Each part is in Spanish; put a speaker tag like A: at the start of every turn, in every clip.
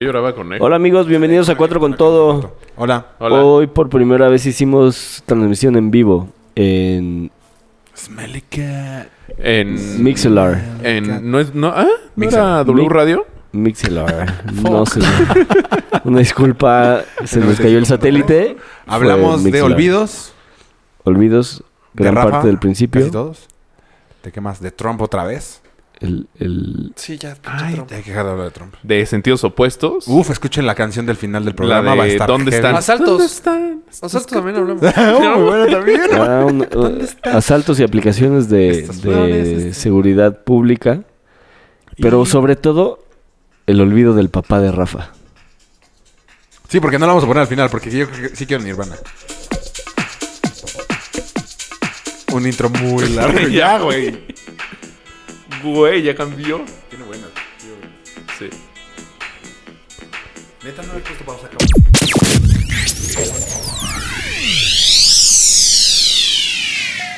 A: Yo grababa con él.
B: Hola Oh, amigos, bienvenidos a Cuatro con Todo.
C: Hola.
A: Hola.
B: Hoy por primera vez hicimos transmisión en vivo en
C: Smelly cat.
A: En,
B: Mixelar.
A: en no es no, ¿ah? ¿No
C: Mixer.
A: era W
B: Mi-
A: Radio?
B: Mixelar. no sé. Una disculpa, se nos cayó el satélite. Fue
C: Hablamos de
B: Mixelar.
C: olvidos.
B: Olvidos, gran
C: de Rafa,
B: parte del
C: casi
B: principio.
C: todos. ¿De qué más? ¿De Trump otra vez?
B: El, el-
D: Sí, ya. pinche
C: Ay,
D: Trump.
C: hay que dejar de hablar de Trump.
A: De sentidos opuestos.
C: Uf, escuchen la canción del final del programa.
A: La de
C: va a estar
A: ¿Dónde
C: heavy.
A: están?
D: Asaltos.
A: ¿Dónde están?
D: Nosotros también hablamos.
C: Oh, muy buena también.
B: ah, un- asaltos y aplicaciones de, de
C: Estas
D: flores, este.
B: seguridad pública. Pero sobre todo, el olvido del papá de Rafa.
C: Sí, porque no la vamos a poner al final, porque yo creo que sí quiero Nirvana. Un intro muy largo.
A: ya, güey. Güey, ya cambió.
C: Tiene buenas.
A: Sí.
C: Neta, no he puesto pausa.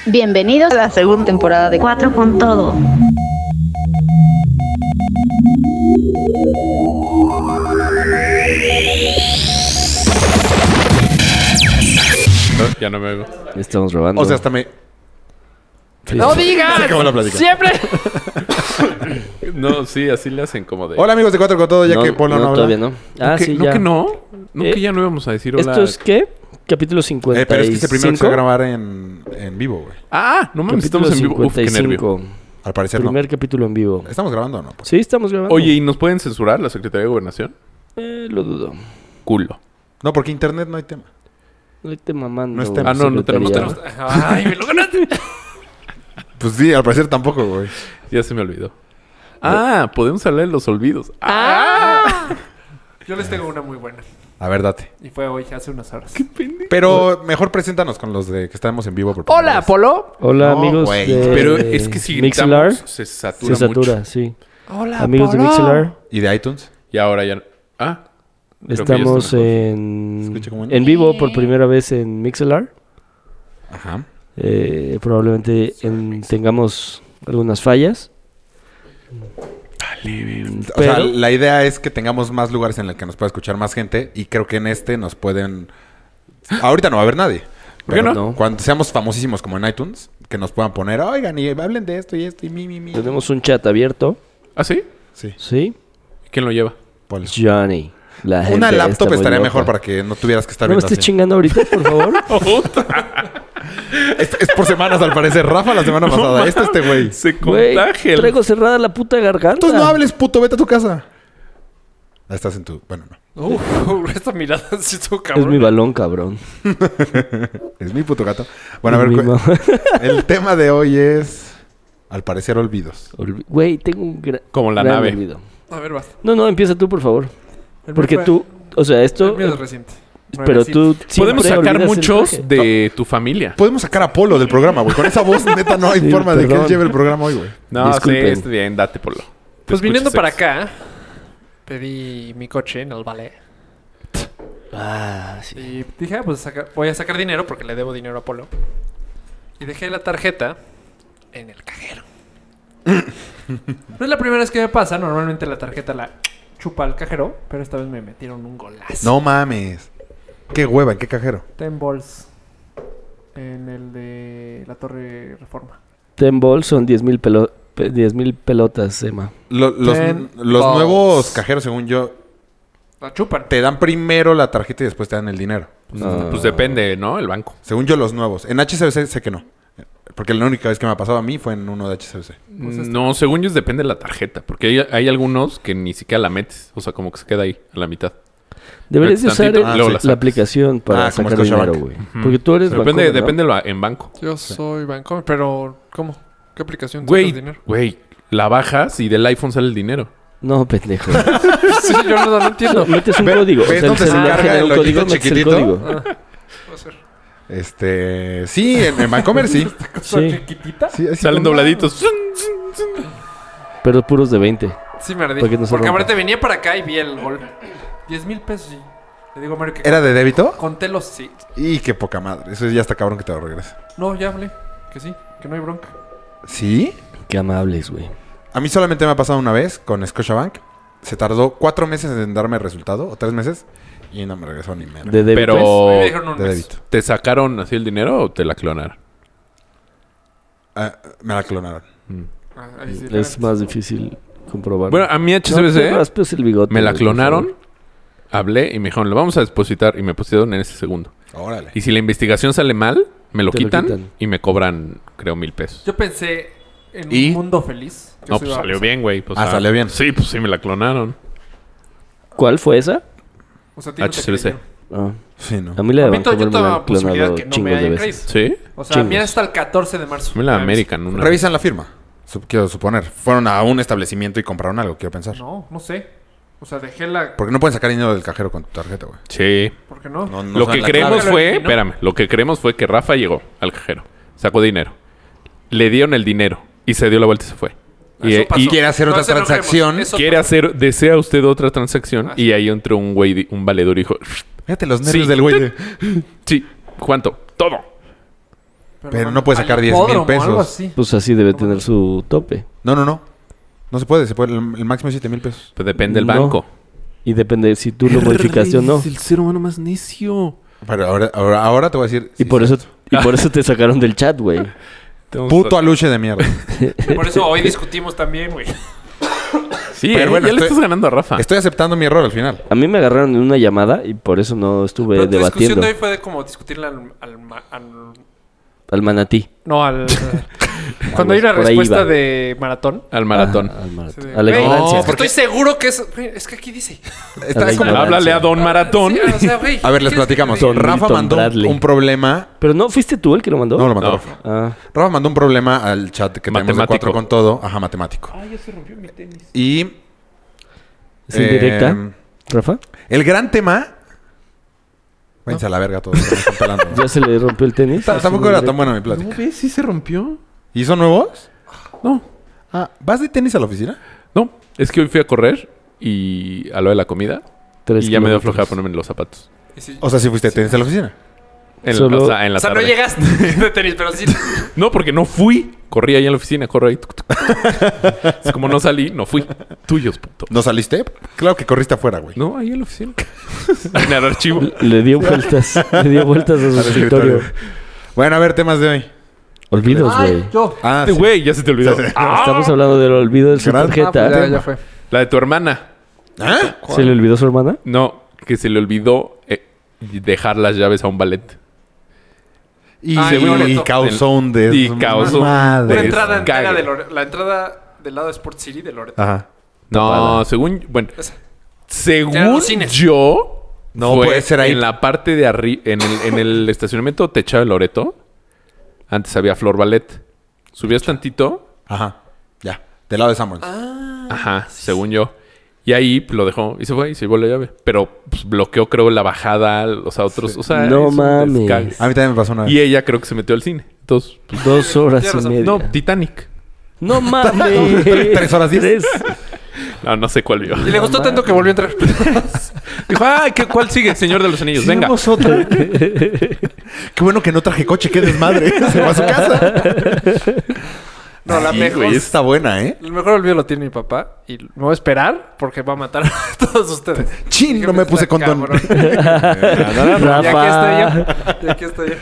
E: Bienvenidos a la segunda temporada de Cuatro con Todo.
A: Ya no me hago.
B: Estamos robando.
C: O sea, hasta me...
B: Sí.
D: ¡No digas!
C: acabó la plática.
D: ¡Siempre!
A: No, sí, así le hacen como de.
C: Hola amigos de Cuatro con Todo, ya que Polo no, habla.
B: todavía no. Ah,
A: ¿No que,
B: sí,
A: no
B: ya.
A: que no. No
B: Eh,
A: que ya no íbamos a decir hola.
B: ¿Esto es qué? Capítulo 55.
C: Eh, pero es que este primero que se va a grabar en, en vivo, güey.
A: Ah, no mames,
B: Capítulo
A: estamos en vivo. Uf, qué
B: 55.
A: nervio.
C: Al parecer
B: Primer capítulo en vivo.
C: no. ¿Estamos grabando o no? Pues,
B: Sí, estamos grabando.
A: Oye, ¿y nos pueden censurar la Secretaría de Gobernación?
B: Eh, lo dudo.
A: Culo.
C: No, porque internet no hay tema.
B: No esté mamando.
C: No está-
A: Ah, no, no tenemos-
B: secretaría.
A: no tenemos-
D: ¡Ay, me lo ganaste!
C: Pues sí, al parecer tampoco, güey.
A: Ya se me olvidó.
B: Eh.
A: Ah, podemos hablar de los olvidos. Ah,
D: Yo les tengo una muy buena.
C: A ver, date.
D: Y fue hoy, hace unas horas.
C: Pero mejor preséntanos con los de que estamos en vivo. por primera
D: ¡Hola,
C: vez.
D: Polo!
B: Hola,
C: No,
B: amigos.
C: güey.
B: de-
A: pero es que si
B: Mixlr
A: gritamos, se satura,
B: se satura,
A: mucho.
B: sí.
D: ¡Hola,
B: Amigos de
D: Polo!
B: Mixlar,
C: ¿Y de iTunes?
A: Y ahora ya. no- Ah, que ya está
B: estamos eh,
A: mejor.
B: en,
C: Escucha como en-
B: en vivo por primera vez en Mixlar.
C: Ajá.
B: Eh, probablemente en- tengamos algunas fallas.
C: O sea,
B: Pero-
C: la idea es que tengamos más lugares en el que nos pueda escuchar más gente. Y creo que en este nos pueden... Ahorita no va a haber nadie.
A: ¿Por qué
C: Pero
B: no?
C: Cuando seamos famosísimos como en iTunes, que nos puedan poner, oigan, y hablen de esto y esto y mi, mi, mi.
B: Tenemos un chat abierto.
A: ¿Ah, sí?
C: Sí,
B: Sí.
A: ¿Quién lo lleva?
C: Polo.
B: Johnny. La gente
C: Una
B: está
C: laptop
B: muy
C: estaría
B: loca.
C: mejor para que no tuvieras que estar
B: No me
C: viendo
B: estés
C: así.
B: chingando ahorita, por favor.
A: Oh,
C: Es, es por semanas, al parecer. Rafa la semana pasada. Este, este, güey.
A: Se
B: Güey,
A: contagia. el-
B: traigo cerrada la puta garganta.
C: Entonces no hables, puto. Vete a tu casa. Ahí Ah, estás en tu... Bueno, no.
D: ¡Uf! Esta mirada así estuvo
B: Es mi
D: cabrón.
B: balón, cabrón.
C: Es mi puto gato. Bueno, a
B: Es
C: ver,
B: mi
C: cu-
B: ma-
C: el tema de hoy es, al parecer, olvidos.
B: Olvi- Güey, tengo un gra-
A: Como la
B: gran
A: nave.
B: olvido.
D: A ver, basta.
B: No, no, empieza tú, por favor.
D: El
B: Porque
D: mío fue-
B: tú, o sea, esto... eh,
D: El mío es reciente.
B: Pero
D: Pues
B: tú
A: Podemos
B: siempre
A: sacar
B: olvidas el
A: muchos
B: traje.
A: de tu familia.
C: Podemos sacar a Polo del programa, güey. Con esa voz, neta, no hay
B: Sí,
C: forma de que
B: perdón.
C: él lleve el programa hoy, güey.
A: No,
B: Disculpen.
A: sí, está bien, date por lo.
D: Pues viniendo para acá, pedí mi coche en el ballet.
B: Ah, sí.
D: Y dije, ah, pues saca- voy a sacar dinero porque le debo dinero a Polo. Y dejé la tarjeta en el cajero. no es la primera vez que me pasa. Normalmente la tarjeta la chupa al cajero, pero esta vez me metieron un golazo.
C: No mames. Qué hueva, ¿en qué cajero?
D: Ten balls. En el de la Torre Reforma.
B: Ten ball son 10 mil pelo- pe- 10,000 pelotas, Emma.
C: Lo- los
D: Ten
C: los
D: balls.
C: nuevos cajeros, según yo,
D: La chupan.
C: te dan primero la tarjeta y después te dan el dinero.
A: Pues, pues depende, ¿no? El banco.
C: Según yo, los nuevos. En HCBC sé que no. Porque la única vez que me ha pasado a mí fue en uno de HCBC.
A: no, según yo depende de la tarjeta. Porque hay, hay algunos que ni siquiera la metes. O sea, como que se queda ahí, a la mitad.
B: Deberías de
A: Metes
B: usar
A: tantito,
B: el-
A: luego la
B: la,
A: sacas.
B: aplicación para
C: Ah, como
B: sacar dinero,
C: Scotiabank.
B: güey. Porque tú eres
A: Depende,
B: Bancomer, ¿no?
A: depende la- en banco.
D: Yo soy Bancomer, pero ¿cómo? ¿Qué aplicación
A: Güey,
D: dinero?
A: güey, la bajas y del iPhone sale el dinero.
B: No, pendejo.
D: sí, yo no, no entiendo.
B: metes un
C: Ve-
B: código. O sea,
C: ¿ves
B: el
C: dónde se
B: celular
C: carga
B: genera un
C: el
B: código, metes
C: hoyito
B: el
C: chiquitito?
B: código.
D: Puede ser.
C: Este. Sí, en, en Bancomer sí.
D: ¿Cosa
B: Sí.
D: chiquitita?
C: Sí, así
A: Salen
C: como-
A: dobladitos.
B: Pero puros de 20.
D: Sí, me ardí.
B: Para que no se
D: Porque
B: rompa.
D: aparte venía para acá y vi el gol. 10 mil pesos y le digo a Mario que
C: ¿Era de débito?
D: conté los sí.
C: Y qué poca madre. Eso ya está cabrón que te lo regrese.
D: No, ya hablé. Que sí, que no hay bronca.
C: ¿Sí?
B: Qué amables, güey.
C: A mí solamente me ha pasado una vez con Scotiabank. se tardó cuatro meses en darme el resultado, o tres meses, y no me regresó ni menos.
B: De débito
A: Pero-
B: es.
D: A mí Pues, me dijeron un
C: de
D: mes.
C: débito.
A: ¿Te sacaron así el dinero o te la clonaron?
C: Ah, me la clonaron.
D: Ah, ahí sí,
B: es más difícil comprobar.
A: Bueno, a mí
B: No te
A: HSBC
B: raspes el bigote,
A: me la
B: güey, por
A: clonaron,
B: favor.
A: hablé y me dijeron, lo vamos a depositar y me pusieron en ese segundo.
C: Órale.
A: Y si la investigación sale mal, me lo,
B: Te lo
A: quitan,
B: quitan.
A: y me cobran, creo, mil pesos.
D: Yo pensé en un
A: ¿Y?
D: mundo feliz. que
A: no,
D: se
A: pues
D: iba a
A: salió
D: pasar.
A: bien, güey. pues,
C: Ah, salió bien.
A: Sí, pues sí, me la clonaron.
B: ¿Cuál fue esa?
D: O sea, a ti no te
A: HSBC.
D: creyeron.
B: Ah,
C: Sí, ¿no?
B: a mí la de
D: A mí to-
B: Vancouver
D: yo
B: me la
D: tomaba
B: han
D: posibilidad
B: clonado
D: que no me
B: chingos de
D: hayan
B: veces.
D: creído.
A: ¿Sí? Pues,
D: O sea, a mí
B: Chingos.
D: hasta el 14 de marzo.
A: Me la
D: Ah,
A: American. Una
C: Revisan la firma. Sup- quiero suponer. Fueron a un establecimiento y compraron algo, quiero pensar.
D: No, no sé. O sea, dejé la...
C: Porque no pueden sacar dinero del cajero con tu tarjeta, güey.
A: Sí.
D: ¿Por qué no?
C: No, no
A: lo
C: saben
A: que
C: la
A: creemos
C: clave.
D: clave.
A: fue,
D: ¿No?
A: espérame, lo que creemos fue que Rafa llegó al cajero, sacó dinero, le dieron el dinero y se dio la vuelta y se fue. Y, eh,
D: Eso pasó.
A: y
C: quiere hacer otra
D: se enojemos.
C: transacción,
D: Eso
A: quiere
D: pasó.
A: hacer, desea usted otra transacción
D: Ah, sí.
A: y ahí entró un güey, di- un valedor y dijo,
C: Fíjate los nervios
A: Sí.
C: del güey. de-
A: sí, ¿cuánto? Todo.
C: Pero no puedes
D: al
C: sacar 10,000
D: hipódromo o
C: pesos.
D: algo así.
B: Pues así debe tener su tope.
C: No, no, no. No se puede, se puede. El, el máximo es 7 mil pesos.
A: Pues depende del
B: No.
A: banco.
B: Y depende si tú lo modificaste o no.
A: Es el ser humano más necio.
C: Pero ahora, ahora, ahora te voy a decir.
B: Y
C: sí,
B: por
C: sí.
B: eso y por eso te sacaron del chat, güey.
C: Puto aluche de mierda.
D: Por eso hoy discutimos también, güey.
A: Sí, eh,
C: Pero bueno,
A: ya le
C: estoy-
A: estás ganando a Rafa.
C: Estoy aceptando mi error al final.
B: A mí me agarraron en una llamada y por eso no estuve
D: Pero tu discusión
B: debatiendo
D: de hoy fue de como discutirla al... al, ma- al-
B: al manatí.
D: no, al... Cuando hay una
B: Por ahí
D: respuesta
B: iba.
D: de maratón.
A: Al maratón.
B: Ajá, Ah, al maratón.
D: Sí, de-
B: A la
D: Güey,
B: ignorancia.
D: es que estoy seguro que es... güey, Es que aquí dice.
C: Está-
B: la
C: es como-
B: ignorancia.
A: Háblale a Don Maratón.
D: Sí, o sea, güey,
C: A ver, les
D: ¿qué quieres que
C: platicamos.
D: te diga?
B: Don
C: Rafa
B: Milton
C: mandó
B: Bradley.
C: un problema.
B: Pero no fuiste tú el que lo mandó.
C: No, lo mandó
A: No.
C: Rafa.
B: Ah,
C: Rafa mandó un problema al chat que tenemos de
A: Matemático.
C: 4 con todo. Ajá, matemático.
D: Ay, Ah, ya se rompió mi tenis.
C: Y...
B: ¿Es indirecta?
C: eh,
B: Rafa,
C: el gran tema... Váyanse a la verga todos. me están pelando.
B: ya se le rompió el tenis.
C: Ta- Tampoco era tan buena mi plática.
A: ves? ¿Sí se rompió?
C: ¿Y son nuevos?
A: No,
C: Ah, ¿vas de tenis a la oficina?
A: no. Es que hoy fui a correr y a lo de la comida
B: Tres
A: y ya me dio
B: kilómetros.
A: flojera ponerme los zapatos.
D: Y sí.
C: O sea, si fuiste de tenis a la oficina.
A: En,
B: Solo-
A: o sea, en la
D: O sea, no
A: tarde.
D: llegaste de tenis, pero sí.
A: No, porque no fui. Corrí ahí en la oficina, corro ahí. tuc, tuc, tuc. Es como no salí, no fui. Tuyos, puto.
C: ¿No saliste? Claro que corriste afuera, güey.
A: No, ahí en la oficina. en el archivo.
B: Le dio vueltas, le dio vueltas a su
C: Al
B: escritorio.
C: escritorio. Bueno, a ver, temas de hoy.
B: Olvidos, güey.
D: yo.
C: Ah,
A: Este
C: sí.
A: güey, ya se te olvidó. Ah,
B: Estamos hablando del olvido de su
C: Gran-
B: tarjeta.
D: Ah, pues ya, ya fue.
A: la de tu hermana.
C: ¿Ah?
B: ¿Se le olvidó su hermana?
A: No, que se le olvidó eh, dejar las llaves a un ballet.
C: Y,
D: Ah,
C: y-
D: seguro.
C: y causó un des...
A: Y causó
C: Madre.
D: Una entrada entera
A: Cague.
D: de Lore- La entrada del lado de Sport City de Loreto.
C: Ajá.
A: No, según. Bueno,
D: Esa. Eran
A: según
D: los cines.
A: yo.
C: No,
A: fue
C: puede ser ahí.
A: En la parte de arriba. En el, en el estacionamiento techado de Loreto. Antes había Flor Ballet. Subías tantito.
C: Ajá. Ya. Del lado de Samuels.
D: Ah.
A: Ajá, según yo. Y ahí lo dejó y se fue y se llevó la llave. Pero pues, bloqueó, creo, la bajada, o sea, otros. O sea,
B: No
A: es un
B: mames.
A: descague.
C: A mí también me pasó una vez.
A: Y ella creo que se metió al cine. Entonces, pues,
B: Dos horas
D: Tienes
B: y
D: razón.
B: media.
A: no, Titanic.
B: No mames.
C: Tres horas diez.
B: Tres.
A: No, no sé cuál vio.
D: Y le gustó
B: No
D: tanto que volvió a entrar.
A: Dijo, ah, ¿qué, ¿cuál sigue? Señor de los Anillos, venga.
C: Hicimos otra. Qué bueno que no traje coche, qué desmadre. Se va a su casa.
D: No, la
C: Sí,
D: mejor.
C: güey, está buena, ¿eh?
D: El mejor olvido lo tiene mi papá. Y me voy a esperar porque va a matar a todos ustedes.
C: Chin,
D: Dije,
C: no me
D: está
C: puse condón.
D: cabrón. Y aquí
B: Rafa.
D: estoy yo. Y aquí estoy yo.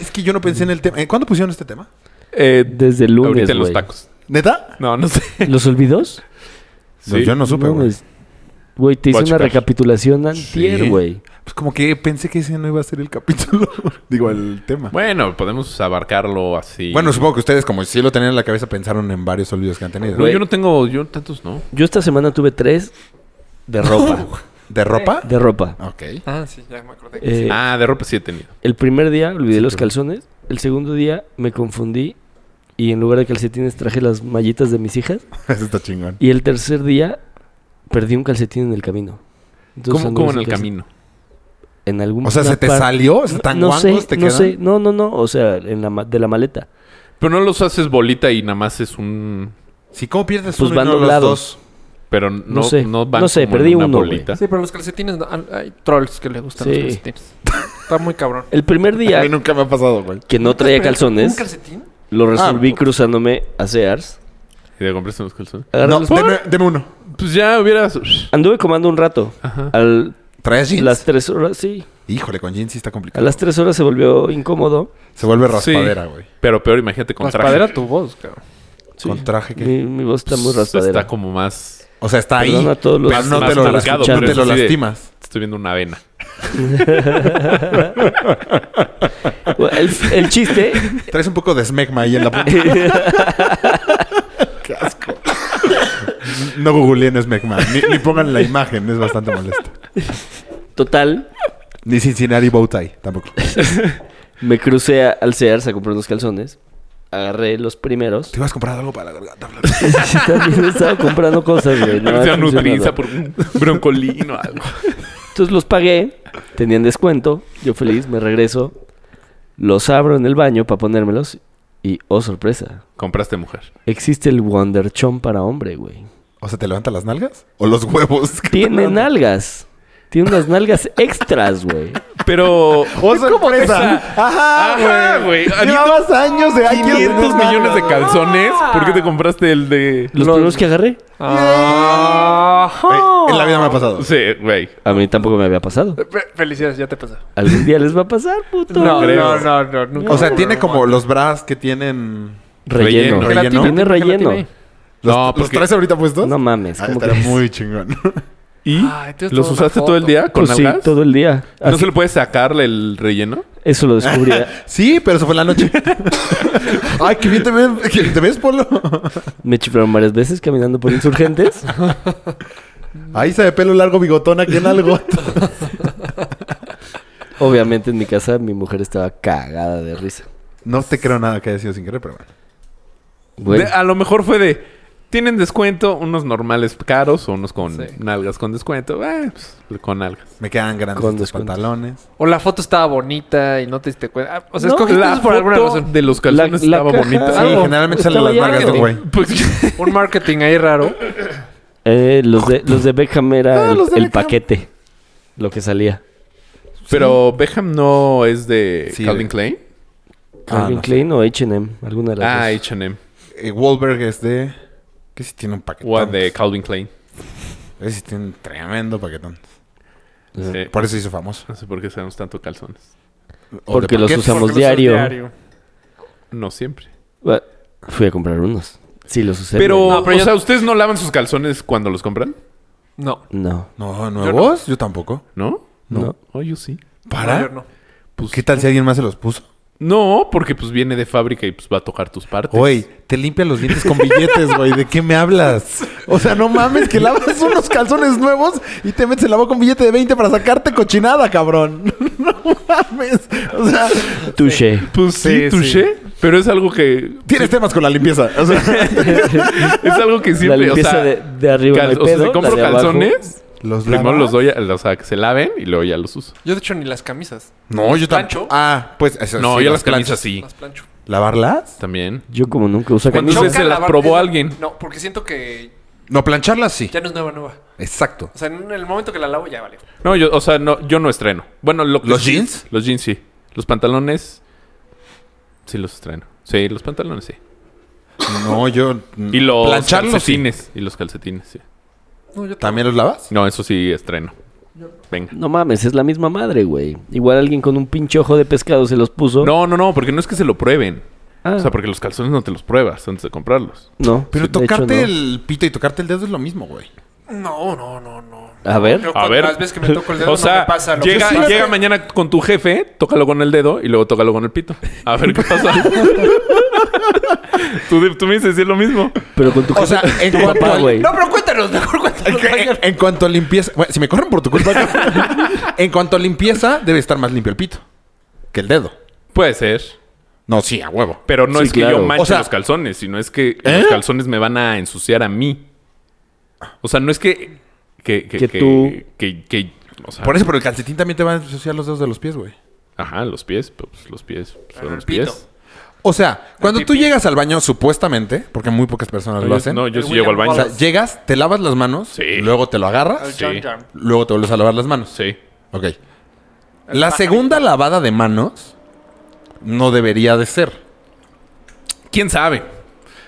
C: es que yo no pensé en el tema. ¿Eh, ¿Cuándo pusieron este tema?
A: Eh,
B: Desde el lunes,
A: ahorita en los
B: güey.
A: tacos.
C: ¿Neta?
A: No, no sé.
B: ¿Los olvidos?
C: No, yo no supe,
B: No,
C: güey.
B: es- Güey, te hice
A: Voy a
B: una
A: checar.
B: recapitulación
C: Sí.
B: antier, güey.
C: Pues como que pensé que ese no iba a ser el capítulo. Digo, el tema. Bueno,
A: Ah. Bueno, podemos abarcarlo así.
C: supongo que ustedes, como sí lo tenían en la cabeza, pensaron en varios olvidos que han tenido.
A: No, yo no tengo, yo tantos no.
B: Yo esta semana tuve tres de ropa.
C: ¿De ropa?
B: de ropa.
C: Ok.
D: Ah, sí, ya me acordé.
B: Eh,
A: Ah, de ropa sí he tenido.
B: El primer día olvidé los calzones. El segundo día me confundí y en lugar de calcetines traje las mallitas de mis hijas.
C: Eso está chingón.
B: Y el tercer día perdí un calcetin en el camino. Entonces,
A: ¿Cómo,
B: anduve
A: cómo en
B: sin
A: el
B: calcet-
A: camino?
B: En algún
C: O sea, ¿se te salió? ¿O sea, ¿Tan
B: no sé,
C: guangos te
B: no
C: quedan?
B: sé, no, no, no, o sea, en la ma- de la maleta.
A: Pero no los haces bolita y nada más es un...
C: Si cómo pierdes
B: Pues
C: uno y
B: van
C: no los
B: doblados.
C: dos.
A: Pero no, no
B: sé,
A: van
B: no sé,
A: como en
B: perdí
A: una
B: uno, güey.
A: bolita.
D: Sí, pero los calcetines. no. Al- Hay trolls que le gustan
B: Sí.
D: los calcetines. Está muy cabrón.
B: El primer
C: A
B: día
C: mí nunca me ha pasado, güey.
B: que no traía calzones,
D: ¿Un calcetín?
C: Ah,
B: lo resolví cruzándome a Sears.
A: Y te compraste unos calzones.
B: Agarré
C: No,
B: los-
C: deme, deme uno.
A: Pues ya hubieras.
B: Anduve comando un rato. Al,
C: ¿Traes jeans?
B: las tres horas, sí.
C: Híjole, con jeans sí está
B: A
C: complicado.
B: las tres horas se volvió incómodo.
C: Se vuelve
A: Sí.
C: raspadera, güey.
A: Pero peor, imagínate con traje.
D: Raspadera tu voz, cabrón.
B: Sí.
C: Con traje que...
B: Mi, mi voz está muy
A: Pues,
B: raspadera.
A: Está como más.
C: O sea, está ahí.
B: Perdón a todos los
C: pero no
A: más
C: te lo, las-
A: marcado,
C: no
A: pero
C: te
A: eso
C: lo
A: sí de-
C: lastimas.
A: Estoy viendo una avena.
B: Bueno, el, el chiste.
C: Traes un poco de smegma ahí en la punta. Qué asco. No googleen smegma. Ni, ni pongan la imagen. Es bastante molesto.
B: Total,
C: Ni Cincinnati Bowtie. Tampoco. Te
B: me crucé a- al Sears a comprar unos calzones. Agarré los primeros.
C: ibas a comprar algo para la garganta.
B: También estaba comprando cosas, güey. no ha
A: Parecía
B: funcionado.
A: nutriza por un broncolino o algo.
B: Entonces los pagué, tenían descuento, yo feliz, me regreso, los abro en el baño para ponérmelos y, oh sorpresa,
A: Compraste mujer.
B: existe el Wonder Chom para hombre, güey.
C: O sea, ¿te levanta las nalgas? ¿O los huevos?
B: Tiene nalgas, tiene unas nalgas extras, güey.
A: Pero.
C: ¡Oh, sorpresa!
A: Ajá,
C: ¡Ajá, güey!
A: güey.
C: Llevas años de años.
A: 500 millones de calzones. ¿Por qué te compraste el de.?
B: Los primeros que agarré,
D: Ajá.
C: En la vida me ha pasado.
A: Sí, güey.
B: a mí tampoco me había pasado.
D: Fe- Felicidades, ya te pasó.
B: Algún día les va a pasar, puto.
D: No,
A: creo.
D: no, no, no, nunca.
C: O sea, tiene como los bras que tienen...
B: Relleno.
A: Relleno.
C: Relleno.
B: Tiene relleno.
D: Gelatina.
C: ¿Los,
A: No,
C: ¿los
A: porque-
C: traes ahorita puestos?
B: No mames,
C: Ah,
B: ¿cómo
C: estaría
B: crees?
C: muy chingón.
A: ¿Y
D: Ay, Ah, entonces
A: los
D: toda una
A: usaste todo el
D: foto.
A: día con
B: Pues sí,
A: nalgas?
B: todo el día.
A: ¿No
B: Así-
A: se le puede sacarle el relleno?
B: Eso lo descubrí.
C: Sí, pero eso fue en la noche. Ay, qué bien te ves, que te ves Polo.
B: Me chiflaron varias veces caminando por insurgentes.
C: Ahí se de pelo largo bigotón aquí en algo.
B: Obviamente en mi casa mi mujer estaba cagada de risa.
C: No te creo nada que haya sido sin querer, pero bueno.
B: Güey,
A: De- a lo mejor fue de. Tienen descuento, unos normales caros o unos con nalgas con descuento. Eh, pues, con nalgas.
C: Me quedan grandes
B: Con
C: estos
B: descuento.
C: pantalones.
D: O la foto estaba bonita y no te diste cuenta. Ah, O sea,
B: No,
D: escogiste
A: La
D: eso por alguna
A: foto
D: razón.
A: de los calzones
B: La- la
A: estaba
B: caja-
A: bonita.
C: Sí,
B: Ah, no.
C: generalmente salen
B: Estaba
C: las
B: ya
C: nalgas de un
B: grande.
C: güey.
A: Pues,
D: Un marketing ahí raro.
B: eh, los, de, los de Beckham era el,
C: los de
B: el
C: Beckham.
B: paquete. Lo que salía.
A: pero Beckham no es de
C: Sí,
A: Calvin
C: de-
A: Klein.
C: Ah,
B: Calvin
C: no sé.
B: Klein o H&M. Alguna de las
A: Ah,
B: dos.
A: HM.
C: Eh, Wahlberg es de... Que sí tiene un paquetón.
A: O de Calvin Klein.
C: Ese sí tiene un tremendo paquetón.
B: Sí.
A: Sí.
C: Por eso se hizo famoso.
A: Eh, No sé por qué sabemos tanto calzones.
C: O de
B: Porque los
C: paquetes.
B: usamos
D: Porque lo
B: diario.
D: usas
A: No siempre.
B: Bueno, Fui a comprar unos. Sí, los usé.
A: Pero,
B: güey.
D: No, pero
A: o
D: yo-
A: sea, ¿ustedes no lavan sus calzones cuando los compran?
D: No.
B: No,
C: No, ¿nuevos? Yo, tampoco.
A: ¿No?
B: no.
A: Oh, yo sí.
C: ¿Para?
D: No, yo no.
A: Pues,
C: ¿Qué tal si alguien más se los puso?
A: No, porque pues viene de fábrica y pues va a tocar tus partes.
C: Güey, te limpian los dientes con billetes, güey. ¿De qué me hablas? O sea, no mames, que lavas unos calzones nuevos y te metes el agua con billete de 20 para sacarte cochinada, cabrón. No mames. O sea,
B: Touché.
A: Pues sí,
C: Sí,
A: touché. Pero es algo que...
C: tienes temas con la limpieza. O sea,
A: Es algo que
B: la
A: siempre...
B: limpieza
A: o sea,
B: de, de arriba
A: cal-
B: no hay
A: o sea,
B: pedo,
A: si
B: la
A: compro
B: de abajo-
A: calzones,
C: los
A: primero
C: lavas?
A: los doy, a, o sea, que se laven y luego ya los uso.
D: Yo, de hecho, ni las camisas.
C: No, yo
D: ¿Plancho?
C: tampoco. Ah, pues eso,
A: No,
C: sí,
A: yo las
C: planchas.
A: camisas sí.
D: Las plancho.
C: ¿Lavarlas?
A: También.
B: Yo como nunca uso
A: Cuando
B: camisas.
A: se- se las
D: lavar-
A: probó
D: es-
A: alguien.
D: No, porque siento que
C: No, plancharlas sí.
D: ya no es nueva, nueva.
C: Exacto.
D: O sea, en el momento que la lavo ya vale.
A: No, yo, o sea, no, yo no estreno. Bueno, lo que
C: ¿Los
A: sí-
C: jeans?
A: Los jeans sí. Los pantalones sí los estreno. Sí, los pantalones sí.
C: No, yo.
A: Y los
C: Plancharlos,
A: calcetines. Y los calcetines, sí.
D: No, yo
C: sí. ¿También los lavas?
A: No, eso sí estreno. Venga.
B: No mames, es la misma madre, güey. Igual alguien con un pinche ojo de pescado se los puso.
A: No, no, no, porque no es que se lo prueben.
B: Ah,
A: O sea, porque los calzones no te los pruebas antes de comprarlos.
B: no.
C: Pero
B: de hecho,
C: tocarte
B: no.
C: el pito y tocarte el dedo es lo mismo, güey.
D: No, no, no, no.
B: A ver.
D: Yo
A: A
D: cuando-
A: ver.
D: Las veces que me toco el dedo
A: o sea,
D: no me pasa lo
A: llega,
D: que pasa.
A: llega mañana con tu jefe, tócalo con el dedo y luego tócalo con el pito. A ver qué pasa. tú, di- tú me dices, sí es lo mismo.
B: Pero con tu
C: O sea,
B: jefe-
C: en
B: tu
C: cuanto
B: papá,
C: al-
B: güey.
D: No, pero cuéntanos, mejor cuéntanos.
C: En, en cuanto a limpieza, bueno, si me corren por tu culpa, yo- en cuanto a limpieza, debe estar más limpio el pito que el dedo.
A: Puede ser.
C: No, sí, a huevo.
A: Pero no
B: Sí,
A: es que
B: claro.
A: yo manche
C: O sea-
A: los calzones, sino es que
C: ¿Eh?
A: los calzones me van a ensuciar a mí. O sea, no es que. Que, que,
B: Que
A: que-
B: tú-
A: que- que- o sea,
C: Por eso, pero el calcetín también te va a ensuciar los dedos de los pies, güey.
A: Ajá, los pies. Pues, los pies. pues,
D: Pero
A: son
D: el
A: los
D: pito.
A: pies.
C: O sea, cuando tú
D: pipí.
C: llegas al baño, supuestamente, porque muy pocas personas lo
A: Yo-
C: hacen.
A: No, yo
D: El
A: sí llego al
D: William
A: baño.
C: O sea, llegas, te lavas las manos,
A: Sí.
C: luego te lo
D: Al
C: agarras,
A: Sí.
D: John John.
C: luego te vuelves a lavar las manos.
A: Sí.
C: Ok. La segunda lavada de manos no debería de ser.
A: ¿Quién sabe?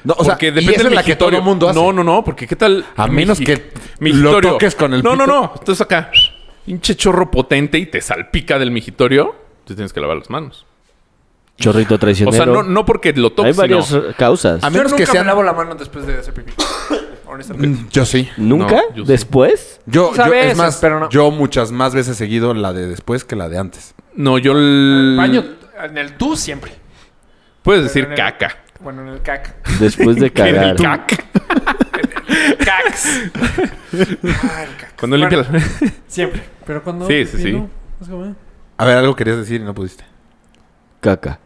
C: No, o sea,
A: porque
C: y
A: depende
C: esa
A: del
C: es la que todo
A: migitorio.
C: mundo hace.
A: No, no, no, porque qué tal.
C: A
A: mi-
C: menos que
A: mi
C: lo
A: migitorio?
C: toques con el
A: No, no,
C: pito.
A: no. Entonces acá, hinche chorro potente y te salpica del migitorio, te tienes que lavar las manos.
B: Chorrito
A: O sea,
B: traicionero.
A: no, no porque lo
B: Hay
A: toques, sino.
B: varias eh, causas.
C: A mí-
D: Yo
C: menos
D: nunca
C: que
D: me
C: sean-
D: lavo la mano después de hacer pipí. Honestamente.
C: Mm, Yo sí.
B: ¿Nunca?
A: No, yo sí.
B: ¿Después?
C: Yo,
D: Pues a
C: yo-
D: veces,
C: es más,
D: pero no.
C: yo muchas más veces seguido la de después que la de antes.
A: No,
C: eh,
A: yo el.
D: Baño en el tú siempre.
A: Puedes decir
D: en el-
A: caca.
D: Bueno, en el cac.
B: Después de
A: Que en el
B: cagar.
A: caca.
D: Cacs. Ah, el cacs.
A: Cuando
D: Bueno,
A: limpias. la-
D: Siempre. Pero cuando.
A: Sí, sí, sí.
D: no, es como, eh.
C: A ver, algo querías decir y no pudiste.
B: Caca.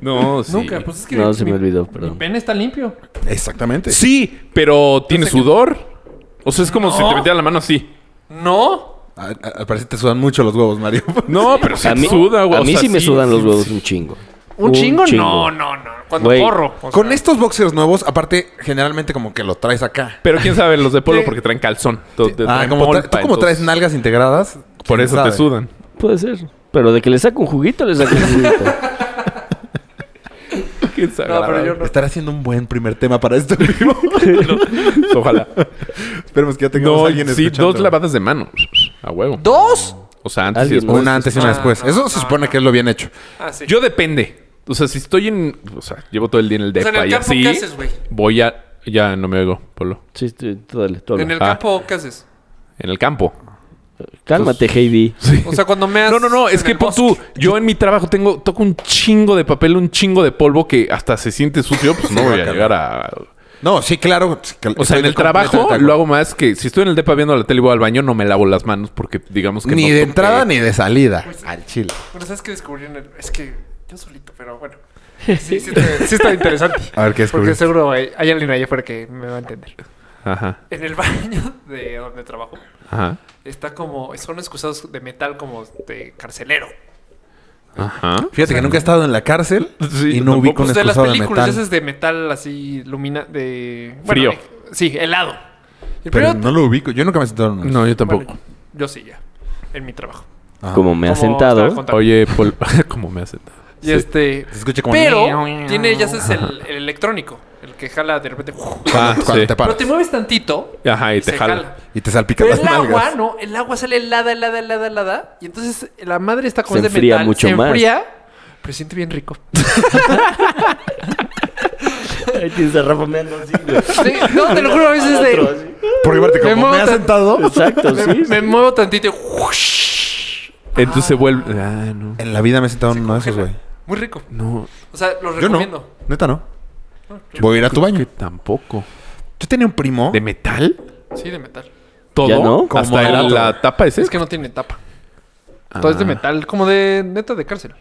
A: No, sí.
D: Nunca, pues es que.
B: No, se me
D: mi-
B: olvidó,
D: Mi
B: perdón.
D: pene está limpio.
C: Exactamente.
A: Sí, pero tiene
D: sé que-
A: sudor. O sea, es como si
D: No.
A: te metiera la mano así.
D: No.
C: A- a- Al parecer te sudan mucho los huevos, Mario.
A: No, pero sí
B: A
A: te
B: mí,
A: suda, güey.
B: a
A: O
B: mí
A: sea,
B: sí me sudan los
A: sí,
B: huevos
A: sí.
B: un chingo.
D: ¿Un, chingo?
B: chingo.
D: No, no, no. Cuando
B: Güey.
D: corro. o
C: Con
D: sea,
C: estos boxers nuevos, aparte, generalmente como que lo traes acá.
A: Pero quién sabe, los de polo porque traen calzón. To- te
C: Ah,
A: traen
C: como
A: pompa,
C: tra- tú como
A: entonces,
C: traes nalgas integradas.
A: Por
C: quién
A: eso
C: sabe.
A: te sudan.
B: Puede ser. Pero de que le saco un juguito, le saco un juguito.
A: Quién sabe.
D: No, pero yo no.
C: Estará haciendo un buen primer tema para esto en vivo.
A: Ojalá.
C: Esperemos que ya tengamos a
A: No,
C: alguien
A: sí,
C: escuchando.
A: dos lavadas de manos. A huevo.
D: ¿Dos?
A: O sea, antes y
B: Alguien
A: después.
C: Una antes y una
D: Ah,
C: después.
D: no,
C: Eso se
D: no,
C: supone que es lo bien hecho.
D: Ah, sí.
A: Yo depende. O sea, si estoy en. O sea, llevo todo el día en el
D: sea,
A: depa
D: en el
A: y
D: campo,
A: así.
D: ¿qué haces, güey?
A: voy a. Ya no me oigo, Polo.
B: Sí, tú, tú dale, tú habla.
D: En el
A: Ah.
D: campo, ¿qué haces?
A: En el campo.
B: Cálmate, Heidi.
D: O sea, cuando me
A: No, no, no, es que pon
D: por
A: tú, yo en mi trabajo tengo, toco un chingo de papel, un chingo de polvo que hasta se siente sucio, pues no
C: Sí,
A: voy a
C: bacán.
A: llegar a.
C: No, sí, claro. sí, que-
A: O sea,
C: estoy
A: en el
C: completamente de
A: trabajo
C: acuerdo.
A: lo hago más que si estoy en el depa viendo la tele y voy al baño, no me lavo las manos porque digamos que
C: Ni
A: no Eh.
C: de
A: toqué.
C: entrada ni de salida.
D: Pues
C: Al chile.
D: Pero sabes que descubrí en el... Es que yo solito, pero bueno. Sí, sí, está- sí está interesante.
C: A ver, ¿qué descubrí?
D: Porque seguro hay, hay alguien allá afuera que me va a entender.
A: Ajá,
D: En el baño de donde trabajo
A: ajá,
D: está como... Son excusados de metal como de carcelero.
A: ajá.
C: Fíjate que nunca he estado en la cárcel
A: Sí,
C: y no
A: tampoco.
C: ubico un
D: Pues de las
C: excusado de
D: películas
C: metal.
D: esas de metal así lumina... de...
A: Frío.
D: de- sí, helado. El
C: Pero
D: primero-
C: no lo ubico. Yo nunca me he sentado en uno.
A: No, yo
D: bueno,
A: tampoco.
D: yo sí ya. En mi trabajo.
C: Ajá.
B: Como me ha
D: Como estaba
B: sentado.
D: contando.
A: Oye, Polo, ¿cómo me hacen?
D: Y este...
C: Se escucha como...
D: Pero tiene, ya sabes, el, el electrónico. El que jala de repente...
A: Ah,
C: Cuando
A: sí.
C: te
D: Pero
C: paras
D: te mueves tantito
A: Ajá, y te
D: se
A: jala.
C: y te salpica
D: Pero
C: las
D: el agua,
C: nalgas.
D: no, el agua sale helada, helada, helada, helada. Y entonces la madre está como
B: Se
D: es de
B: enfría
D: metal,
B: mucho
D: se
B: más.
D: enfría, pero siente bien rico.
B: Ahí tienes a Rafa meando así, güey.
D: Sí, no, te lo juro, a veces de-
B: Otro así.
C: Porque aparte,
D: Me
C: como
D: muevo
C: me ha
D: tan-
C: sentado
B: Exacto, sí.
D: me muevo tantito y ¡whoosh!
A: Entonces se vuelve. Ah, no.
C: En la vida me he sentado en uno de esos, güey.
D: Muy rico.
A: No,
D: O sea, los
C: Yo no.
D: recomiendo. Ah,
C: Neta, no. Voy a ir a tu
A: que
C: baño.
A: tampoco.
C: Yo tenía un primo.
A: ¿De metal?
D: Sí, de metal.
A: ¿Todo?
B: ¿Ya no?
A: ¿Hasta
C: Como
A: el-
C: auto.
A: la tapa ese?
D: Es que no tiene tapa. Todo es de
A: Ah,
D: metal, como de neta de cárcel.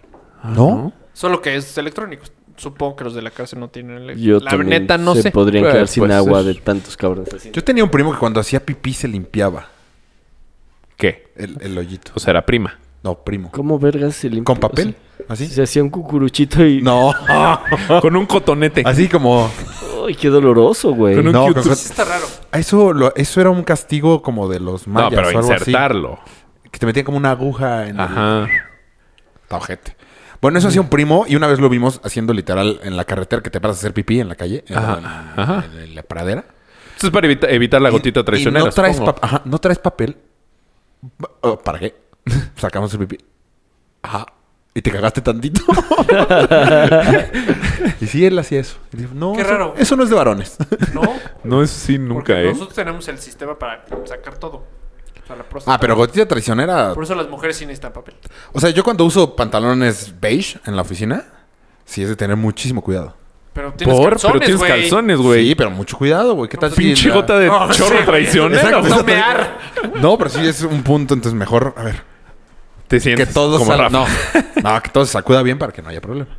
C: ¿No?
D: Solo que es electrónico. Supongo que los de la cárcel no tienen ele-
B: Yo
D: La
B: también
D: neta no
B: se
D: sé.
B: podrían
A: Pues,
B: quedar sin
A: puede
B: agua
A: ser.
B: de tantos cabrones así.
C: Yo tenía un primo que cuando hacía pipí se limpiaba
A: ¿Qué?
C: el, el hoyito.
A: O sea, era prima.
C: No, primo.
B: ¿Cómo vergas se limpia?
C: ¿Con papel?
B: O sea,
C: ¿Así?
B: se hacía un cucuruchito y...
C: No.
A: Con un cotonete.
C: Así como...
B: ¡Ay, qué doloroso, güey!
A: Con un
C: No,
A: Q-tip.
C: con-
D: Sí está raro.
C: Eso, lo- eso era un castigo como de los
A: No,
C: mayas
A: pero
C: o algo así.
A: insertarlo.
C: Que te metían como una aguja en el...
A: Ajá.
C: Está ojete. Bueno, eso hacía un primo y una vez lo vimos haciendo literal en la carretera que te paras a hacer pipí en la calle, en,
A: Ajá,
C: la, en-
A: ajá.
C: en la pradera.
A: Esto es para evita- evitar la
C: Y-
A: gotita
C: y
A: traicionera.
C: no, traes
A: supongo.
C: pap- ajá, no traes papel. Ba- oh, ¿Para qué? Sacamos el pipí. Ajá. Y te cagaste tantito. y sí, él hacía eso. Y dijo, no,
D: Qué
C: eso-
D: raro.
C: Eso, no es de varones.
D: No,
A: No, eso sí, nunca,
D: porque
A: ¿eh?
D: nosotros tenemos el sistema para sacar todo. O sea, la próstata.
C: ah, pero gotita traicionera.
D: Por eso las mujeres sí necesitan papel.
C: O sea, yo cuando uso pantalones beige en la oficina, sí es de tener muchísimo cuidado.
D: Pero tienes
A: Por,
D: calzones,
A: pero tienes
D: güey.
A: calzones, güey.
C: Sí, pero mucho cuidado, güey. ¿Qué tal? si
A: Pinche
C: la-
A: gota de
D: No, sí,
A: chorro
D: güey.
A: traicionero.
D: Exacto. No mear.
C: No, pero sí es un punto, entonces mejor, a ver,
A: Te
C: que
A: sientes
C: todo
A: como
C: sal-
A: Rafa.
C: no, no, que todo se sacuda bien para que no haya problema.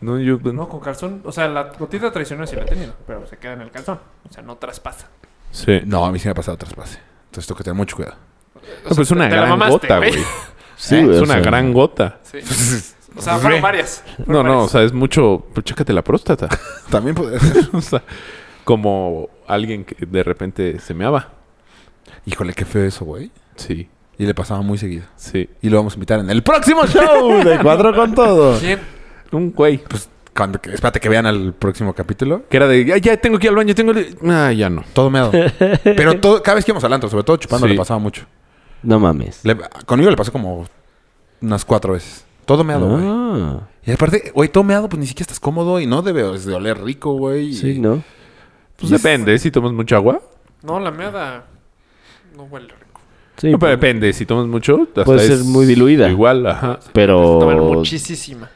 A: No, yo...
D: No, con calzón. O sea, la gotita traicionera sí la he tenido, pero se queda en el calzón. O sea, no traspasa.
A: Sí. No,
C: No, a mí sí me ha pasado traspase. Entonces tengo que tener mucho cuidado.
A: Ah, pero es pues, una
D: te la
A: gran
D: mamaste,
A: gota,
D: güey.
A: güey.
B: Sí,
A: Eh, es
B: güey, o
A: una
B: sea,
A: gran gota.
D: Sí. O sea, fueron varias. Fueron
A: No, no, o
D: varias.
A: sea, es mucho... Pues chécate la próstata.
C: También puede ser.
A: o sea, como alguien que de repente se meaba.
C: Híjole, qué feo eso, güey.
A: Sí,
C: Y le pasaba muy seguido.
A: sí.
C: Y lo vamos a invitar en el próximo show de Cuatro con Todo.
D: ¿Quién?
A: Un güey.
C: Pues Cuando, que- espérate que vean al próximo capítulo.
A: Que era de, ya, ya tengo que ir al baño, tengo que... Ah, ya no.
C: Todo meado. Pero todo, cada vez que íbamos al antro, sobre todo chupando,
A: Sí.
C: le pasaba mucho.
B: No mames.
C: Le- conmigo le pasó como unas cuatro veces. Todo meado, güey.
B: Ah,
C: Y aparte, güey, todo meado, pues ni siquiera estás cómodo y no debe de oler rico, güey.
B: sí, ¿no?
A: Pues depende, si tomas mucha agua.
D: No, la meada no huele rico.
B: Sí, pues.
A: No, pero depende, si tomas mucho... hasta
B: Puede ser
A: es
B: muy diluida.
A: Igual, ajá.
D: pues,
A: Oh,
D: Toman
B: pero...
D: muchísima.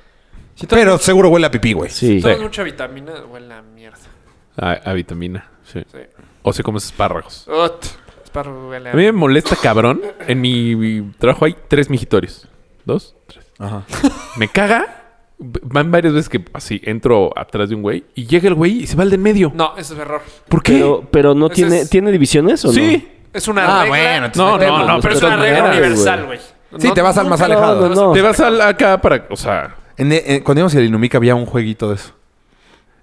D: Si tomas,
C: Pero seguro huele a pipí, güey.
B: Sí.
D: si tomas
A: Sí.
D: mucha vitamina, huele a mierda.
A: A, a vitamina, sí.
D: Sí.
A: O si comes espárragos.
D: Ut, Esparro huele a...
A: A mí me molesta cabrón. En mi, mi trabajo hay tres mijitorios. ¿Dos? Tres.
C: Ajá.
A: Me caga. Van varias veces que así entro atrás de un güey y llega el güey y se va al de en medio.
D: No, eso es error.
A: ¿Por qué?
B: Pero, pero no
D: Ese
B: tiene...
D: es-
B: ¿Tiene divisiones o no?
A: sí.
D: Es una
C: Ah,
D: regla...
C: bueno, entonces
A: No,
C: hay
A: no,
C: pedo.
A: no, pero
D: es
A: es
D: una
A: una
D: regla
A: manera,
D: universal, güey.
C: Sí, te vas al más
D: nunca lo-
C: alejado.
B: No, no,
A: Te
B: no.
A: vas al, acá para... O sea...
C: En- en- cuando íbamos a la Inumica había un jueguito de eso.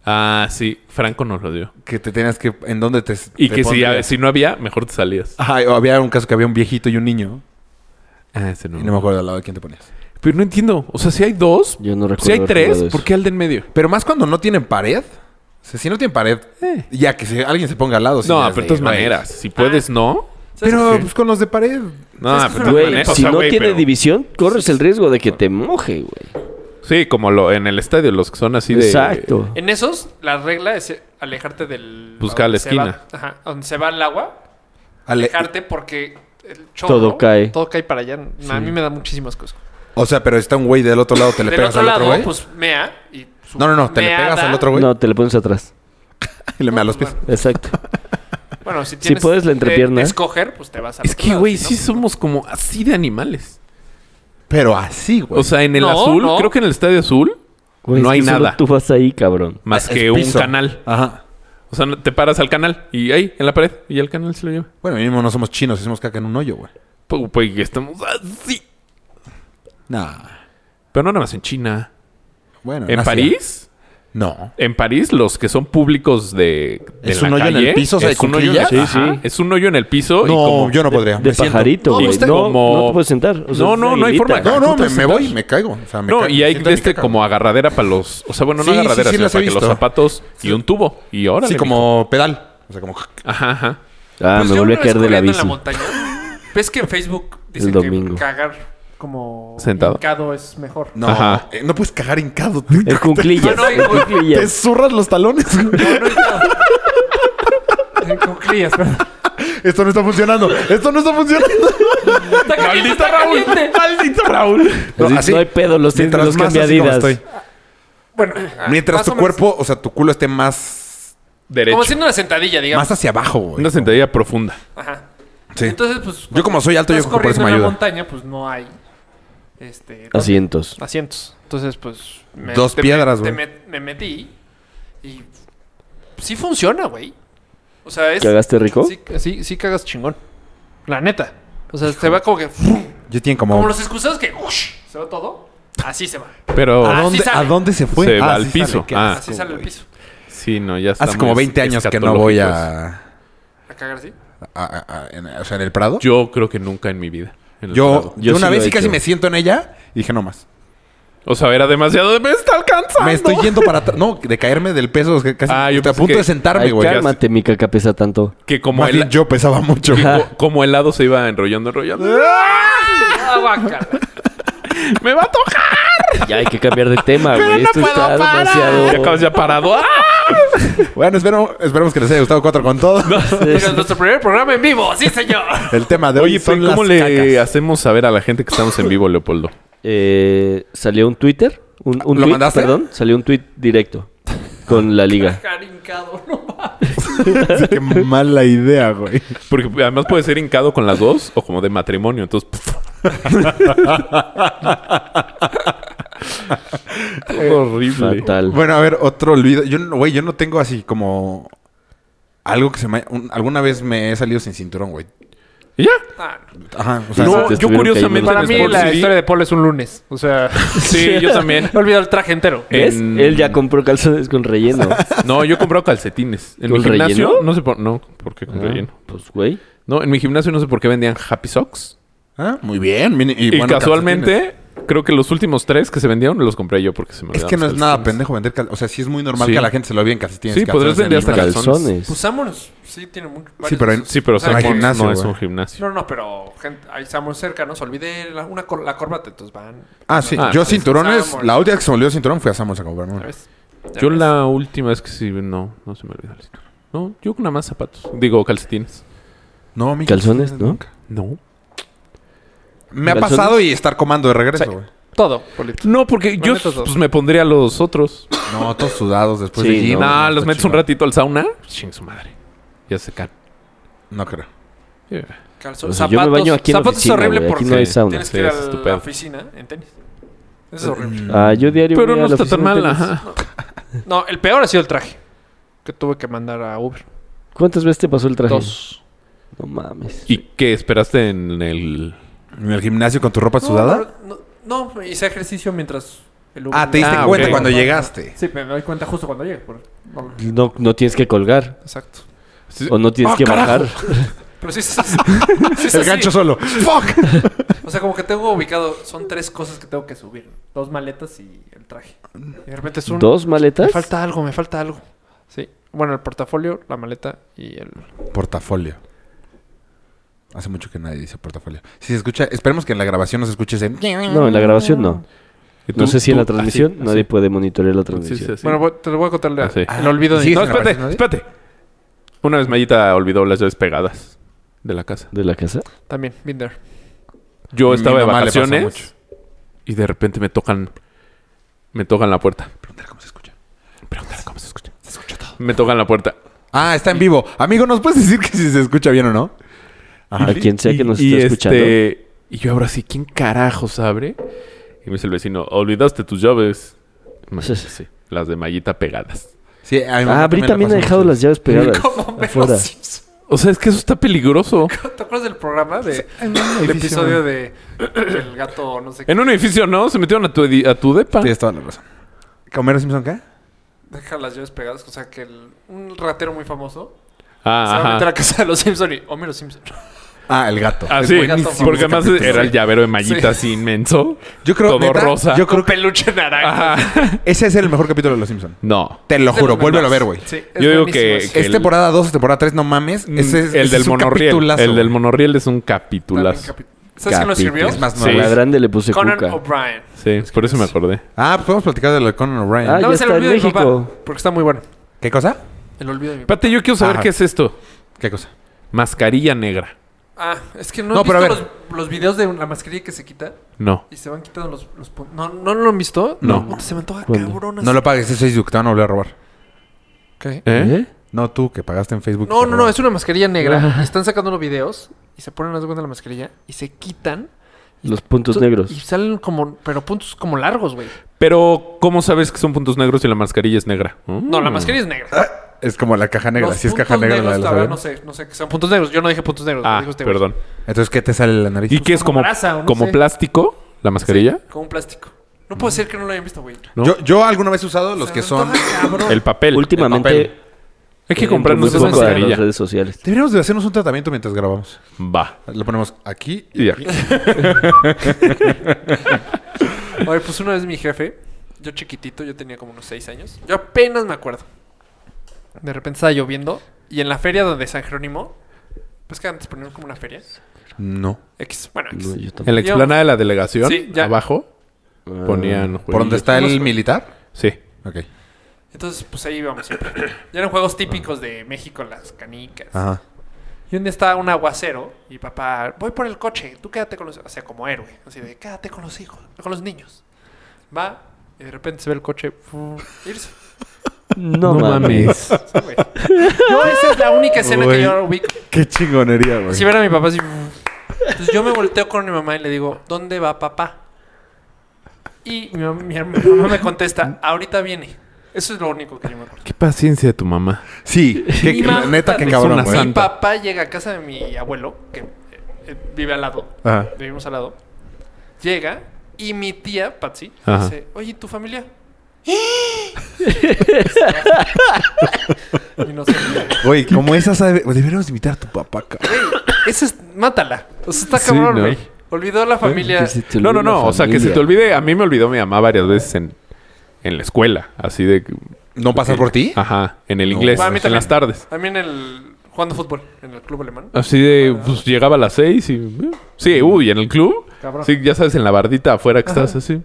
A: Ah, sí. Franco nos lo dio.
C: Que te tenías que... ¿En dónde te
A: Y
C: te
A: que si,
C: pondrías?
A: si no había, mejor te salías.
C: Ajá, o había un caso que había un viejito y un niño.
A: Ah, ese no.
C: Y no me acuerdo al lado de quién te ponías.
A: Pero no entiendo. O sea, si hay dos,
B: Yo no recuerdo
A: si hay
B: haber
A: tres,
B: jugado eso.
A: ¿por qué al de en medio?
C: Pero más cuando no tienen pared. O sea, si no tienen pared,
A: Eh.
C: ya que se- alguien se ponga al lado. sí,
A: No,
C: ya
A: pero de
C: es de-
A: todas maneras. Si puedes, no.
D: ¿Sabes
C: Pero
D: qué?
C: pues, con los de pared.
A: No, pero de
D: ¿Sabes qué es una
A: todas
B: Güey,
A: maneras.
B: si
A: O sea,
B: no
A: güey,
B: tiene
A: pero-
B: división, corres el riesgo de que te moje, güey.
A: Sí, como lo, en el estadio, los que son así de...
B: Exacto.
D: En esos, la regla es eh, alejarte del...
A: Buscar la
D: donde se va-
A: esquina.
D: Ajá, donde se va el agua.
C: Ale-
D: Alejarte porque... El
B: Todo cae.
D: Todo cae para allá. A mí me da muchísimas cosas.
C: O sea, pero está un güey del otro lado, te le
D: Del
C: pegas
D: otro
C: al
D: lado,
C: otro güey.
D: pues mea y... su
C: No, no, no, te le
D: meada-
C: pegas al otro güey
B: No, te le pones atrás.
C: y le meas los pies.
D: Bueno,
B: Exacto.
D: Bueno, si tienes...
B: puedes la
D: de-
B: entrepierna.
D: de escoger, pues te vas al
A: Es
D: otro
A: que,
D: lado,
A: güey,
D: si no,
A: sí
D: pues,
A: somos como así de animales.
C: Pero así, güey.
A: O sea, en el
D: No,
A: azul,
D: no.
A: creo que en el estadio azul,
B: Güey,
A: no
B: es
A: hay
B: que solo
A: nada.
B: Tú vas ahí, cabrón.
A: Más
C: Es
A: que un
C: piso.
A: canal.
C: Ajá.
A: O sea, no- te paras al canal y ahí, en la pared, y el canal se lo lleva.
C: Bueno, mínimo no somos chinos, hicimos caca en un hoyo, güey.
A: Pu- Pues estamos así.
C: Nah.
A: Pero no nada más en China.
C: Bueno.
A: ¿En
C: Asia.
A: París?
C: No.
A: En París, los que son públicos de, de
C: ¿Es un hoyo en el piso? O sea,
A: es un hoyo en el,
B: cuclillas. Sí,
A: ajá,
B: sí.
A: Es un hoyo en el piso. y
C: No,
A: como-
C: yo no podría.
B: De
C: me siento.
B: pajarito,
A: No,
B: güey.
A: está
B: No,
A: como-
B: no te puedes sentar. O sea,
A: No,
B: es
A: no,
B: una
A: no hay forma de-
B: hilita.
C: No, no, me, me
A: sentar?
C: voy, me caigo. O sea, me
A: No,
C: caigo,
A: y hay
C: siento
A: de
C: mi
A: este
C: caca,
A: como agarradera para los... O sea, bueno, no
C: Sí, sí,
A: agarradera,
C: sí,
A: sino
C: las he
A: para que los
C: visto.
A: zapatos y un tubo. Y ahora
C: Sí, como pedal. O sea, como...
A: Ajá, ajá.
B: Ah,
D: Pues
B: me volví a
D: yo una vez
B: caer de la
D: corriendo
B: bici.
D: en montaña, ¿Ves que en Facebook dicen
B: El domingo.
D: que cagar como
A: Sentado.
D: hincado es mejor?
C: No,
A: Ajá.
C: eh, no puedes cagar hincado.
B: En cuclillas.
D: No, no,
B: en
D: no, no,
C: Te
B: cuclillas.
C: zurras los talones, güey.
D: No, no hincado. En cuclillas, perdón.
C: Esto no está funcionando. Esto no está funcionando.
D: Está caliente, está caliente.
A: ¡Maldito Raúl!
C: No,
B: Así,
C: así.
B: no hay pedo, los, tienen
C: Mientras
B: los
C: más así como
B: cambiadidas.
C: estoy.
D: Bueno,
C: Ah, Mientras
D: más
C: tu
D: o menos.
C: cuerpo, o sea, tu culo esté más...
A: Derecho.
D: Como haciendo una sentadilla, digamos.
C: Más hacia abajo, güey.
A: Una sentadilla profunda.
D: Ajá.
C: Sí.
D: Entonces, pues.
C: Yo como soy alto, yo
D: estás
C: creo que por eso
D: corriendo
C: me
D: en la
C: ayuda.
D: montaña, pues no hay. Este.
B: Asientos.
D: asientos. Entonces, pues. me-
C: Dos
D: te-
C: piedras,
D: te
C: güey.
D: met- Me metí. Y. Sí funciona, güey. O sea, es.
B: ¿Cagaste rico?
D: Sí, sí, sí cagas chingón. La neta. O sea, se va como que.
C: Yo tienen como...
D: Como los excusados que. ush, se va todo. Así se va.
A: Pero...
D: Ah,
C: ¿A,
D: sí
C: dónde,
D: sale.
C: ¿A dónde se fue?
A: Se va al
C: sí
A: piso.
C: sale, qué
A: Ah.
C: asco,
D: Así sale el
C: güey.
D: piso.
A: Sí, no, ya está
C: Hace como
A: muy
C: 20 años que no voy a...
D: A cagar así.
C: a- a- en- o sea, en el Prado. Yo,
A: Yo creo que nunca en mi vida. en el
C: yo,
A: Prado.
B: Yo
C: una
B: sí lo
C: vez
B: he
C: sí casi
B: hecho.
C: me siento en ella y dije, no más.
A: O sea, era demasiado. ¡Me está alcanzando!
C: Me estoy yendo para atrás. No, de caerme del peso. es que Casi
A: Ah, yo
C: estoy a
A: pensé
C: punto
A: que-
C: de sentarme,
B: Ay,
C: güey.
B: cálmate, mi caca pesa tanto.
A: Que como
C: Más
A: el...
C: bien yo pesaba mucho.
A: que co- como helado se iba enrollando, enrollando.
D: Ah, guácala.
A: ¡Me va a tocar!
B: Ya hay que cambiar de
C: Ah,
B: tema, güey. Esto está demasiado...
A: Ya acabas ya parado. ¡Ah!
C: Bueno, espero, esperemos que les haya gustado Cuatro con todo.
B: Este,
D: Mira, nuestro primer programa en vivo. Sí, señor.
C: El tema de
A: Oye,
C: hoy son
A: pero ¿cómo
C: las
A: le
C: cacas.
A: hacemos saber a la gente que estamos en vivo, Leopoldo?
B: Eh, salió un Twitter. Un, un
C: ¿Lo
B: tweet,
C: mandaste?
B: Perdón, salió un tweet directo con la liga.
D: Cagar hincado, no mames.
C: Qué mala idea, güey.
A: Porque además puede ser hincado con las dos o como de matrimonio. Entonces, pf, horrible.
B: Eh, Fatal.
C: Bueno, a ver, otro olvido. Yo, no- güey, yo no tengo así como... Algo que se me... un- alguna vez me he salido sin cinturón, güey.
A: ¿Y ya?
D: Ah,
C: Ajá. O sea,
A: No,
B: te
A: yo
B: estuvieron
A: curiosamente...
B: cayendo
A: en
D: para mí
A: Sport
D: la
A: City-
D: historia de Paul es un lunes. O sea,
A: Sí, yo también.
D: he olvidado el traje entero.
A: Eh,
B: ¿Ves?
A: en-
B: Él ya compró calzones con relleno.
A: No, yo he comprado calcetines. En mi
B: ¿Con
A: gimnasio...
B: relleno?
A: No sé por... No, ¿por qué con relleno?
B: Pues, güey.
A: No, en mi gimnasio no sé por qué vendían Happy Socks.
C: Ah, muy bien. mini-
A: Y,
C: bueno,
A: casualmente Creo que los últimos tres que se vendieron los compré yo porque se me
C: Es
A: olvidaron
C: que no es
A: los
C: nada
A: calcetines.
C: pendejo vender cal- O sea, sí es muy normal
A: Sí.
C: que a la gente se lo vea en calcetines.
A: Sí, podrías
C: calzones en
A: vender hasta
C: Liverpool.
A: calzones.
B: Calzones.
D: Pues Samuels sí tiene mucho.
C: Sí, pero en-
A: Sí, pero
D: O sea,
A: Sanborns
D: hay
C: gimnasio,
A: no es
C: güey.
A: un gimnasio.
D: No, no, pero gente, hay Samuels cerca, ¿no? Se olvide la, una cor- la corbata, entonces van.
C: Ah, sí.
A: Ah,
C: yo
D: pues,
C: cinturones...
D: Sanborns.
C: La última que se me olvidó cinturón fui a Samuels a comprar uno.
D: ¿sabes? Ya
A: Yo
D: ves.
A: la última vez que sí, no, no se me olvidó el cinturón. No, yo nada más zapatos. Digo, calcetines.
C: No, mi
B: Calzones, ¿no?
A: No.
C: Me ha
B: Calzones.
C: pasado y estar comando de regreso, güey.
D: Todo, Polito.
A: No, porque yo
D: estos dos.
A: pues, me pondría los otros.
C: No, todos sudados después
B: Sí,
C: de gym.
A: No,
C: No,
A: Ah, los
C: está
A: metes un
C: chingón.
A: ratito al sauna. Ching su madre. Ya se caen.
C: No creo.
A: Yeah.
D: Calzón,
B: O sea, yo me baño aquí en la
D: zapatos
B: oficina,
D: es horrible
B: güey. Aquí
D: porque
B: no hay sauna.
D: tienes que
A: Sí,
D: ir a
A: es
D: la
A: estupendo.
D: oficina en tenis. Eso es horrible.
C: Mm.
B: Ah, yo diario
A: Pero
B: voy a
A: no
B: la
A: está tan
B: oficina de
A: mal,
B: tenis.
A: ajá.
D: No, el peor ha sido el traje. Que tuve que mandar a Uber.
B: ¿Cuántas veces te pasó el traje?
D: Dos.
B: No mames.
A: ¿Y qué esperaste en el...?
C: ¿En el gimnasio con tu ropa sudada?
D: No, no, no, hice ejercicio mientras el Uber.
C: Ah, te diste
A: Ah,
C: cuenta
A: ok.
C: cuando llegaste.
D: Sí, pero me doy cuenta justo cuando llegue. por- no,
B: No, no tienes que colgar.
D: exacto.
A: Sí.
B: O no tienes
C: ¡Ah,
B: que
C: carajo!
B: bajar.
D: Pero sí, es- sí es
C: El
D: así.
C: gancho solo. ¡Fuck!
D: O sea, como que tengo ubicado, son tres cosas que tengo que subir. Dos maletas y el traje. Y de repente es un...
B: ¿Dos
D: Me
B: maletas?
D: falta algo, me falta algo. Sí. Bueno, el portafolio, la maleta y el...
C: Portafolio. Hace mucho que nadie dice portafolio. Si se escucha, esperemos que en la grabación nos escuche ese.
B: No, en la grabación no.
A: ¿Y tú-
B: No sé si en
A: tú- ah,
B: la transmisión
A: así,
B: nadie
A: así?
B: puede monitorear la
A: Sí, sí,
B: transmisión.
A: así.
D: Bueno, voy- te lo voy a contar la-
A: Ah, sí.
D: el olvido de...
C: ¿sigues
A: No,
C: en la
A: espérate,
C: grabación,
A: espérate. Una vez Mayita olvidó las llaves pegadas de la casa.
B: ¿De la casa?
D: También, Binder.
A: Yo
C: Mi
A: estaba de
C: mamá le pasó mucho.
A: vacaciones y de repente me tocan me tocan la puerta.
C: Pregúntale cómo se escucha.
A: Pregúntale cómo se escucha.
C: Se escucha todo.
A: Me tocan la puerta.
C: Ah, está en vivo. Amigo, ¿nos puedes decir que si se escucha bien o no? Ajá.
B: A quien sea que nos
A: y
B: esté escuchando.
A: este, y yo ahora sí, ¿quién carajos abre? Y me dice el vecino, olvidaste tus llaves. Me dice,
B: Sí, sí.
A: sí, las de Mallita pegadas.
C: Sí, a mi mamá
B: Ah, Bri también
C: le
B: ha
C: pasó
B: dejado
C: mucho.
B: las llaves pegadas.
D: Como
B: afuera.
D: Homero Simpson.
A: O sea, es que eso está peligroso.
D: ¿Te acuerdas del programa? De, el
C: edificio,
D: episodio de... El gato, no sé qué.
A: En un edificio, ¿no? Se metieron a tu, edi- a tu depa.
C: Tienes toda la razón. ¿Homero Simpson qué?
D: Deja las llaves pegadas. O sea, que el- un ratero muy famoso se va a
A: Ah,
D: meter a
A: ajá.
D: casa de los Simpson y Homero Simpson.
C: Ah, el gato.
A: Ah,
C: Es
A: sí,
C: buenísimo
A: porque
C: ese
A: además
C: capítulo.
A: era el llavero de Mallita así inmenso.
C: Yo creo,
A: todo
C: neta,
A: rosa.
C: Yo creo
D: Con
C: que
D: peluche naranja.
A: Ajá.
C: ese es el mejor capítulo de Los Simpson.
A: No.
C: Te lo
D: Es de
C: juro,
D: los
C: vuélvelo a ver,
D: mejores.
C: güey.
D: Sí, Mm,
A: Yo digo
D: buenísimo
A: que-
D: ese.
A: que
C: Es
A: el-
C: temporada 2, temporada 3 no mames. Ese es,
A: el
C: ese
A: del
C: es un
A: monorriel.
C: capitulazo,
A: El del
C: güey.
A: monorriel es un capitulazo.
D: También capi- ¿Sabes quién lo escribió?
C: Es más, no
A: Sí.
B: A la grande le puse
D: Conan
B: cuca.
A: oh,
D: O'Brien.
A: Sí, por eso me acordé.
C: Ah, pues podemos platicar de lo de Conan O'Brien.
B: Ah,
D: No
B: ya
D: me
B: está
D: se lo
B: en
D: olvido de mi papá.
B: México.
D: Porque está muy bueno.
C: ¿Qué cosa?
D: El olvido de mi papá.
A: Pate, yo quiero saber
C: Ajá.
A: qué es esto.
C: ¿Qué cosa?
A: Mascarilla negra.
D: Ah, es que no,
C: No,
D: he
C: pero
D: visto
C: a
D: los, los videos de la mascarilla que se quita
A: No.
D: y se van quitando los, los pun- No, ¿No lo han visto?
A: No.
D: Puta, se me antoja
B: ¿Cuándo?
D: cabrón. así.
C: No lo pagues, es Facebook, te van a volver a robar.
D: ¿Qué?
A: ¿Eh?
B: ¿Eh?
C: No tú, que pagaste en Facebook.
D: No,
C: te
D: no, no.
C: roban.
D: Es una mascarilla negra. Y Están sacando unos videos y se ponen las cuenta la mascarilla y se quitan.
B: Los puntos
D: to- Y
B: negros.
D: salen como... Pero puntos como largos, güey.
A: Pero, ¿cómo sabes que son puntos negros y la mascarilla es negra? Mm.
D: No, la mascarilla es negra.
C: Es como la caja Ah, negra,
D: Los
C: si es caja
D: puntos
C: negra la
D: negros,
C: de los
D: la verdad,
C: aviones.
D: No sé, no sé que sean puntos negros. Yo no dije puntos negros.
A: Ah,
D: dijo este güey.
A: perdón.
C: Entonces, ¿qué te sale de la nariz?
A: ¿Y qué es
D: como
A: como,
D: grasa o no
A: como
D: sé.
A: plástico? ¿La mascarilla?
D: Sí, como un plástico. No puede ser que no lo hayan visto, güey.
A: ¿No?
C: Yo, yo alguna vez he usado los que
D: Se me
C: son...
D: antoja, cabrón.
A: El papel.
C: el
B: Últimamente.
A: Hay que
B: comprando
A: comprarnos
B: muy
A: esa
B: poco a las
A: mascarilla.
B: redes sociales.
C: Deberíamos de hacernos un tratamiento mientras grabamos.
A: Va.
C: Lo ponemos aquí y
A: Y ya.
C: aquí.
D: Oye, pues una vez mi jefe, yo chiquitito, yo tenía como unos 6 años. Yo apenas me acuerdo. De repente estaba lloviendo y en la feria donde San Jerónimo, pues que antes ponían como una feria.
C: No.
D: X, bueno,
B: No,
D: X.
B: yo tampoco.
A: En la explanada de la delegación,
D: Sí, ya.
A: abajo,
B: Ah.
A: ponían...
D: Pues
C: ¿Por
A: jueguillos.
C: dónde está
D: Fuimos,
C: el
D: güey.
C: militar?
A: Sí.
C: Ok.
D: Entonces, pues ahí íbamos siempre. Ya eran juegos típicos de México, las canicas.
C: Ajá.
D: Y un día estaba un aguacero y papá, voy por el coche, tú quédate con los... O sea, como héroe. Así de, quédate con los hijos, con los niños. Va y de repente se ve el coche fu, irse.
B: No,
A: No
B: mames.
D: Sí, güey. Yo esa es la única escena que
C: Güey.
D: yo ubico.
C: Qué chingonería, güey.
D: Si ver a mi papá así... fu. Entonces yo me volteo con mi mamá y le digo, ¿dónde va papá? Y mi mam- mi herma- mi mamá me contesta, ahorita viene. Eso es lo único que yo me acuerdo.
A: Qué paciencia de tu mamá.
C: Sí, qué-
D: Mi mamá-
C: neta, qué
D: es
C: cabrón,
A: una
C: güey.
A: santa.
D: Mi papá llega a casa de mi abuelo, que eh, eh, vive al lado.
C: Ajá.
D: Vivimos al lado. Llega y mi tía, Patsy,
A: Ajá.
D: dice, oye, ¿y ¿tu familia? y no sé.
C: Güey, como esa sabe... Deberíamos invitar a tu papá, cabrón.
D: Esa es... Mátala. O sea, está
A: Sí,
D: cabrón,
A: ¿no?
D: güey. Olvidó la familia.
B: Que
C: pues
B: se te
A: No, no,
B: olvide
A: no.
B: la
A: O sea, que se
B: familia.
A: te olvide. A mí me olvidó mi mamá varias veces en, en la escuela. Así de...
C: ¿No pasar por ti?
A: Ajá. En el
C: No.
A: inglés.
D: Ah, a mí
A: en las
D: también.
A: tardes.
D: También el jugando fútbol en el club alemán.
A: Así de... Pues llegaba a las seis y... eh, Sí, uy, en el club.
D: Cabrón.
A: Sí, ya sabes, en la bardita afuera que estás así.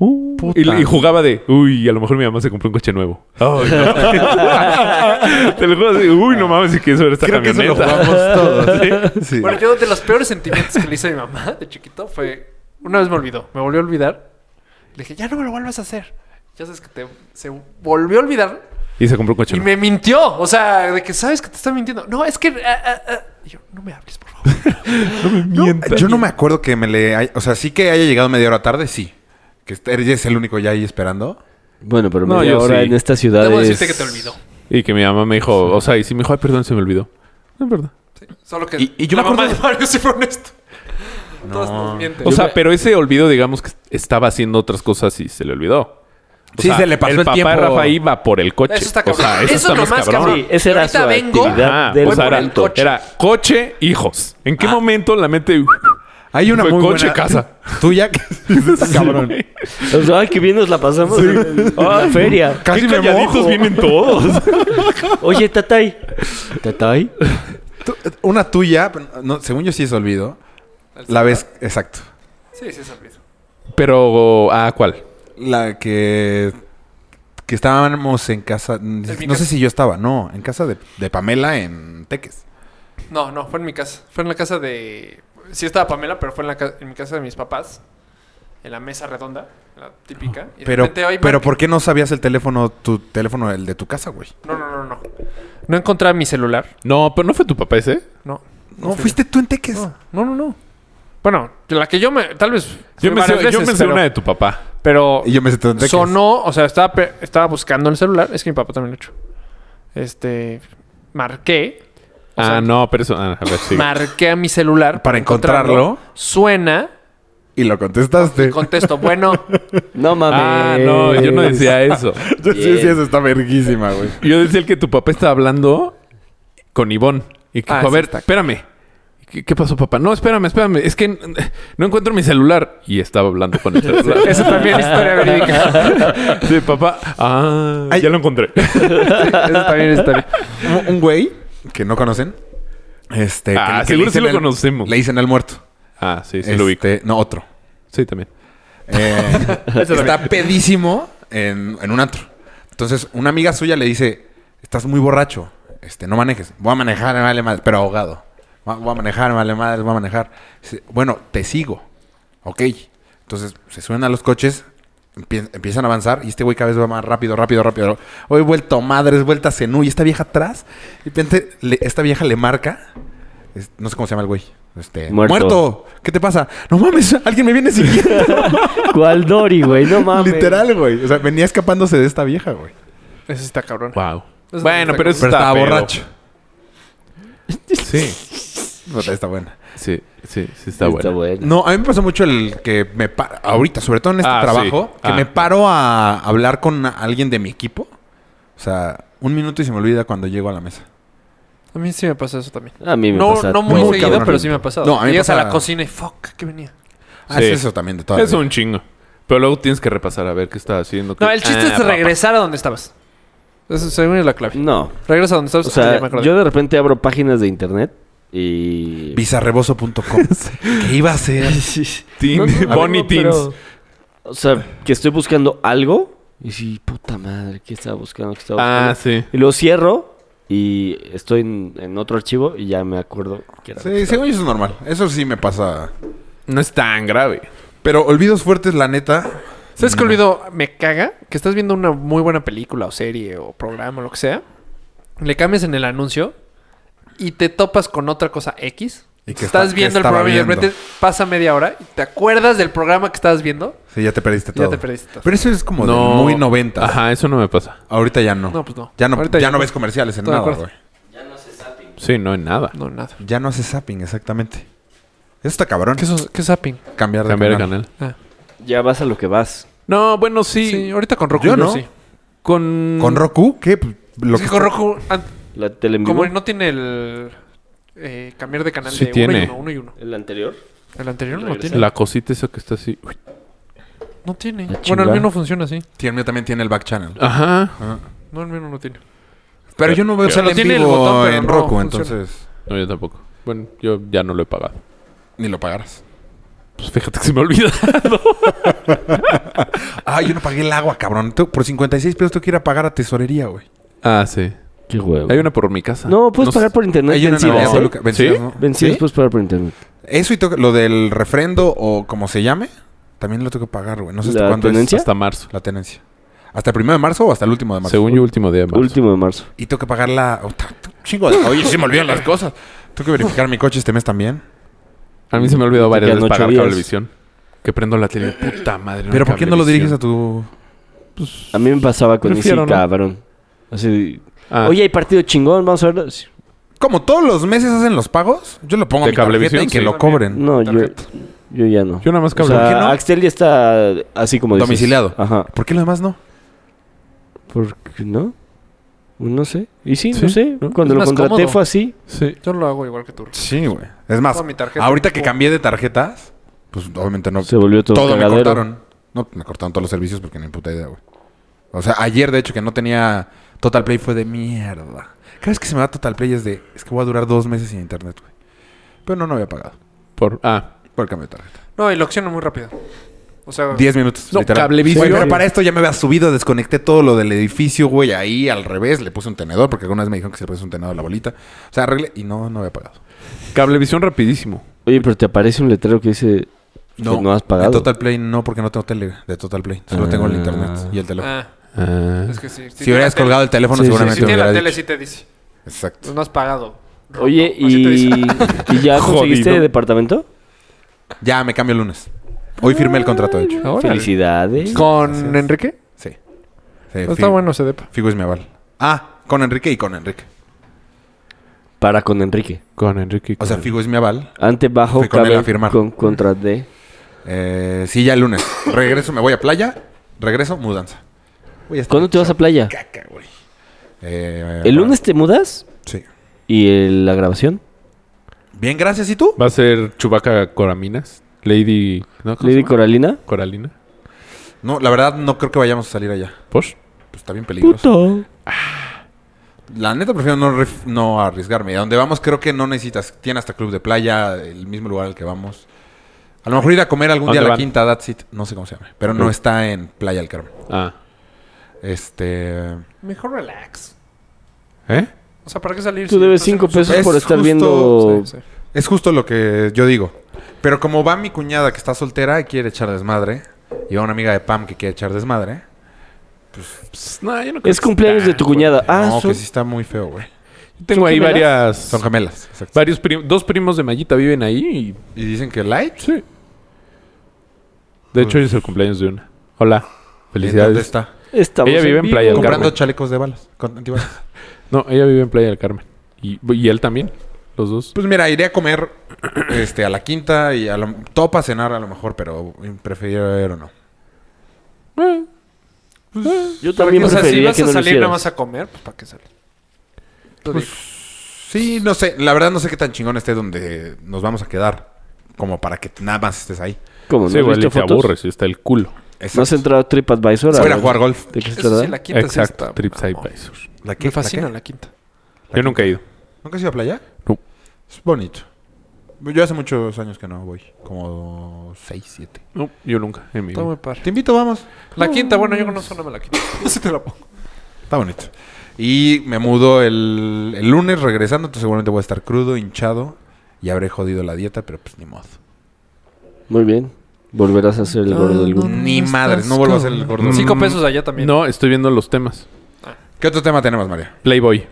A: Uh,
C: Puta.
A: y, y jugaba de, uy, a lo mejor mi mamá se compró un coche nuevo. Ay, no. Te lo juro así, uy, no mames, si quieres ver esta
C: Creo que eso lo
A: camioneta.
C: jugamos todos. Sí.
D: Bueno, yo de los peores sentimientos que le hice a mi mamá de chiquito fue... Una vez me olvidó, me volvió a olvidar. Le dije, ya no me lo vuelvas a hacer. Ya sabes que te, se volvió a olvidar
A: Y se compró un coche
D: y
A: nuevo.
D: me mintió. O sea, de que sabes que te está mintiendo. No, es que... ah, ah, ah". Y yo, no me hables, por favor.
C: No, yo no me acuerdo que me le... hay- O sea, sí que haya llegado media hora tarde, sí. Que est- eres el único ya ahí esperando.
B: Bueno, pero
A: No,
B: media
A: yo
B: hora
A: sí.
B: en esta ciudad
D: Debo
B: es-
D: decirte que te olvidó.
A: Y que mi mamá me dijo, o sea, y sí me dijo, ay, perdón, se me olvidó. No es verdad.
D: Sí, Solo que
C: Y- y yo
D: la
C: me
D: mamá de
C: acuerdo-
D: Mario sí fue honesto. Todas nos mienten.
A: O sea, pero ese olvido, digamos que estaba haciendo otras cosas y se le olvidó. O
C: Sí,
A: sea,
C: se le pasó el tiempo.
A: papá Rafa iba por el coche.
D: Eso está
A: O sea,
D: cabrón.
A: eso,
D: Eso
A: está
D: es lo más cabrón.
B: Sí, esa era
D: Ahorita
B: su
D: vengo.
B: actividad
A: Ajá,
B: del
A: o sea, era,
D: el coche. Ah.
A: era coche, hijos. ¿En qué momento la mente...
C: Hay una
A: Fue
C: muy
A: coche,
C: buena-
A: casa.
C: Tuya. que- Está cabrón.
A: Sí, güey.
B: O sea, ay, qué bien nos la pasamos en la feria.
C: Casi
A: Qué
C: me
A: calladitos
C: mojo.
A: vienen todos.
B: Oye, Tatay. ¿Tatay?
C: Tu- Una tuya, pero no, según yo sí es olvido. La vez, exacto.
D: Sí, sí, se olvidó.
A: Pero, ¿a
D: ah,
A: cuál?
C: La que... Que estábamos en casa...
D: mi
C: No
D: casa.
C: sé si yo estaba. No, en casa de, de Pamela en Teques.
D: No, no, fue en mi casa. Fue en la casa de. Sí estaba Pamela, pero fue en, la ca- en mi casa de mis papás. En la mesa redonda, la típica. y de
C: Pero,
D: repente, "Ay,
C: pero
D: Mark".
C: ¿por qué no sabías el teléfono, tu teléfono, el de tu casa, güey?
D: No, no, no, no. No encontraba mi celular.
A: No, pero no fue tu papá ese.
D: No.
C: No, fuiste tú en Teques.
D: No, no, no. Bueno, de la que yo me. Tal vez. fui
A: Yo me sé,
D: varias
A: yo
D: veces,
A: me sé
D: pero-
A: una de tu papá.
D: Pero.
C: Y yo me senté en Teques.
D: Sonó, o sea, estaba, pe- estaba buscando el celular. Es que mi papá también lo ha hecho. Este. Marqué. O
A: ah,
D: sea,
A: no, pero eso... ah, a ver, sí.
D: Marqué a mi celular.
C: Para encontrarlo.
D: Suena.
C: Y lo contestaste.
D: Contesto, bueno.
B: No mames.
A: Ah, no, yo no decía eso.
C: Yo sí decía, eso está verguísima, güey.
A: Yo decía el que tu papá estaba hablando con Ivonne. Y que
D: Ah,
A: dijo, a
D: sí,
A: ver,
D: está.
A: espérame. ¿Qué, qué pasó, papá? No, espérame, espérame. Es que eh, no encuentro mi celular. Y estaba hablando con el celular.
D: Eso también es historia verídica.
A: Sí, papá. Ah,
C: Ay.
A: ya lo encontré.
D: Eso también es historia.
C: Un- Un güey que no conocen. Este.
A: Ah,
C: que- que
A: seguro sí
C: le dicen
A: lo
C: el-
A: conocemos.
C: Le dicen al muerto.
A: Ah, sí, sí lo ubico.
C: Este, No, otro.
A: Sí, también.
C: Eh, está pedísimo en, en un antro. Entonces, una amiga suya le dice: Estás muy borracho. Este, no manejes. Voy a manejar, me vale madre, pero ahogado. Va- Voy a manejar, me vale madre, voy a manejar. Dice, bueno, te sigo. Ok. Entonces, se suben a los coches, empie- empiezan a avanzar y este güey cada vez va más rápido, rápido, rápido. Hoy vuelto madres, vuelta cenú y esta vieja atrás. Y de repente, le- esta vieja le marca. Es- no sé cómo se llama el güey. Este,
B: Muerto.
C: muerto. ¿Qué te pasa? No mames, alguien me viene siguiendo.
B: ¿Cuál Dori, güey? No mames.
C: Literal, güey. O sea, venía escapándose de esta vieja, güey.
D: Eso sí está cabrón.
A: Wow.
D: Eso
A: Bueno,
D: está
A: pero
D: cabrón.
A: eso está pedo. Sí,
C: No, Pues, Está buena.
A: sí, sí, sí está
B: Está
A: bueno.
B: bueno.
C: No, a mí me pasó mucho el que me pa- ahorita, sobre todo en este
A: Ah, sí.
C: trabajo, que
A: Ah.
C: me paro a hablar con alguien de mi equipo. O sea, un minuto y se me olvida cuando llego a la mesa.
D: A mí sí me pasa eso también.
B: A mí me
D: No,
B: pasa
D: no muy
B: todo.
C: muy
D: seguido,
C: cabrón.
D: pero sí me ha pasado.
C: No, a mí me
D: Llegas a
C: pasa-
D: la cocina y fuck, ¿qué venía?
C: Ah,
A: Sí.
C: es eso también de toda la
A: Es
C: vida.
A: un chingo. Pero luego tienes que repasar a ver qué estás haciendo.
D: No,
A: qué-
D: el chiste
A: Ah,
D: es
A: papá.
D: regresar a donde estabas. Eso según es la clave.
B: No.
D: Regresa a donde estabas.
B: O
D: Ah,
B: sea,
D: ya me acordé.
B: yo de repente abro páginas de internet y...
C: Bizarreboso.com. ¿Qué iba a hacer?
A: Teen-
B: No, no,
A: Bonnie
B: no,
A: Teens.
B: pero- O sea, que estoy buscando algo y sí, puta madre, ¿qué estaba buscando? ¿Qué estaba buscando?
A: Ah, sí.
B: Y lo cierro y estoy en, en otro archivo y ya me acuerdo que era.
C: Sí, según yo eso es normal. Eso sí me pasa.
A: No es tan grave.
C: Pero olvidos fuertes, la neta.
D: ¿Sabes qué olvido? Me caga que estás viendo una muy buena película o serie o programa o lo que sea. Le cambias en el anuncio y te topas con otra cosa X.
C: ¿Y qué
D: estás
C: está- qué
D: viendo el
C: estaba
D: programa y de
C: viendo?
D: repente pasa media hora y te acuerdas del programa que estabas viendo.
C: Sí, ya te perdiste
D: Ya
C: todo.
D: te perdiste todo.
C: Pero eso es como de muy 90.
A: Ajá, eso no me pasa.
C: Ahorita ya no.
D: No, pues no.
C: Ya no,
D: Ahorita
C: ya
D: ya
C: no
D: no.
C: ves comerciales en
D: Estoy de
C: nada,
D: acuerdo.
C: güey.
A: Sí, no en nada.
D: No, nada.
C: Ya no hace zapping, exactamente. Eso está cabrón.
D: ¿Qué, es- qué es zapping?
C: Cambiar de
A: Cambiar de
C: canal.
A: canal.
D: Ah.
B: Ya vas a lo que vas.
A: No, bueno, sí.
D: Sí, ahorita con Roku
C: Yo
D: yo
C: no.
D: sí.
A: Con...
C: ¿Con Roku? ¿Qué? Pues, Lo
D: Es que
C: que-
D: con Roku, an-
B: La tele en vivo.
D: como no tiene el eh, cambiar de canal
A: Sí
D: de
A: tiene.
D: uno y uno, uno y uno.
B: El anterior.
D: El anterior no tiene.
A: La cosita esa que está así. Uy.
D: No tiene.
B: La
D: Bueno, el
B: chingada.
D: mío no funciona así.
C: Sí, el mío también tiene el back channel.
A: Ah. Ajá.
C: Ajá.
D: No, el mío no lo tiene.
C: Pero yo no veo
D: Pero
C: sale en
D: tiene el
C: vivo
D: botón, pero
C: en
D: no
C: Roku,
D: funciona.
C: entonces
A: No, yo tampoco. Bueno, yo ya no lo he pagado.
C: ni lo pagarás.
A: Pues fíjate que se me olvida.
C: Ah, yo no pagué el agua, cabrón. Tú- por 56 pesos tengo que ir a pagar a tesorería, güey.
A: ah, sí.
B: Qué huevo.
A: Hay una por mi casa.
B: No, puedes
A: sé-
B: pagar por internet.
C: Hay una
B: vencidas,
C: en
B: ¿eh?
C: Toluca. Vencidas,
A: ¿Sí?
C: ¿no?
B: Vencidas
C: ¿Sí?
B: puedes pagar por internet.
C: Eso y toca- lo del refrendo o como se llame, también lo tengo que pagar, güey. No sé hasta
B: ¿La
C: cuándo
B: tenencia?
A: Hasta marzo.
C: es la tenencia. ¿Hasta el primero de marzo o hasta el último de marzo?
A: Según yo, último día de marzo.
B: Último de marzo.
C: Y tengo que pagar la... oh, ta- ta- chingo de- Oye, sí me olvidan las cosas. Tengo que verificar mi coche este mes también.
A: A mí se me ha olvidado varias
B: Quedan
A: veces
B: ocho
A: pagar
B: días.
A: cablevisión. Que prendo la tele. Puta madre.
C: Pero ¿por qué no lo diriges a
A: cablevisión.
C: tu...?
B: A mí me pasaba con ese
A: Prefiero no.
B: cabrón. Así,
A: Ah,
B: oye, hay partido chingón, vamos a verlo. Sí.
C: Como todos los meses hacen los pagos, yo lo pongo a
A: ¿De
C: mi tarjeta
A: Cablevisión?
C: y que
A: Sí.
C: lo cobren.
B: No, yo,
D: Tarjeta.
B: yo ya no.
A: Yo nada más
B: O
A: cable.
B: sea,
C: ¿Por qué no?
B: Axtel ya está así como dices.
C: Domiciliado.
B: Ajá.
C: ¿Por qué lo demás no?
B: ¿Por qué no? No sé. Y sí,
A: Sí,
B: no sé.
A: ¿no?
B: Cuando
D: Es
B: lo
D: más
B: contraté
D: cómodo.
B: fue así.
A: Sí.
D: Yo lo hago igual que tú.
C: Sí, güey. Es más,
D: Toda mi tarjeta.
C: ahorita que cambié de tarjetas, pues obviamente no...
B: Se volvió todo,
C: todo me
B: cagadero.
C: cortaron. No, me cortaron todos los servicios porque ni puta idea, güey. O sea, ayer de hecho que no tenía Total Play fue de mierda. Cada vez que se me va Total Play es de, es que voy a durar dos meses sin internet, güey. Pero no, no había pagado
A: Por, ah,
C: por el cambio de tarjeta.
D: No, y lo acciono muy rápido. O sea,
C: Diez minutos.
A: No, Cablevisión.
C: Güey, pero
A: Sí.
C: para esto ya me había subido, desconecté todo lo del edificio, güey, ahí al revés, le puse un tenedor porque alguna vez me dijeron que se le puse un tenedor a la bolita. O sea, arreglé y no, no había pagado.
A: cablevisión rapidísimo.
B: Oye, pero te aparece un letrero que dice que no has pagado.
C: De Total Play no, porque no tengo tele de Total Play. Solo tengo el
B: Ah.
C: internet y el teléfono.
D: Ah,
A: Ah.
D: es que sí.
C: si hubieras colgado el teléfono,
B: Sí, sí,
C: seguramente
D: Si
C: me
D: tiene la
C: hubiera
D: tele,
C: dicho.
D: sí te dice.
C: Exacto.
D: Pues no has pagado.
B: Oye,
D: Así te
B: ¿y,
D: dice.
B: ¿y ya conseguiste
A: Jodido.
B: departamento?
C: Ya, me cambio el lunes. Hoy firmé el contrato, de hecho.
B: Felicidades.
D: ¿Con
C: Gracias.
D: Enrique?
C: Sí. Sí,
D: Está
C: Fi-
D: bueno ese depa.
C: Figo es mi aval. Ah, con Enrique y con Enrique.
B: Para con Enrique.
A: Ah, Con Enrique.
C: O sea,
A: Figo.
C: Figo es mi aval.
B: Ante bajo
C: Fui con él
B: cabe
C: a firmar.
B: con contra D.
C: Eh, sí, ya el lunes. Regreso, me voy a playa. Regreso, mudanza. Voy a estar
B: ¿Cuándo te vas a playa?
C: caca, güey. Eh,
B: ¿El
C: bueno,
B: lunes te mudas?
C: Sí.
B: ¿Y el- la grabación?
C: Bien, gracias. ¿Y tú?
A: Va a ser Chubaca Coraminas. Lady. ¿no? ¿Cómo se
B: ¿Lady
A: llama?
B: Coralina?
A: Coralina.
C: No, la verdad no creo que vayamos a salir allá.
A: ¿Posh?
C: Pues está bien peligroso. La neta prefiero no, ref- no arriesgarme. Y a donde vamos creo que no necesitas. Tiene hasta club de playa, el mismo lugar al que vamos. A lo mejor ir a comer algún día a
A: ¿Dónde
C: la
A: van?
C: quinta, that's it. No sé cómo se llama. Pero no
A: Ok.
C: está en Playa del Carmen.
A: Ah.
C: Este.
D: Mejor relax.
A: ¿Eh?
D: O sea, ¿para qué salir?
B: Tú
D: si
B: debes
D: estás
B: cinco
D: en un
B: pesos
C: Es
B: por estar
C: justo-
B: viendo...
D: super- Sí, sí.
C: Es justo lo que yo digo. Pero como va mi cuñada que está soltera y quiere echar desmadre, y va una amiga de Pam que quiere echar desmadre,
A: Pues, no, yo no creo
B: Es
A: que
B: cumpleaños
A: sea
B: de tu
A: tan
B: cuñada. Ah,
C: no,
B: son-
C: que sí está muy feo, güey.
A: fuerte. Tengo ahí
B: gemelas?
A: varias.
C: Son gemelas. exacto.
A: varios prim- dos primos de Mayita viven ahí y.
C: Y dicen que light.
A: Sí. De hecho, hoy es el cumpleaños de una. Hola.
C: ¿Dónde
A: Felicidades.
C: está?
B: Estamos
A: Ella vive en
B: vivo.
A: Playa del
C: Comprando
A: Carmen.
C: chalecos de balas. Con antibalas.
A: No, ella vive en Playa del Carmen. Y, y él también. Los dos.
C: Pues mira, iré a comer este, a la quinta y a lo, topa cenar a lo mejor, pero prefiero no.
A: Eh,
B: Yo
D: ¿Para
B: también
D: qué? O sea, si
B: preferiría
D: vas
B: que
D: a
B: no lo
D: salir nada
B: hicieras.
D: más a comer, pues ¿para qué salir? Tú di-
C: Sí, no sé. La verdad no sé qué tan chingón esté donde nos vamos a quedar. Como para que nada más estés ahí.
B: ¿Cómo?
A: sí,
B: ¿No has
A: igual y
B: visto
A: te
B: fotos?
A: aburres y está el culo.
C: Exacto.
B: ¿No has entrado a TripAdvisor?
C: Se van a
B: ver
C: jugar golf.
B: ¿De qué se
D: Eso sí,
B: trata?
D: la quinta sí
A: Exacto.
D: está-
A: Trips
D: mamón.
A: Advisors.
C: ¿La qué?
D: Me
C: ¿La
D: fascina
C: qué?
D: la quinta.
A: Yo nunca he ido.
C: ¿Nunca has ido a playa?
A: No.
C: Es bonito. Yo hace muchos años que no voy. Como 6, 7.
A: No, yo nunca. En mi
D: Está
A: vida.
D: muy padre.
C: Te invito, vamos.
D: La quinta, bueno, Pues. yo conozco nada más la quinta. Así te la pongo.
C: Está bonito. Y me mudo el, el lunes regresando, entonces seguramente voy a estar crudo, hinchado y habré jodido la dieta, pero pues ni modo.
B: Muy bien. Volverás a ser el gordo del grupo.
C: Ni madres, no vuelvo a ser el gordo. Mm.
D: Cinco pesos allá también.
A: No, estoy viendo los temas.
C: ¿Qué otro tema tenemos, María?
A: Playboy.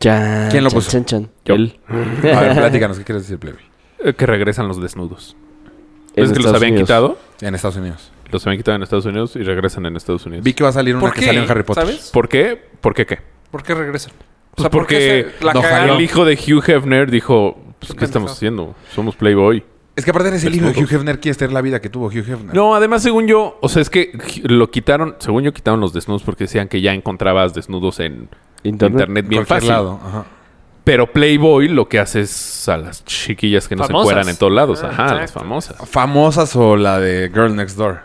B: Chan,
C: ¿Quién lo
B: chan,
C: puso?
B: chan, chan.
A: Yo.
B: Él.
C: A ver, platícanos, ¿qué quieres decir, Plebe?
A: Eh, que regresan los desnudos.
B: En
A: ¿Ves que los
B: Estados
A: habían
B: Unidos.
A: quitado?
C: En Estados Unidos.
A: Los habían quitado en Estados Unidos y regresan en Estados Unidos.
C: Vi que va a salir una
D: ¿Por
C: que
D: qué?
C: salió en Harry Potter.
D: ¿Sabes?
A: ¿Por qué? ¿Por qué qué?
D: ¿Por qué regresan? O
A: Pues
D: sea, ¿por qué
A: porque
D: se la
C: no
D: cagaron?
A: El hijo de Hugh Hefner dijo, pues, ¿qué
D: Pendejo.
A: estamos haciendo? Somos Playboy.
C: Es que aparte eres el hijo de
A: Desnudos.
C: Hugh Hefner, quieres tener la vida que tuvo Hugh Hefner.
A: No, además, según yo, o sea, es que lo quitaron, según yo, quitaron los desnudos porque decían que ya encontrabas desnudos en
B: Internet.
A: internet bien fácil.
C: Cualquier lado. Ajá.
A: Pero Playboy lo que hace es a las chiquillas que no
D: Famosas.
A: se cueran en todos lados.
D: Ah,
A: Ajá, las
D: exacto.
A: famosas.
C: ¿Famosas o la de Girl Next Door?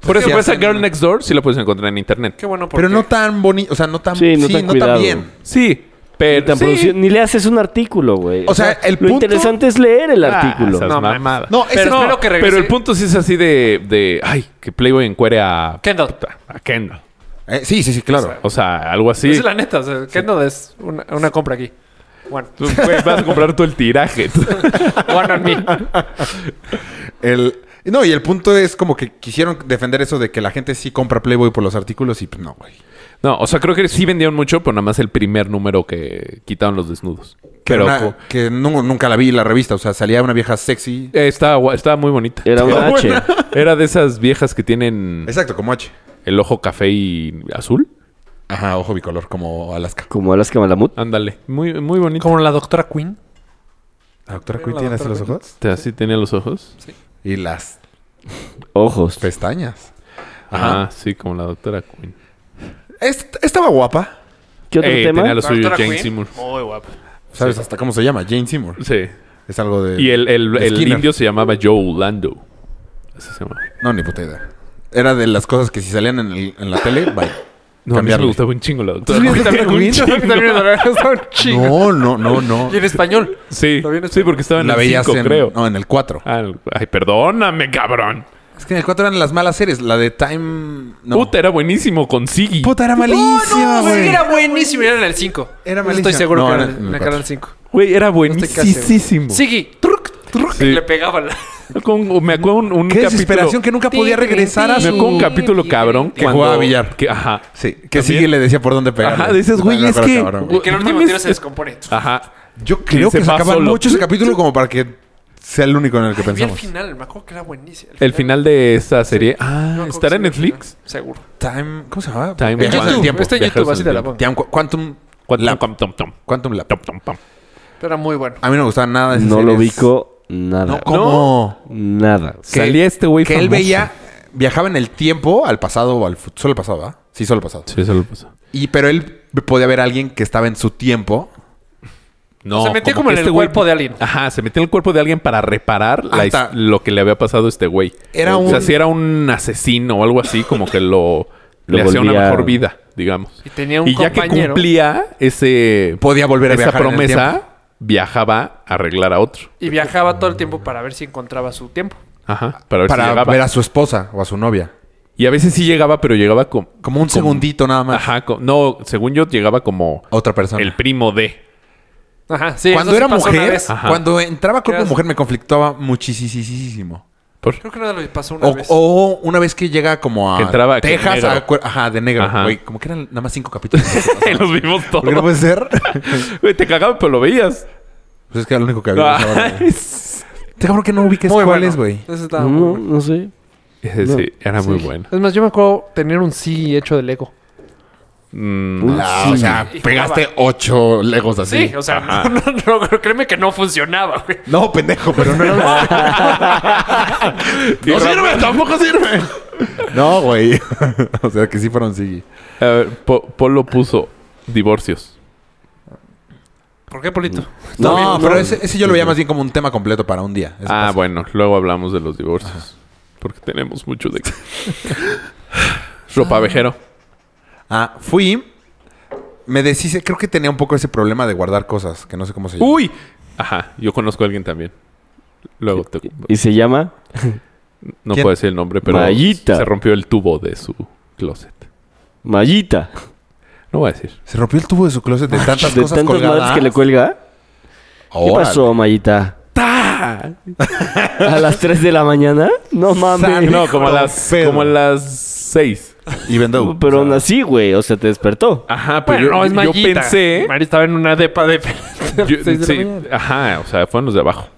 A: Por eso,
C: sí,
A: pues, esa
C: hacen-
A: Girl Next Door sí la puedes encontrar en internet.
D: Qué bueno porque...
C: Pero no tan bonito, o sea, no tan,
B: Sí, no
C: sí,
B: tan
C: no
B: cuidado.
C: tan bien.
A: Sí,
B: Ni,
A: pero...
B: tan
A: sí.
B: producido- ni le haces un artículo, güey.
C: O sea, el
B: Lo
C: punto-
B: interesante es leer el
A: Ah,
B: artículo.
A: esas
D: No, mames.
A: mamadas.
D: No, ese
A: pero,
D: espero que regrese.
A: pero el punto sí es así de, de... Ay, que Playboy encuere a...
D: Kendall.
A: A Kendall.
C: Eh, sí, sí, sí, claro.
A: O sea, algo así.
D: Es Pues la neta. O sea, Kendall es una, una compra aquí. One.
A: Tú, güey, vas a comprar todo el tiraje.
D: One on me.
C: El, no, y el punto es como que quisieron defender eso de que la gente sí compra Playboy por los artículos y pues no, güey.
A: No, o sea, creo que sí vendieron mucho, pero nada más el primer número que quitaron los desnudos. Pero
C: Una-
A: co-
C: que nu- nunca la vi en la revista, o sea, salía una vieja sexy.
A: eh, estaba, gua- estaba muy bonita.
B: Era una H.
A: Era de esas viejas que tienen
C: Exacto, como H.
A: el ojo café y azul.
C: Ajá, ojo bicolor, como Alaska.
B: Como a las Malamut.
A: Ándale. Muy, muy bonita.
D: Como la doctora Queen.
C: ¿La doctora
D: Queen
C: Queen
D: tiene
C: tiene
D: así
C: así
D: los
C: los ojos?
A: Te- Este, Así tenía los ojos.
C: Y las
B: Ojos.
C: pestañas.
A: Ajá.
C: Ajá.
A: Ah, sí, como la doctora Queen.
C: Est- estaba guapa.
B: ¿Qué otro
A: Eh,
B: tema?
A: Tenía los
D: La
A: suyos
D: doctora
A: Jane
D: Queen.
A: Seymour.
D: Muy guapo.
C: ¿Sabes hasta cómo se llama? Jane Seymour.
A: Sí.
C: Es algo de...
A: Y el, el,
C: de
A: el
C: Este, Skinner.
A: indio se llamaba Joe Lando. Así se llamaba.
C: No, ni puta idea. Era de las cosas que si salían en, el- en la tele, bye.
A: No, a mí sí me
C: Cambiarle.
A: gustaba un chingo la doctora
C: ¿Tú sí
A: Queen.
C: viste
A: También
C: Doctora
A: un
C: Queen?
A: chingo.
D: También un
C: No,
D: chingo.
C: no, no, no.
D: Y en español.
C: ¡Oh,
A: Sí,
D: Lo vi en
A: sí, porque estaba en
C: La
A: el
C: veías
A: 5,
C: en...
A: creo.
C: No, en el 4.
A: Ah, el- Ay, perdóname, cabrón.
C: Es que en el 4 eran las malas series. La de Time... No.
A: Puta, era buenísimo con Siggy.
C: Puta, era
D: No,
C: malísima,
D: sí,
C: güey.
D: era buenísimo. Era en el 5.
C: Era
D: Estoy
C: malísimo.
D: seguro
C: No,
D: que
C: era
D: era
C: en el
D: en el
C: cuatro.
D: canal 5.
A: Güey, era
D: estoy casi seguro.
A: buenísimo.
D: Sigui. Truc, truc.
A: Sí.
D: Le pegaba la...
A: Con- me acuerdo un, un
C: Qué
A: capítulo.
C: desesperación que nunca podía regresar a
A: Me acuerdo un
C: su...
A: capítulo cabrón
C: Que
A: cuando.
C: jugaba billar.
A: que- ajá.
C: Sí, que
A: ¿También?
C: sigue le decía por dónde pegar.
A: Ajá, dices, güey, es que-
D: Y que el último
A: Mames.
D: tiro se descompone.
A: Ajá.
C: Yo creo
A: se
C: que
A: va
C: sacaban
A: solo.
C: mucho ese capítulo como para que sea el único en el que
D: Vi el
C: pensamos.
D: final. Me acuerdo que era buenísimo.
A: El final de esa serie. Ah,
D: No,
A: ¿estará en
D: ¿cómo se llama?
A: Netflix?
D: Seguro.
C: Time... ¿Cómo se llamaba?
A: Time
C: Viajeros
A: Warp.
C: del tiempo.
D: Está en
A: Viajeros del
D: YouTube, así te la
A: tiempo.
C: Tiempo.
D: pongo.
C: Quantum...
A: Lap.
C: Lap.
A: Tom, tom, tom.
C: Quantum Lab.
A: Tom, tom, tom.
D: Era muy bueno.
C: A mí no me gustaba nada de esas
B: No lo
C: series.
B: ubico nada.
C: No, ¿cómo?
B: Nada.
C: Que-
A: Salía este güey
C: Que él
A: famoso.
C: veía... Viajaba en el tiempo al pasado o al... fut- Solo al pasado, ¿verdad? Sí, solo al pasado.
A: Sí, eso lo pasó.
C: Y... Pero él podía ver a alguien que estaba en su tiempo.
A: No,
D: Se metía como
A: que este
D: en el
A: güey-
D: cuerpo de alguien.
A: Ajá, se metió en el cuerpo de alguien para reparar la his-
C: Hasta-
A: lo que le había pasado a este güey.
C: Era
A: O sea,
C: un-
A: si era un asesino o algo así, como que lo,
B: Lo
A: le hacía una
B: volvía-
A: mejor vida, digamos.
D: Y tenía un
A: y ya que
D: compañero.
A: cumplía ese
C: Podía volver a
A: esa
C: viajar en el tiempo.
A: promesa, viajaba a arreglar a otro.
D: Y viajaba todo el tiempo para ver si encontraba su tiempo.
A: Ajá, para ver si
C: Para
A: llegaba.
C: ver a su esposa o a su novia.
A: Y a veces sí llegaba, pero llegaba como...
C: Como un segundito nada más.
A: Ajá, co- no, según yo llegaba como
C: A Otra persona.
A: el primo de...
D: Ajá, sí.
C: cuando
D: eso sí
C: era
D: pasó una
C: mujer, Ah.
D: vez.
A: Ajá.
C: cuando entraba cuerpo
D: Eras-
C: de mujer me conflictaba muchísimo.
A: Por-
D: Creo que no lo pasó una
C: O,
D: vez.
C: o una vez que llega como a
A: Que entraba que
C: Texas,
A: negro.
C: a cuer- ajá, de negro,
A: Ajá.
C: güey, como que eran nada más cinco capítulos.
A: Los vimos todos.
C: Porque no puede ser.
A: Güey, Te cagaba, pero lo veías. Ah,
C: pues es que era lo único que había. estaba, güey. Te Este cabrón que no ubiques
D: Ah. Muy
C: cuál
D: bueno.
C: es, güey. Mm.
D: Eso estaba muy
B: No,
D: bueno.
B: no sé.
A: Ese sí, era muy bueno.
D: Es más, yo me acuerdo tener un sí hecho de Lego.
A: Mm,
B: Un
C: No,
B: sí.
C: o sea, pegaste ocho legos así.
D: Sí, o sea, no, no, no, créeme que no funcionaba, güey.
C: No, pendejo, pero no era.
A: y Rafa-
C: tampoco sirve. No, güey. o sea, que sí fueron sí.
A: A ver, Po- Polo puso divorcios.
D: ¿Por qué, Polito?
C: No, pero ese, ese yo lo veía más bien como un tema completo para un día. Ese
A: ah,
C: pasa.
A: bueno, luego hablamos de los divorcios. Porque tenemos mucho de. Ropa vejero.
C: Ah, fui. Me deshice, creo que tenía un poco ese problema de guardar cosas, que no sé cómo se llama.
A: ¡Uy! Ajá, yo conozco a alguien también. Luego te-
B: Y se llama
A: no
C: ¿Quién?
A: puedo decir el nombre, pero
B: Mayita.
A: se rompió el tubo de su closet.
B: Mallita.
A: No voy a decir.
C: Se rompió el tubo de su closet de tantas
B: De
C: cosas
B: tantas
C: colgadas.
B: madres que le cuelga. ¿Qué
C: Órale.
B: pasó, Mallita? ¿A las 3 de la mañana? No mames.
A: No, como a las
C: pedo.
A: como a las seis.
C: Y vendo.
B: Pero aún así, güey. O sea, te despertó.
A: Ajá,
C: Pues
A: pero yo, yo pensé.
D: Mari estaba en una depa de...
A: yo- sí, ajá, o sea, fueron los de abajo.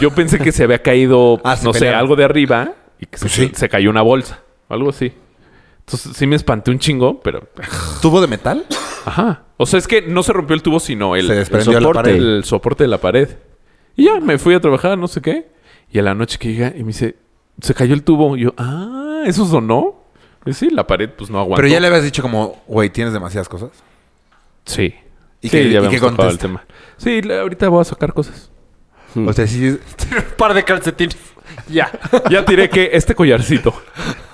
A: Yo pensé que se había caído,
C: Ah, se
A: no sé,
C: pelearon.
A: algo de arriba y que
C: Pues
A: se,
C: sí.
A: se cayó una bolsa o algo así. Entonces sí me espanté un chingo, pero
C: ¿Tubo de metal?
A: ajá. O sea, es que no se rompió el tubo, sino el,
C: se desprendió
B: el
C: la
B: soporte.
C: pared.
A: el soporte de la pared. Y ya me fui a trabajar, no sé qué. Y a la noche que llega y me dice, se cayó el tubo. Y yo, ah, ¿eso sonó? Y sí, la pared pues no aguantó.
C: Pero ya le habías dicho como, güey, tienes demasiadas cosas.
A: Sí.
C: Y
A: sí,
C: que,
A: ya
C: y que
A: habíamos tocado el
C: contesta.
A: tema. Sí, la- ahorita voy a sacar cosas.
C: O sea, sí. es-
D: Un par de calcetines. Ya.
A: Ya tiré que este collarcito.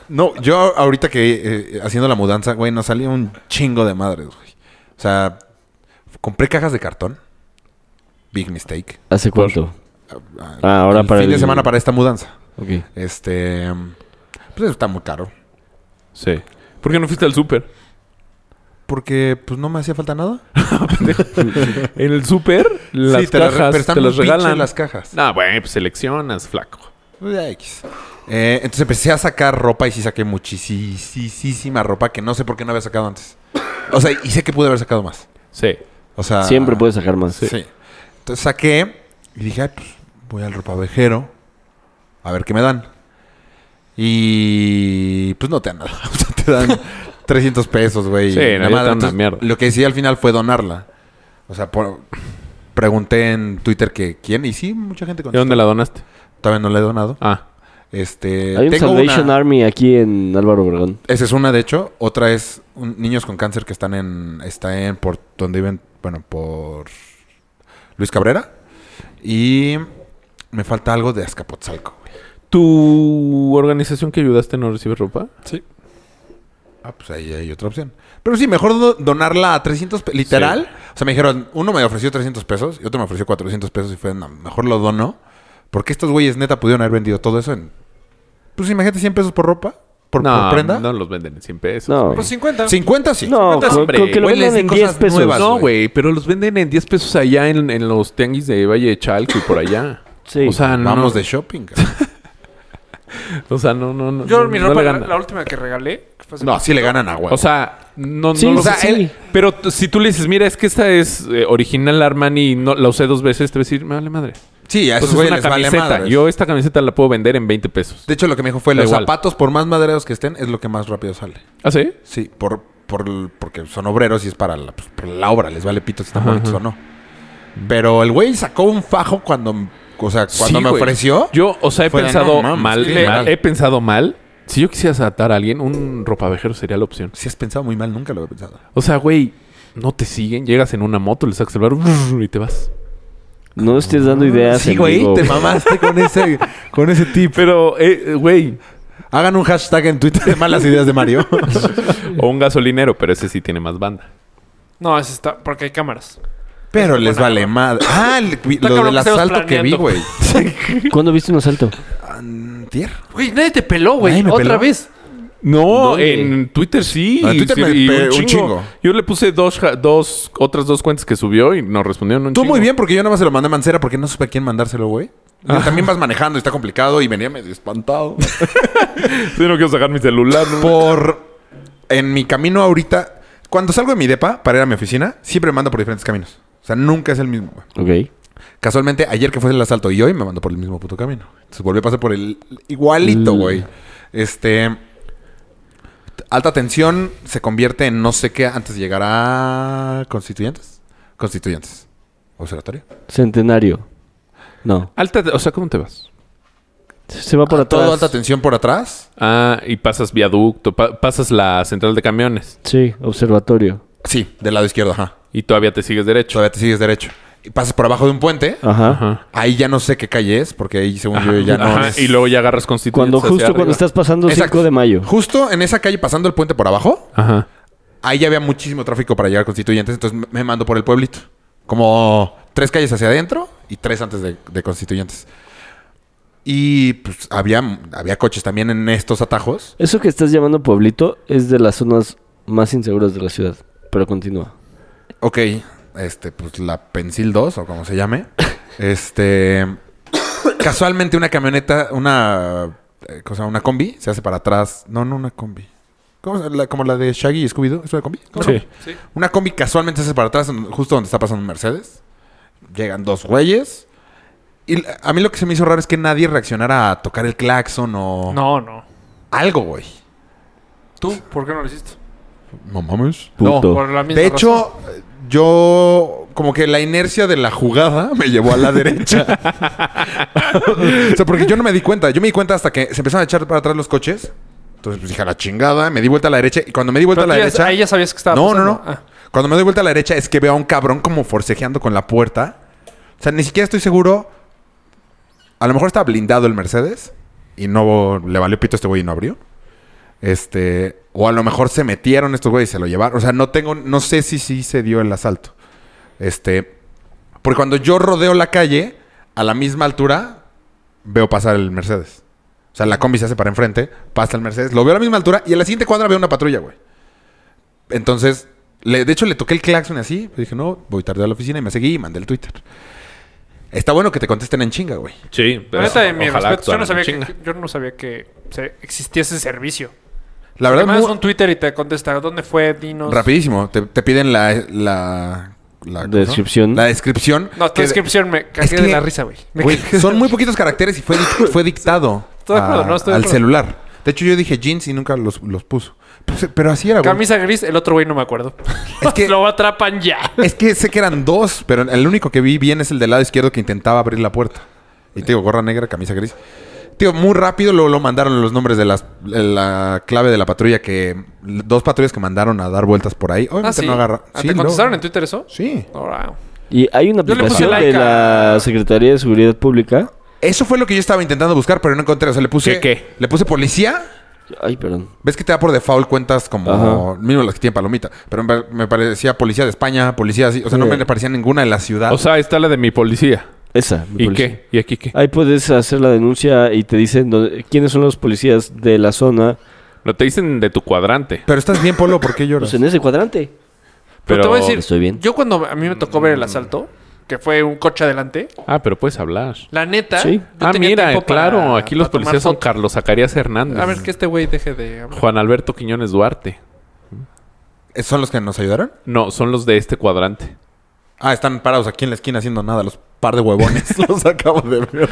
C: No, yo ahorita que eh, haciendo la mudanza, güey, nos salió un chingo de madres, güey. O sea, compré cajas de cartón. Big mistake.
B: ¿Hace
A: Por-
B: cuánto?
C: Pues, Ah,
B: Ah, ahora
C: el
B: para
C: fin de
B: el-
C: semana para esta mudanza.
B: Ok.
C: Este. Pues está muy caro.
A: Sí. ¿Por qué no fuiste al súper?
C: Porque, pues no me hacía falta nada.
A: En el súper, las
C: te las re-
A: cajas
C: pero están
A: te las
C: muy pinches
A: regalan.
C: las cajas.
A: No, bueno, pues seleccionas, flaco.
C: Ya, X. Eh, entonces empecé a sacar ropa y sí saqué muchísima ropa que no sé por qué no había sacado antes. O sea, y sé que pude haber sacado más.
A: Sí.
C: O sea,
B: Siempre puedes sacar más.
C: Ah. Sí. Entonces saqué y dije, "Ay, pues voy al ropavejero a ver qué me dan. Y pues no te dan nada. O sea, te dan 300 pesos, güey.
A: Sí,
C: La
A: no, ya te dan una mierda.
C: Lo que decidí al final fue donarla. O sea, por- pregunté en Twitter que quién y sí, mucha gente
A: ¿Y
C: contestó.
A: dónde la donaste?
C: Todavía no la he donado.
A: Ah,
C: Este,
B: Hay un
C: tengo
B: Salvation
C: una-
B: Army aquí en Álvaro Obregón.
C: Esa es una, de hecho. Otra es un- niños con cáncer que están en. Está en. Por donde viven. Bueno, por. Luis Cabrera. Y. Me falta algo de Azcapotzalco, güey.
A: ¿tu organización que ayudaste no recibe ropa?
C: Ah, pues ahí hay otra opción. Pero sí, mejor do- donarla a 300 pe- Literal. O sea, me dijeron. Uno me ofreció 300 pesos. Y otro me ofreció 400 pesos. Y fue, no, mejor lo dono. Porque estos güeyes neta pudieron haber vendido todo eso en. Pues imagínate 100 pesos por ropa. Por,
A: no,
C: por prenda.
A: No los venden en 100 pesos.
B: No.
A: güey.
D: Pues 50.
C: 50 sí.
B: No,
A: Cincuenta,
B: pues, creo,
A: hombre.
B: creo que lo
C: Güey, les
B: venden
C: di
B: en 10
C: cosas
B: pesos.
C: nuevas.
A: No,
C: güey.
A: güey, pero los venden en 10 pesos allá en, en los tianguis de Valle de Chalco y por allá.
B: Sí.
A: O sea, no.
C: Vamos de shopping. cabrón.
A: O sea, no, no, no.
D: Yo
A: no-
D: mi
A: no
D: ropa,
A: le
D: la,
A: ganan.
D: la última que regalé. que fue hace
C: No, sí le ganan agua.
A: O sea, no,
B: Sí,
A: no lo
B: o sea,
A: sé.
B: él-
A: Pero t- si tú le dices, mira, es que esta es eh, original Armani y no, la usé dos veces, te va a decir, me vale madre.
C: Sí, a
A: Pues
C: esos
A: es
C: güeyes
A: una
C: les vale
A: camiseta.
C: madre.
A: Yo esta camiseta la puedo vender en 20 pesos.
C: De hecho, lo que me dijo fue,
A: Da
C: los
A: igual.
C: zapatos, por más madereros que estén, es lo que más rápido sale.
A: ¿Ah, sí?
C: Sí, por, por el- porque son obreros y es para la, pues, por la obra. Les vale pito si están
A: Ajá,
C: bonitos
A: ajá.
C: o no. Pero el güey sacó un fajo cuando, o sea, cuando
A: Sí,
C: me
A: güey.
C: ofreció.
A: Yo, o sea, he
C: Fue de,
A: pensado
C: "No mames,
A: mal,
C: qué
A: le-
C: mal".
A: He pensado mal. Si yo quisiera atar a alguien, un ropavejero sería la opción.
C: Si has pensado muy mal, nunca lo había pensado.
A: O sea, güey, no te siguen, llegas en una moto, le sacas el bar y te vas.
B: No estés dando
C: Ah,
B: ideas. en vivo, güey.
C: mamaste con ese, con ese tip.
A: Pero, eh, eh, güey,
C: Hagan un hashtag en Twitter de malas ideas de Mario.
A: o un gasolinero, pero ese sí tiene más banda.
D: No, ese está. Porque hay cámaras.
C: Pero les vale madre. Ah, el- lo
D: cabrón
C: del
D: que estemos
C: asalto que vi,
D: planeando.
C: güey.
B: ¿Cuándo viste un asalto?
C: Antier.
D: Güey, nadie te peló,
C: Nadie
D: güey.
C: me
D: Otra
C: peló.
D: vez.
A: No,
B: ¿Dónde?
A: en Twitter sí.
C: No, en Twitter
A: sí,
C: me
A: y
C: pe- un chingo.
A: Yo le puse dos, ja- dos, otras dos cuentas que subió y nos respondieron un
C: Tú
A: chingo.
C: muy bien, porque yo nada más se lo mandé a Mancera porque no supe a quién mandárselo, güey.
B: Ah.
C: Digo, También vas manejando y está complicado y venía medio espantado.
A: Sí, no quiero sacar mi celular. ¿no?
C: por. En mi camino ahorita. Cuando salgo de mi depa para ir a mi oficina, siempre me mando por diferentes caminos. O sea, nunca es el mismo, güey.
B: Ok.
C: Casualmente, ayer que fue el asalto y hoy me mandó por el mismo puto camino. Entonces volví a pasar por el igualito,
B: Mm.
C: güey. Este. Alta tensión se convierte en no sé qué antes de llegar a. Constituyentes. Constituyentes. Observatorio.
B: Centenario. No.
A: Alta, o sea, ¿cómo te vas?
B: Se va por
C: Todo
B: atrás.
C: alta tensión por atrás.
A: Ah, y pasas viaducto, pa- pasas la central de camiones
B: Sí, observatorio.
C: Sí, del lado izquierdo, ajá.
A: y todavía te sigues derecho.
C: Todavía te sigues derecho. Y pasas por abajo de un puente.
B: Ajá.
A: Ajá.
C: Ahí ya no sé qué calle es, porque ahí, según yo, ya no
A: Ah. Ajá,
C: es-
A: Y luego ya agarras constituyentes.
B: Cuando
A: hacia
B: justo
A: arriba.
B: cuando estás pasando
C: Exacto.
B: 5 de mayo.
C: Justo en esa calle, pasando el puente por abajo,
A: Ajá.
C: ahí ya había muchísimo tráfico para llegar a Constituyentes, entonces me- me mando por el pueblito. Como tres calles hacia adentro y tres antes de, de Constituyentes. Y pues había, había coches también en estos atajos.
B: Eso que estás llamando pueblito es de las zonas más inseguras de la ciudad. Pero continúa.
C: Ok, este, pues la Pensil 2 o como se llame. Este. casualmente una camioneta, una. eh, cosa, una combi se hace para atrás. No, no una combi. ¿Cómo se- la- como la de Shaggy y Scooby-Doo. ¿Es una combi? ¿Cómo se
A: Sí.
C: llama? Una combi casualmente se hace para atrás, en- justo donde está pasando un Mercedes. Llegan dos güeyes. Y l- a mí lo que se me hizo raro es que nadie reaccionara a tocar el claxon o.
D: No, no.
C: Algo, güey.
D: ¿Tú? ¿Por qué no lo hiciste?
C: No mames.
B: Puto.
D: Por la misma
C: De hecho, yo como que la inercia de la jugada me llevó a la derecha. o sea, porque yo no me di cuenta. Yo me di cuenta hasta que se empezaron a echar para atrás los coches. Entonces pues, dije, a la chingada, me di vuelta a la derecha. Y cuando me di vuelta
D: Pero
C: a la
D: tú ya-
C: derecha...
D: ahí ya sabías que estaba
C: No, no, no.
D: pasando. Ah.
C: Cuando me doy vuelta a la derecha es que veo a un cabrón como forcejeando con la puerta. O sea, ni siquiera estoy seguro. A lo mejor está blindado el Mercedes y no le valió pito a este güey y no abrió. Este, o a lo mejor se metieron estos güeyes y se lo llevaron. O sea, no tengo, no sé si sí se dio el asalto. Este, porque cuando yo rodeo la calle, a la misma altura, veo pasar el Mercedes. O sea, la combi se hace para enfrente, pasa el Mercedes, lo veo a la misma altura y a la siguiente cuadra veo una patrulla, güey. Entonces, le- de hecho, le toqué el claxon así. pues dije, no, voy tarde a la oficina y me seguí y mandé el Twitter. Está bueno que te contesten en chinga, güey.
A: Sí,
D: La
A: pero
D: neta, mi
A: ojalá
D: respeto, yo no sabía
A: actuaran en
D: que,
A: chinga.
D: yo no sabía que se- existía ese servicio.
C: La
D: Te
C: verdad,
D: mandas
C: muy-
D: un Twitter y te contesta, ¿dónde fue? Dinos.
C: rapidísimo. Te, te piden la... la, la- ¿cómo se llama?
B: Descripción.
C: La descripción.
D: No,
C: que-
D: tu descripción me cagué
C: Es que-
D: de la risa, güey. Me
C: Güey,
D: cagué de
C: son
D: la
C: muy
D: risa.
C: poquitos caracteres y fue, dic- fue dictado
D: Estoy de acuerdo,
C: a-
D: no, estoy de
C: al
D: acuerdo.
C: celular. De hecho, yo dije jeans y nunca los, los puso. Pues, pero así era, güey.
D: Camisa gris, el otro güey no me acuerdo.
C: Es que-
D: Lo atrapan ya.
C: Es que sé que eran dos, pero el único que vi bien es el del lado izquierdo que intentaba abrir la puerta. Y te digo, gorra negra, camisa gris. Tío, muy rápido luego lo mandaron los nombres de las, la clave de la patrulla que... Dos patrullas que mandaron a dar vueltas por ahí. Obviamente
D: Ah, sí.
C: no agarra.
D: Ah,
C: Sí,
D: ¿Te
C: luego.
D: contestaron en Twitter eso?
C: Sí.
D: Ahora,
B: Y hay una
D: Yo le
B: aplicación
D: puse
B: de
D: like a-
B: la Secretaría de Seguridad Pública.
C: Eso fue lo que yo estaba intentando buscar, pero no encontré. O sea, le puse...
A: ¿Qué, qué?
C: Le puse policía.
B: Ay, perdón.
C: ¿Ves que te da por default cuentas como...
B: Ajá.
C: Mismo las que tienen palomita. Pero me- me parecía policía de España, policía así. O sea, no
B: Sí.
C: me parecía ninguna de la ciudad.
A: O sea, está la de mi policía.
B: Esa. mi
A: ¿Y
B: policía.
A: qué? ¿Y aquí qué?
B: Ahí puedes hacer la denuncia y te dicen dónde- quiénes son los policías de la zona.
A: No te dicen de tu cuadrante.
C: pero estás bien, Polo. ¿Por qué lloras?
B: Pues en ese cuadrante.
D: Pero,
A: Pero,
D: te voy a decir,
B: Estoy bien. Mm.
D: yo cuando a mí me tocó ver el asalto, que fue un coche adelante,
A: Ah, pero puedes hablar.
D: la neta.
B: Sí.
D: yo
A: ah,
D: tenía
A: mira,
D: tiempo para-
A: claro. aquí los
D: para tomar
A: policías son
D: fotos.
A: Carlos Zacarías Hernández.
D: A ver, que este güey deje de. hablar.
A: Juan Alberto Quiñones Duarte.
B: e-
C: ¿Son los que nos ayudaron?
A: No, son los de este cuadrante.
C: Ah, están parados aquí en la esquina haciendo nada, los par de huevones. los acabo de ver.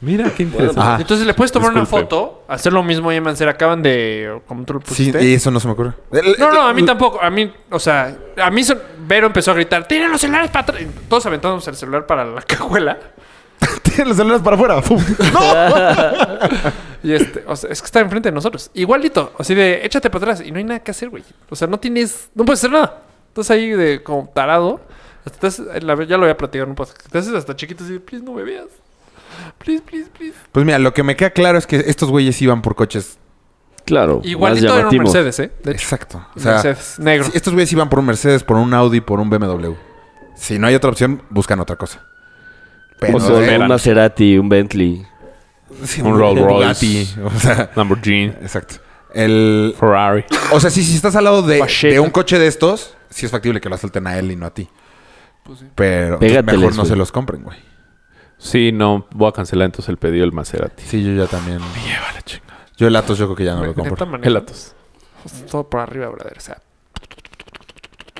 A: Mira, qué interesante.
C: Ah,
D: Entonces le puedes tomar una
A: disculpe.
D: foto, hacer lo mismo y Mancera. Acaban de. ¿Cómo tú lo
C: Sí,
D: pusiste?
C: y eh, eso no se me ocurre. El-
D: No, no, a mí
C: el-
D: tampoco. A mí, o sea, a mí son- Vero empezó a gritar: ¡Tiren los celulares para atrás! Y Todos aventamos el celular para la cajuela.
C: Tienen los celulares para afuera. ¡Fum! ¡No!
D: Y este, o sea, es que está enfrente de nosotros. Igualito, así de échate para atrás y no hay nada que hacer, güey. O sea, no tienes, no puedes hacer nada. Estás ahí de como tarado. Hasta te haces- la- ya lo había platicado en un podcast. Te haces hasta chiquito así de, please no me veas. Please, please, please.
C: Pues mira, lo que me queda claro es que estos güeyes iban por coches.
B: Claro. más
D: Igualito era un
B: llamativos.
D: Mercedes, ¿eh? De hecho,
C: Exacto. O sea,
D: Mercedes, negro.
C: sí, estos güeyes iban por un Mercedes, por un Audi, por un BMW. Si no hay otra opción, buscan otra cosa. Pero
A: O
D: Pues,
A: sea,
B: O
C: eh,
A: Verán.
B: un Maserati, un Bentley.
C: sí,
A: un Rolls
C: Bugatti,
A: Royce.
C: O sea,
A: Lamborghini.
C: exacto. El,
A: Ferrari.
C: o sea, sí, si estás al lado de,
D: Pacheco.
C: de un coche de estos, sí es factible que lo asalten a él y no a ti.
D: Pues sí.
C: Pero
B: Pégateles,
C: mejor no
B: güey.
C: se los compren, güey.
A: Sí, no, voy a cancelar entonces el pedido del Maserati.
C: Sí, yo ya también.
A: Lleva la chinga.
C: Yo el Atos yo creo que ya no
D: De
C: lo
D: esta
C: compro.
D: manera,
A: El Atos.
D: Pues, Todo por arriba, brother. O sea,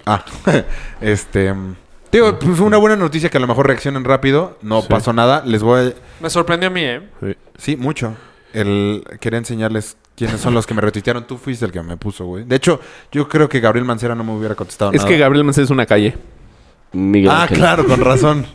C: Ah, este... mm, Digo, pues fue una buena noticia que a lo mejor reaccionen rápido. No
A: Sí.
C: pasó nada. Les voy a...
D: me sorprendió a mí, ¿eh?
C: Sí, mucho. El... Quería enseñarles quiénes son los que me retuitearon. Tú fuiste el que me puso, güey. De hecho, yo creo que Gabriel Mancera no me hubiera contestado
A: Es
C: nada.
A: que Gabriel Mancera es una calle.
B: Miguel
C: Ah,
B: Ángel.
C: claro, con razón.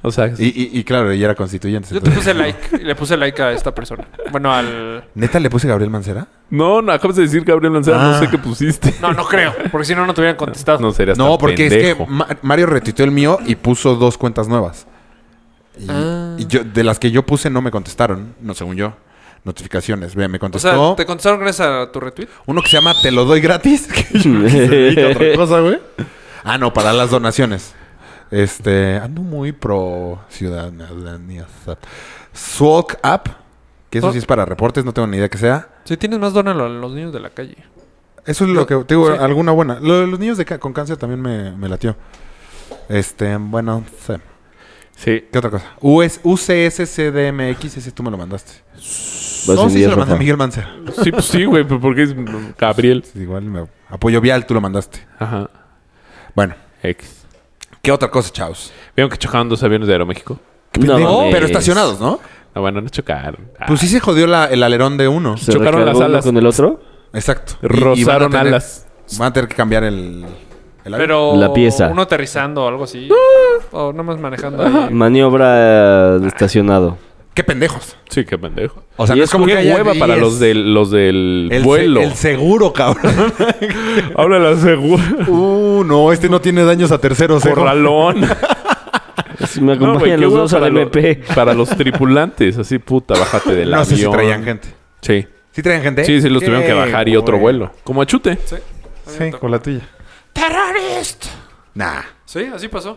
A: O sea,
C: Y, y- y claro, ella era constituyente.
D: Yo te
C: entonces-
D: puse like y le puse like a esta persona. Bueno, al.
C: ¿Neta le puse Gabriel Mancera?
A: no, no, acabas de decir Gabriel Mancera,
C: Ah.
A: no sé qué pusiste.
D: No, no creo. Porque si no, no te hubieran contestado.
A: No serías
C: No,
A: tan
C: porque
A: pendejo.
C: es que Ma- Mario retuiteó el mío y puso dos cuentas nuevas. Y,
D: Ah.
C: y yo, de las que yo puse no me contestaron, no según yo. Notificaciones, vea, me
D: o sea,
C: contestó
D: te contestaron gracias a tu retweet.
C: uno que se llama Te lo doy gratis. que yo me dedico a otra cosa, güey. Ah, no, para las donaciones. Este, ando muy pro ciudadanía. Swalk App, que eso sí es para reportes, no tengo ni idea que sea.
D: Si tienes más, dónalo a los niños de la calle.
C: Eso es lo que te digo,
D: sí.
C: alguna buena. Lo de los niños de ca- con cáncer también me, me latió. Este, bueno, sí.
A: Sí.
C: ¿Qué otra cosa? US, UCSCDMX, ese tú me lo mandaste.
B: Vas
C: no,
B: en
C: sí
B: día
C: se lo mandé a
B: roja.
C: Miguel Mancera.
A: Sí, pues sí, güey, pero porque es Gabriel.
C: Sí, igual me apoyo vial, tú lo mandaste.
A: Ajá.
C: Bueno,
A: X.
C: ¿qué otra cosa, chavos?
A: Vieron que chocaron dos aviones de Aeroméxico.
B: No,
C: Digo,
B: mames.
C: pero estacionados, ¿no?
A: No, bueno, no chocaron. Ah,
C: Pues sí se jodió la- el alerón de uno.
B: ¿Se
A: Chocaron
B: recargó
A: las
B: uno
A: alas.
B: con el otro?
C: Exacto. Y- y van a
A: Ah, Rozaron
C: tener-
A: alas.
C: Van a tener que cambiar el, el avión.
D: Pero
B: La pieza.
D: uno aterrizando o algo así. o nomás manejando ahí.
B: Maniobra eh, estacionado.
C: Qué pendejos.
A: Sí, qué pendejo.
C: O sea,
B: Y
C: no
B: es
C: es como
B: una
C: que haya
A: Hueva para
C: diez.
A: los del, los del
C: El, se-
A: vuelo.
C: el seguro, cabrón.
A: Habla la segura.
C: uh, no, este no tiene daños a terceros. ¿eh?
A: Corralón.
B: Si me
A: No, güey,
B: acompañan
A: qué
B: los
A: hueva
B: dos a la
A: para lo-
B: MP.
A: para los tripulantes, así puta, bájate del
C: No
A: avión.
C: sé si traían gente.
A: Sí.
C: ¿Sí traían gente?
A: Sí, sí, los tuvieron que
C: Qué
A: bajar y otro
C: güey.
A: vuelo. Como a chute.
C: Sí, con la tuya.
D: ¡Terrorist!
C: Nah.
D: Sí, así pasó.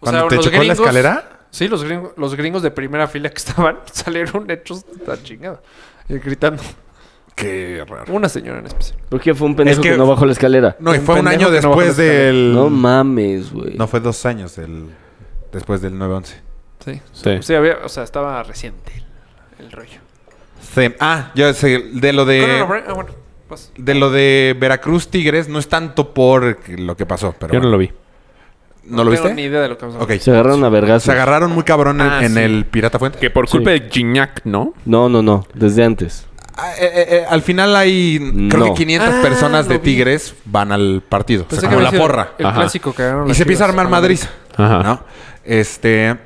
D: O
C: ¿Cuando te
D: los
C: chocó en la escalera?
D: Sí, los gringos, los gringos de primera fila que estaban salieron hechos tan chingados. Y gritando.
C: Qué raro.
D: Una señora en especial.
B: ¿Por qué fue un pendejo
C: Es que-
B: que... no bajó la escalera?
C: No, y
D: Un
C: fue un
D: pendejo
C: año
D: que no bajó la
C: después
D: escalera.
C: del.
B: No mames, güey.
C: No, fue dos años del... después del 9-11.
D: Sí.
A: Sí.
D: Sí, había, o sea, estaba reciente el, el rollo.
C: Se- Ah, ya sé, de lo
D: Conan
C: de.
D: O'Brien- ah, bueno, pues.
C: De lo de Veracruz Tigres no es tanto por lo que pasó, pero.
A: Yo no
C: bueno.
A: lo vi.
C: ¿No lo
D: tengo
C: viste?
D: ni idea de lo que vamos a
C: Ok.
D: hablar.
B: Se agarraron a vergas.
C: Se agarraron muy cabrón en,
D: Ah,
C: en
D: sí.
C: el Pirata Fuente.
A: Que por culpa de Gignac, ¿no?
B: No, no, no. Desde antes.
C: Ah, eh, eh, eh, al final hay. Creo que
B: No.
C: 500
D: Ah,
C: personas
D: lo
C: de
D: vi.
C: Tigres van al partido. o
D: Pensé
C: sea,
D: que
C: como
D: había
C: la
D: sido
C: porra.
D: El
A: Ajá.
D: clásico que ganaron
C: Y
D: las
C: se empieza a
D: Chivas
C: armar
D: con la
C: Madrid.
A: Ajá.
C: ¿No? Este.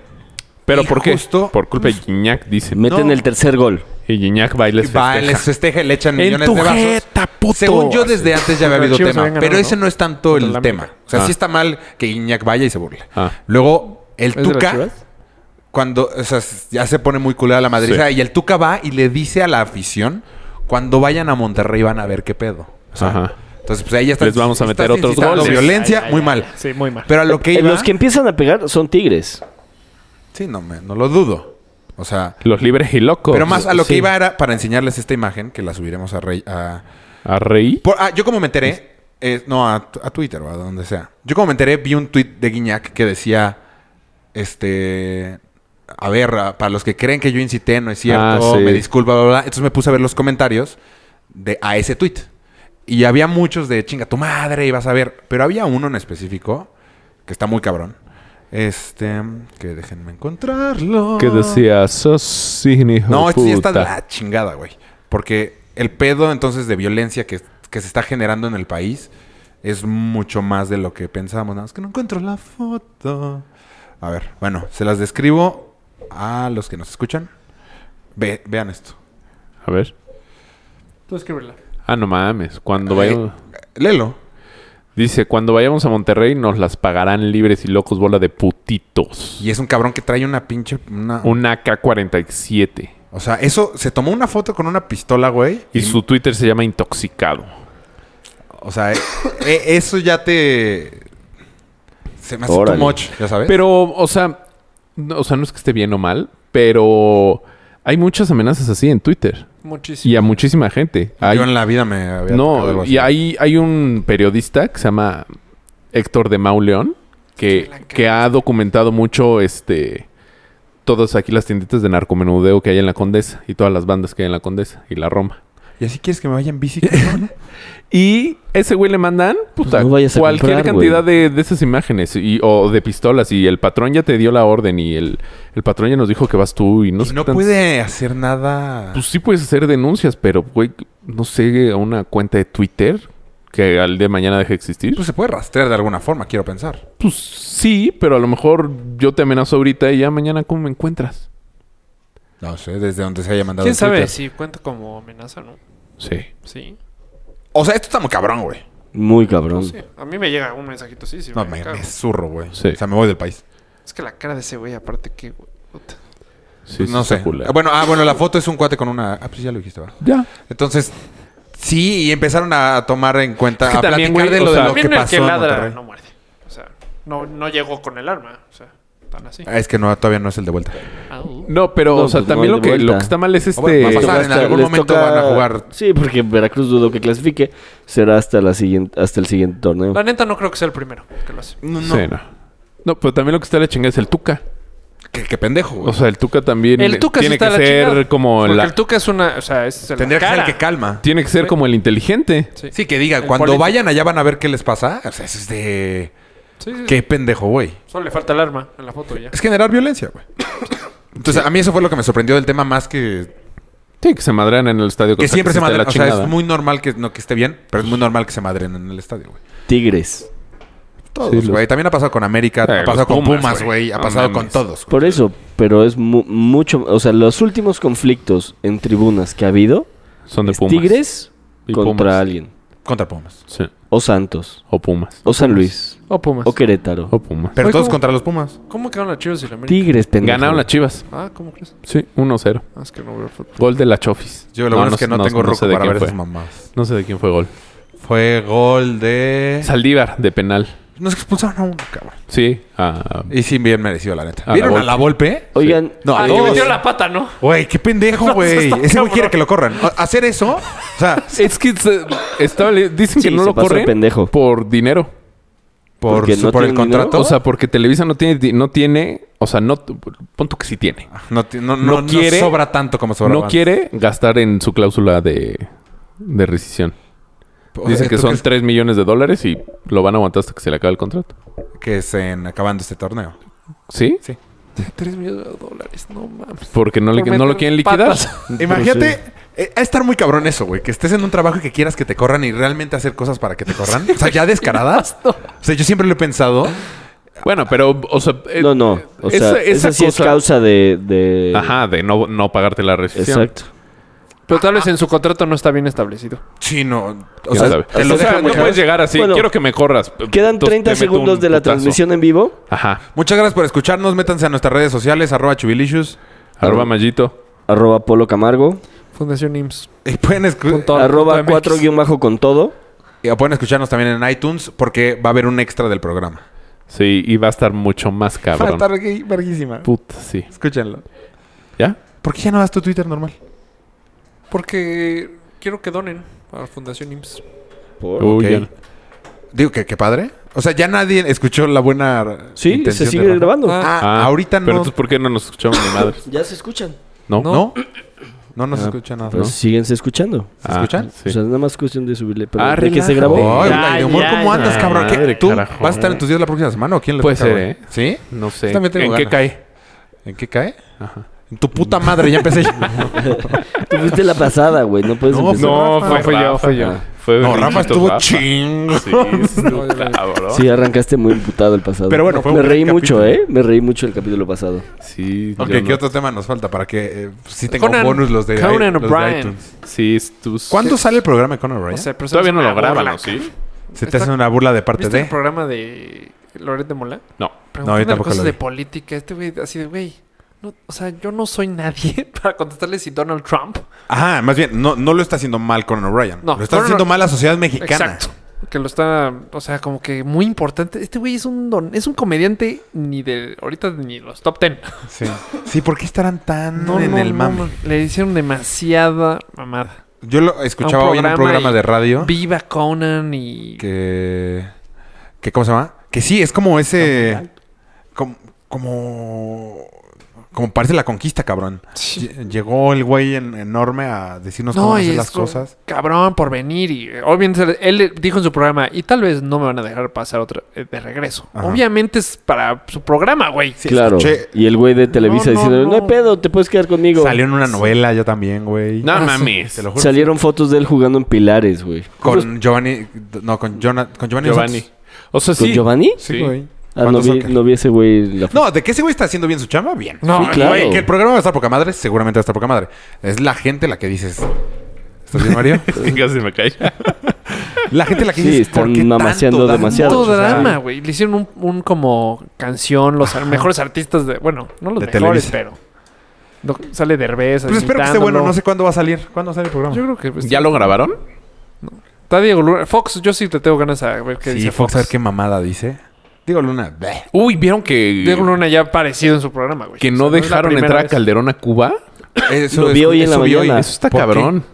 A: Pero
C: y
A: ¿por qué?
C: justo-
A: Por culpa de Gignac, dicen.
B: Meten
C: No.
B: el tercer gol.
A: Y Gignac va y les
C: Va,
A: festeja.
C: les festeja, le echan
A: En
C: millones
A: tu
C: de vasos.
A: jeta, puto.
C: Según yo, desde antes ya había
D: Pero
C: habido
D: Chivas
C: tema.
D: habían ganado,
C: pero ese
D: ¿no?
C: no es tanto
D: Contra la
C: el
D: América.
C: tema. O sea,
A: Ah.
C: sí está mal que Iñak vaya y se burle.
A: Ah.
C: Luego, el
D: ¿Es de las
C: Tuca,
D: Chivas?
C: cuando o sea, ya se pone muy culera la madriza,
A: Sí.
C: y el Tuca va y le dice a la afición: cuando vayan a Monterrey van a ver qué pedo. O sea,
A: Ajá.
C: Entonces, pues ahí ya está.
A: Les vamos a
C: estás
A: meter otros
C: incitando
A: goles.
C: violencia, muy mal.
D: Sí, muy mal.
C: Pero a lo que
B: Eh,
C: iba.
B: Los que empiezan a pegar son tigres.
C: Sí, no, me- no lo dudo. O sea.
A: Los libres y locos.
C: Pero más a lo que
A: Sí.
C: iba era para enseñarles esta imagen que la subiremos a, Rey, a,
A: A reír.
C: Por- ah, yo como me enteré, eh, no, a, a Twitter o a donde sea. Yo como me enteré, vi un tweet de Guiñac que decía, este, a ver, a- para los que creen que yo incité, no es cierto,
A: Ah, sí.
C: me disculpa, bla, bla, bla. Entonces me puse a ver los comentarios de, a ese tweet. Y había muchos de chinga tu madre y vas a ver. Pero había uno en específico que está muy cabrón. Este, que déjenme encontrarlo.
A: Que decía, sos un hijo
C: No,
A: de
C: esto sí está de
A: puta".
C: la chingada, güey. Porque el pedo entonces de violencia que, que se está generando en el país es mucho más de lo que pensábamos. Nada más que no encuentro la foto. A ver, bueno, se las describo a los que nos escuchan. Ve- vean esto.
A: A ver.
D: Tú escríbela.
A: Ah, no mames. Cuando vayamos...
C: Eh, Lelo.
A: Dice, cuando vayamos a Monterrey nos las pagarán libres y locos, bola de putitos.
C: Y es un cabrón que trae una pinche. una-
A: Un AK-47.
C: O sea, eso se tomó una foto con una pistola, güey.
A: Y su Twitter se llama Intoxicado.
C: O sea, eh, eh, eso ya te. Se me hace
B: Órale.
C: too much, ya sabes.
A: Pero, o sea, no, o sea, no es que esté bien o mal, pero hay muchas amenazas así en Twitter.
D: Muchísimo.
A: Y a muchísima gente. Hay-
C: Yo en la vida me había. tocado algo
A: no,
C: así.
A: y hay, hay un periodista que se llama Héctor de Mauleón, que, que ha documentado mucho este todas aquí las tienditas de narcomenudeo que hay en la Condesa y todas las bandas que hay en la Condesa y la Roma.
C: ¿Y así quieres que me vaya en bici? cabrón?
A: Y ese güey le mandan puta,
B: Pues No vayas a
A: cualquier
B: comprar,
A: cantidad de, de esas imágenes y, o de pistolas. Y el patrón ya te dio la orden y el, el patrón ya nos dijo que vas tú y no
C: Y
A: sé
C: no
A: qué tan-
C: puede hacer nada.
A: Pues sí puedes hacer denuncias, pero güey, no sé, a una cuenta de Twitter que al de mañana deje de existir.
C: Pues se puede rastrear de alguna forma, quiero pensar.
A: Pues sí, pero a lo mejor yo te amenazo ahorita y ya mañana cómo me encuentras.
C: No sé, desde donde se haya mandado.
D: ¿Quién
C: en
D: sabe
C: Twitter.
D: si cuenta como amenaza no?
A: Sí.
D: Sí.
C: O sea, esto está muy cabrón, güey.
B: Muy cabrón.
D: Sí. A mí me llega un mensajito así. Sí,
C: No,
D: me
C: me,
D: cago.
C: me zurro, güey.
A: Sí.
C: O sea, me voy del país.
D: Es que la cara de ese güey, aparte, qué güey. Puta.
A: Sí, sí
C: no
A: está
C: sé.
A: culero.
C: Ah, Bueno, ah, bueno, la foto es un cuate con una. Ah, pues ya lo dijiste, ¿verdad?
A: ya.
C: Entonces, sí, y empezaron a tomar en cuenta,
A: Es que
C: a
A: también,
C: platicar
A: güey,
C: de lo
A: o
C: de
A: sea,
C: lo que
D: También el
C: pasó.
D: que
C: en
D: ladra
C: Monterrey.
D: no muerde. O sea, no, no llegó con el arma. O sea, tan así.
C: Ah, es que no, todavía no es el de vuelta.
D: Au.
A: No, pero,
B: No,
A: o sea,
B: pues, no
A: también
B: hay
A: lo, que,
B: vuelta.
A: lo que está mal es este.
C: Ah, bueno, va a pasar.
B: Toca
C: en algún
B: Eh, les
C: momento van a jugar.
B: Sí, porque Veracruz dudo que clasifique. Será hasta, la siguiente, hasta el siguiente torneo.
D: La neta no creo que sea el primero que lo hace.
C: No, no.
A: Sí, no. No, pero también lo que está la chingada es el Tuca.
C: Qué, qué pendejo, güey.
A: O sea, el Tuca también
D: El Tuca sí
A: tiene
D: está
A: que
D: de la
A: ser
D: chingada.
A: como
D: Porque
A: la,
D: el Tuca es una... O sea, es la
C: Tendría que ser el
D: cara.
C: que calma.
A: tiene que ser como el inteligente.
D: Sí.
C: Sí, que diga,
D: El
C: cuando
D: político.
C: vayan allá van a ver qué les pasa. O sea, eso es de.
D: Sí, sí, sí.
C: Qué pendejo, güey.
D: Solo le falta el arma en la foto y ya.
C: Es generar violencia, güey. Entonces, a mí eso fue lo que me sorprendió del tema más que...
A: Sí, que se madrean en el estadio.
C: Que
A: Costa
C: siempre se
A: está de la
C: madren. O sea, es
A: chingada.
C: muy normal que, no, que esté bien, pero es muy normal que se madren en el estadio, güey.
B: Tigres.
C: Todos,
A: Sí,
C: güey.
A: los-
C: También ha pasado con América,
A: Eh,
C: ha pasado
A: los
C: con
A: Pumas,
C: Pumas,
A: güey.
C: güey. Ha
A: No
C: pasado
A: mames.
C: con todos. güey.
B: Por eso, pero es mu- mucho, o sea, los últimos conflictos en tribunas que ha habido,
A: Son de
B: es
A: Pumas.
B: Tigres
A: Y
B: contra
A: Pumas.
B: alguien,
C: Contra Pumas.
A: Sí.
B: o Santos,
A: O Pumas.
B: o San Luis,
D: O Pumas.
B: o Querétaro,
A: O Pumas.
C: Pero
D: Oye,
C: todos
D: ¿cómo?
C: contra los Pumas.
D: ¿Cómo quedaron las chivas y la América?
B: Tigres, pendejo.
A: Ganaron las chivas.
D: Ah, ¿cómo crees?
A: Sí, 1-0.
D: Ah, es que no veo fútbol.
A: Gol de la Chofis.
C: Yo lo bueno es que no, tengo roco
A: sé de
C: para
A: quién
C: ver
A: fue.
C: esas mamás.
A: No sé de quién fue gol.
C: Fue gol de.
A: Saldívar, de penal.
C: Nos expulsaron a uno, cabrón.
A: Sí. ah,
C: Y sí, bien merecido, la neta.
A: A la
C: ¿Vieron a
A: Volpe.
C: la Volpe?
B: Oigan,
C: No,
D: ah,
C: a
D: que
C: todos.
D: metió la pata, ¿no?
C: Güey, qué pendejo, güey.
D: está
C: Ese güey
D: cabrón.
C: quiere que lo corran. O- Hacer eso, o sea,
A: Es que se- estaba le- dicen
B: Sí,
A: que no
B: se
A: lo
B: pasó de
A: corren
B: pendejo.
A: por dinero.
C: por,
B: Porque
C: su-
B: no
C: por el
B: tienen
C: contrato.
B: dinero.
A: O sea, porque Televisa no tiene, di- no tiene, o sea, no pon tú que sí tiene.
C: no, ti- no,
A: no
C: no, no
A: quiere-
C: sobra tanto como sobra.
A: no quiere gastar en su cláusula de, de rescisión. Dice que son 3 millones de dólares y lo van a aguantar hasta que se le acabe el contrato.
C: Que es en acabando este torneo.
A: ¿Sí?
C: Sí.
D: 3 millones de dólares, no mames.
A: Porque no, le-
D: Por
A: no lo
D: meter
A: quieren liquidar.
D: patas.
C: Imagínate, eh, a estar muy cabrón eso, güey. Que estés en un trabajo y que quieras que te corran y realmente hacer cosas para que te corran. O sea, ya descaradas. O sea, yo siempre lo he pensado.
A: Bueno, pero, o sea... eh,
B: No, no, o sea, esa, sí es causa de... de-
A: Ajá, de no, no pagarte la rescisión.
B: Exacto.
D: Pero tal vez en su contrato no está bien establecido.
C: Sí, no. O
A: ¿Quién
C: sea,
A: sabe?
C: te
A: O sea,
C: lo dejan
A: no
C: muy
A: puedes
C: cabrón.
A: llegar así.
B: Bueno,
A: Quiero que me corras.
B: Quedan
A: Entonces,
B: 30
A: te meto un
B: segundos de la
A: putazo.
B: transmisión en vivo.
A: Ajá.
C: Muchas gracias por escucharnos. Métanse a nuestras redes sociales, arroba chubilicious.
A: Arroba Mallito.
B: Arroba Polo Camargo.
D: Fundación IMSS.
C: Y pueden, escu-
D: Punto.
B: arroba
D: MX.
B: 4 guión bajo con todo.
C: y pueden escucharnos también en iTunes porque va a haber un extra del programa.
A: Sí, y va a estar mucho más
C: Va a
A: cabrón.
C: estar gui- verguísima.
A: Puta, sí.
C: Escúchenlo.
A: ¿Ya?
C: ¿Por qué ya no das tu Twitter normal?
D: Porque quiero que donen a la Fundación IMSS.
A: Uy,
C: Ok.
A: ya no.
C: Digo que qué padre. O sea, ya nadie escuchó la buena.
B: Sí, se
C: intención de
B: sigue
C: Rafa.
B: grabando.
D: Ah.
C: Ah,
A: Ah,
C: ahorita no.
A: Pero entonces, ¿por qué no nos escuchamos ni madres?
B: Ya se escuchan.
A: ¿No? Ah,
C: no. No, no se escucha nada.
B: Pues síguense escuchando.
C: ¿Se escuchan?
A: Sí.
B: O sea, es nada más cuestión de subirle. Pero
A: Ah,
B: de que se
A: relájate.
B: grabó.
C: Ay,
A: Ya,
C: Ulay, de humor,
A: ya,
C: ¿cómo andas,
A: ya,
C: cabrón? ¿Qué,
A: madre,
C: ¿Tú
A: carajo.
C: vas a estar en tus días la próxima semana o quién le
A: Puede
C: toca,
A: ser,
C: güey?
A: ¿eh?
C: ¿Sí?
A: no sé.
C: También tengo
A: ¿En qué
C: ganas.
A: cae?
C: ¿En qué cae? En tu puta madre, ya empecé. no,
B: Tú fuiste la pasada, güey. No puedes
C: No,
B: empezar.
C: no,
A: Rafa.
D: fue yo, fue yo.
A: Ah. Fue
C: Rafa
A: Berrinchitos
C: estuvo
A: Rafa.
C: ching.
A: Sí, estuvo cabrón.
B: Sí, arrancaste muy imputado el pasado.
C: Pero bueno, fue un
B: Me
C: buen
B: reí
C: capítulo.
B: mucho, ¿eh? Me reí mucho el capítulo pasado.
A: Sí,
C: Ok,
A: yo
C: ¿qué
A: no-
C: otro tema nos falta para que eh, sí tenga un
D: Conan-
C: bonus los de, i-
D: Conan
C: los de
D: O'Brien.
C: iTunes?
A: Sí, estus-
C: ¿Cuándo sale el programa de Conan O'Brien?
D: O sea, pero
A: Todavía no
D: sabes-
A: lo
D: Ah,
A: graban,
D: hola.
A: ¿no? ¿Sí?
C: ¿Se te
D: está-
C: hace una burla de parte
D: ¿Viste el
C: de?
D: programa de Loret de Mola?
A: No.
C: No, yo
D: Preguntándole
C: tampoco
D: cosas
C: lo
D: de
C: vi.
D: política. Este güey así de, güey, no, o sea, yo no soy nadie para contestarle si Donald Trump...
C: Ajá, más bien, no, no lo está haciendo mal Conan O'Brien.
D: No,
C: lo está
D: Conan
C: haciendo
D: O'Brien-
C: mal la sociedad mexicana.
D: Exacto. Que lo está, o sea, como que muy importante. Este güey es un don, es un comediante ni de ahorita ni los top ten.
C: Sí. sí, ¿por qué estarán tan en el mame?
D: Le hicieron demasiada mamada.
C: Yo lo escuchaba
D: A un
C: hoy en un
D: programa
C: programa
D: y-
C: de radio
D: Viva Conan y
C: que, que... ¿Cómo se llama? Que sí, es como ese... Como... Como, como parece la conquista, cabrón.
D: Sí.
C: Lle- Llegó el güey en- enorme a decirnos
D: No,
C: cómo
D: y
C: hacer
D: es
C: las
D: como,
C: cosas.
D: Cabrón por venir y eh, obviamente él dijo en su programa y tal vez no me van a dejar pasar otra eh, de regreso.
C: Ajá.
D: Obviamente es para su programa, güey.
B: claro.
C: escuché-
B: Y el güey de Televisa
D: No, no,
B: diciendo, no,
D: no.
B: hay pedo, te puedes quedar conmigo.
C: Salió en una novela yo también, güey.
A: No
C: Ah, sí.
A: mames.
C: Te lo juro.
B: Salieron fotos de él jugando en pilares, güey.
C: Con Giovanni... No, con, Jona- con Giovanni.
A: Giovanni.
C: Santos.
A: O sea,
B: ¿Con
A: sí.
B: Giovanni?
A: Sí.
C: Sí, güey.
B: Ah, no
C: ¿Cuántos
B: vi,
C: soccer?
B: no vi ese güey la foto.
C: No, de que ese güey está haciendo bien su chamba, bien.
D: No,
B: Sí, claro.
C: Güey, que el programa va a estar poca madre, seguramente va a estar poca madre. Es la gente la que dices. ¿Estás bien, Mario?
A: Casi me cae.
C: la gente la que
B: Sí,
C: dices.
B: están
C: ¿por qué
B: mamaseando
C: tanto,
B: demasiado.
C: tanto
D: Todo
C: drama?
D: drama, güey. Le hicieron un, un como canción, los mejores artistas de. Bueno, no los
C: De
D: mejores,
C: Televisa.
D: pero. no- sale Derbez.
C: Pues espero que esté
D: imitándolo.
C: bueno, no sé cuándo va a salir. ¿Cuándo sale el programa?
D: Yo creo que. pues,
A: ¿Ya lo grabaron?
D: Está Diego Luna. Fox, yo sí te tengo ganas a ver qué
C: sí,
D: dice
C: Fox,
D: Fox.
C: a ver qué mamada dice. Digo, Luna, bleh.
A: Uy, ¿vieron que...
D: Diego Luna ya ha aparecido en su programa, güey.
A: Que
D: O sea,
A: no
D: es la
A: dejaron
D: primera
A: entrar a
D: vez.
A: Calderón a Cuba?
C: Eso
B: Lo vi
C: es-
B: hoy en
C: eso
B: la
C: vi hoy.
B: mañana.
A: Eso está
C: Ah, ¿Por qué?
A: cabrón.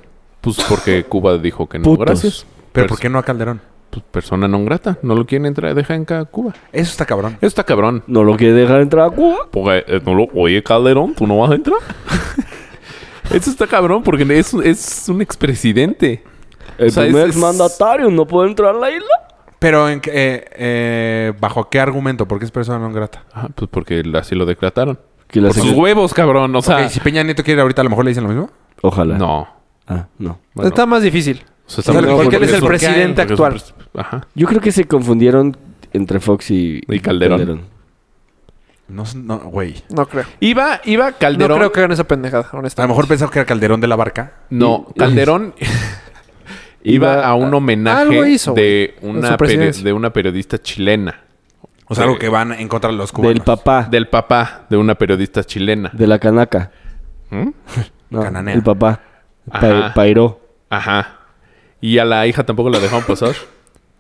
A: Pues porque Cuba dijo que no.
B: Putos.
A: Gracias.
C: Pero
A: Pers-
C: ¿por qué no a Calderón?
A: Pues persona non grata. No lo quieren entrar, dejar en cada Cuba.
C: Eso está cabrón.
A: Eso está cabrón.
B: No lo quiere dejar entrar a Cuba.
A: Porque, eh, no lo- oye, Calderón, ¿tú no vas a entrar? Eso está cabrón porque es, es un expresidente.
B: El
A: O sea,
B: primer
A: es- es-
B: mandatario no puede entrar a la isla.
C: Pero en, qué- eh, eh, ¿bajo qué argumento? Porque es persona no grata.
A: Ah, pues porque así lo decretaron.
B: Que la
A: Por sus
B: secre-
A: huevos, cabrón. O sea,
C: Ok, si Peña Nieto quiere ahorita, a lo mejor le dicen lo mismo.
B: Ojalá.
A: no.
B: Ah, no.
A: Bueno,
D: Está más difícil.
A: o sea,
C: o sea,
A: no,
C: porque él es
A: porque
C: el
A: un-
D: presidente
A: porque es un
D: actual.
A: pres- Ajá.
B: Yo creo que se confundieron entre Fox y,
A: Y Calderón.
C: No, s- no, güey.
D: No creo.
A: Iba, iba Calderón.
D: No creo que hagan esa pendejada,
C: A lo
D: honestamente.
C: mejor pensaba que era Calderón de la Barca.
A: No, Calderón iba a un
D: Algo
A: homenaje
D: hizo,
A: de
D: güey, en
A: una,
D: su
A: peri-
D: presidencia.
A: de una periodista chilena.
C: O sea, algo que van en contra de los cubanos.
B: Del papá.
A: Del papá de una periodista chilena.
B: De la canaca.
A: ¿Mm?
B: No,
C: Cananea.
B: el papá. Pa-
A: Ajá.
B: Pairó.
A: Ajá. Y a la hija tampoco la dejaron pasar.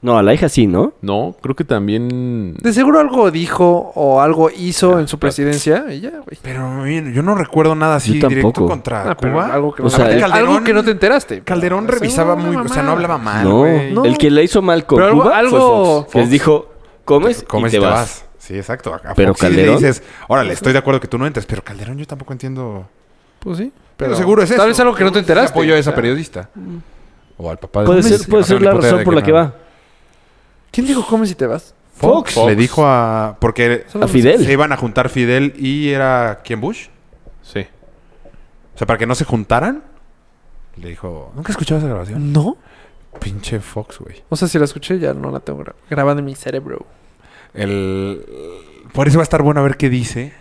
B: No, a la hija sí, ¿no?
A: No, creo que también.
D: Ah. De seguro algo dijo o algo hizo en su presidencia y ya, güey.
C: Pero miren, yo no recuerdo nada así
B: Yo
C: directo
B: tampoco.
C: contra
D: Ah, pero
C: Cuba.
D: algo que,
B: O
D: no,
B: sea, eh,
D: aparte,
B: el-
D: algo que no te enteraste. Pues
C: Calderón
D: Seguro
C: revisaba
D: una
C: muy... O sea,
D: mamá.
C: no hablaba mal,
B: no.
C: Ah, güey.
D: No.
B: El que la hizo mal con
D: Pero algo-
B: Cuba fue
D: algo-
B: Fox, Que les dijo, comes,
C: Comes
B: y te vas.
C: este Sí, exacto. A- a
B: Pero
C: Fox sí le
B: Calderón-
C: dices, órale, estoy de acuerdo que tú no entres. Pero Calderón yo tampoco entiendo...
D: Pues sí.
C: Pero, seguro es eso.
D: Tal vez algo que no te enteraste. Mm.
C: Apoyo a esa
D: O sea,
C: periodista. O al papá de
B: Puede
C: No
B: ser,
C: sé,
B: puede
C: no
B: ser
C: tengo
B: la
C: ni puta idea
B: razón
C: de
B: por
C: qué
B: la que
C: no.
B: va.
D: ¿Quién dijo come si te vas?
B: Fox.
C: Le dijo a... Porque
B: A Fidel.
C: se iban a juntar Fidel y era... ¿Quién? ¿Bush?
A: Sí.
C: O sea, para que no se juntaran. Le dijo... ¿Nunca escuchaba esa grabación?
D: No.
C: Pinche Fox, güey.
D: O sea, si la escuché ya no la tengo gra- grabada en mi cerebro.
C: El... Por eso va a estar bueno a ver qué dice.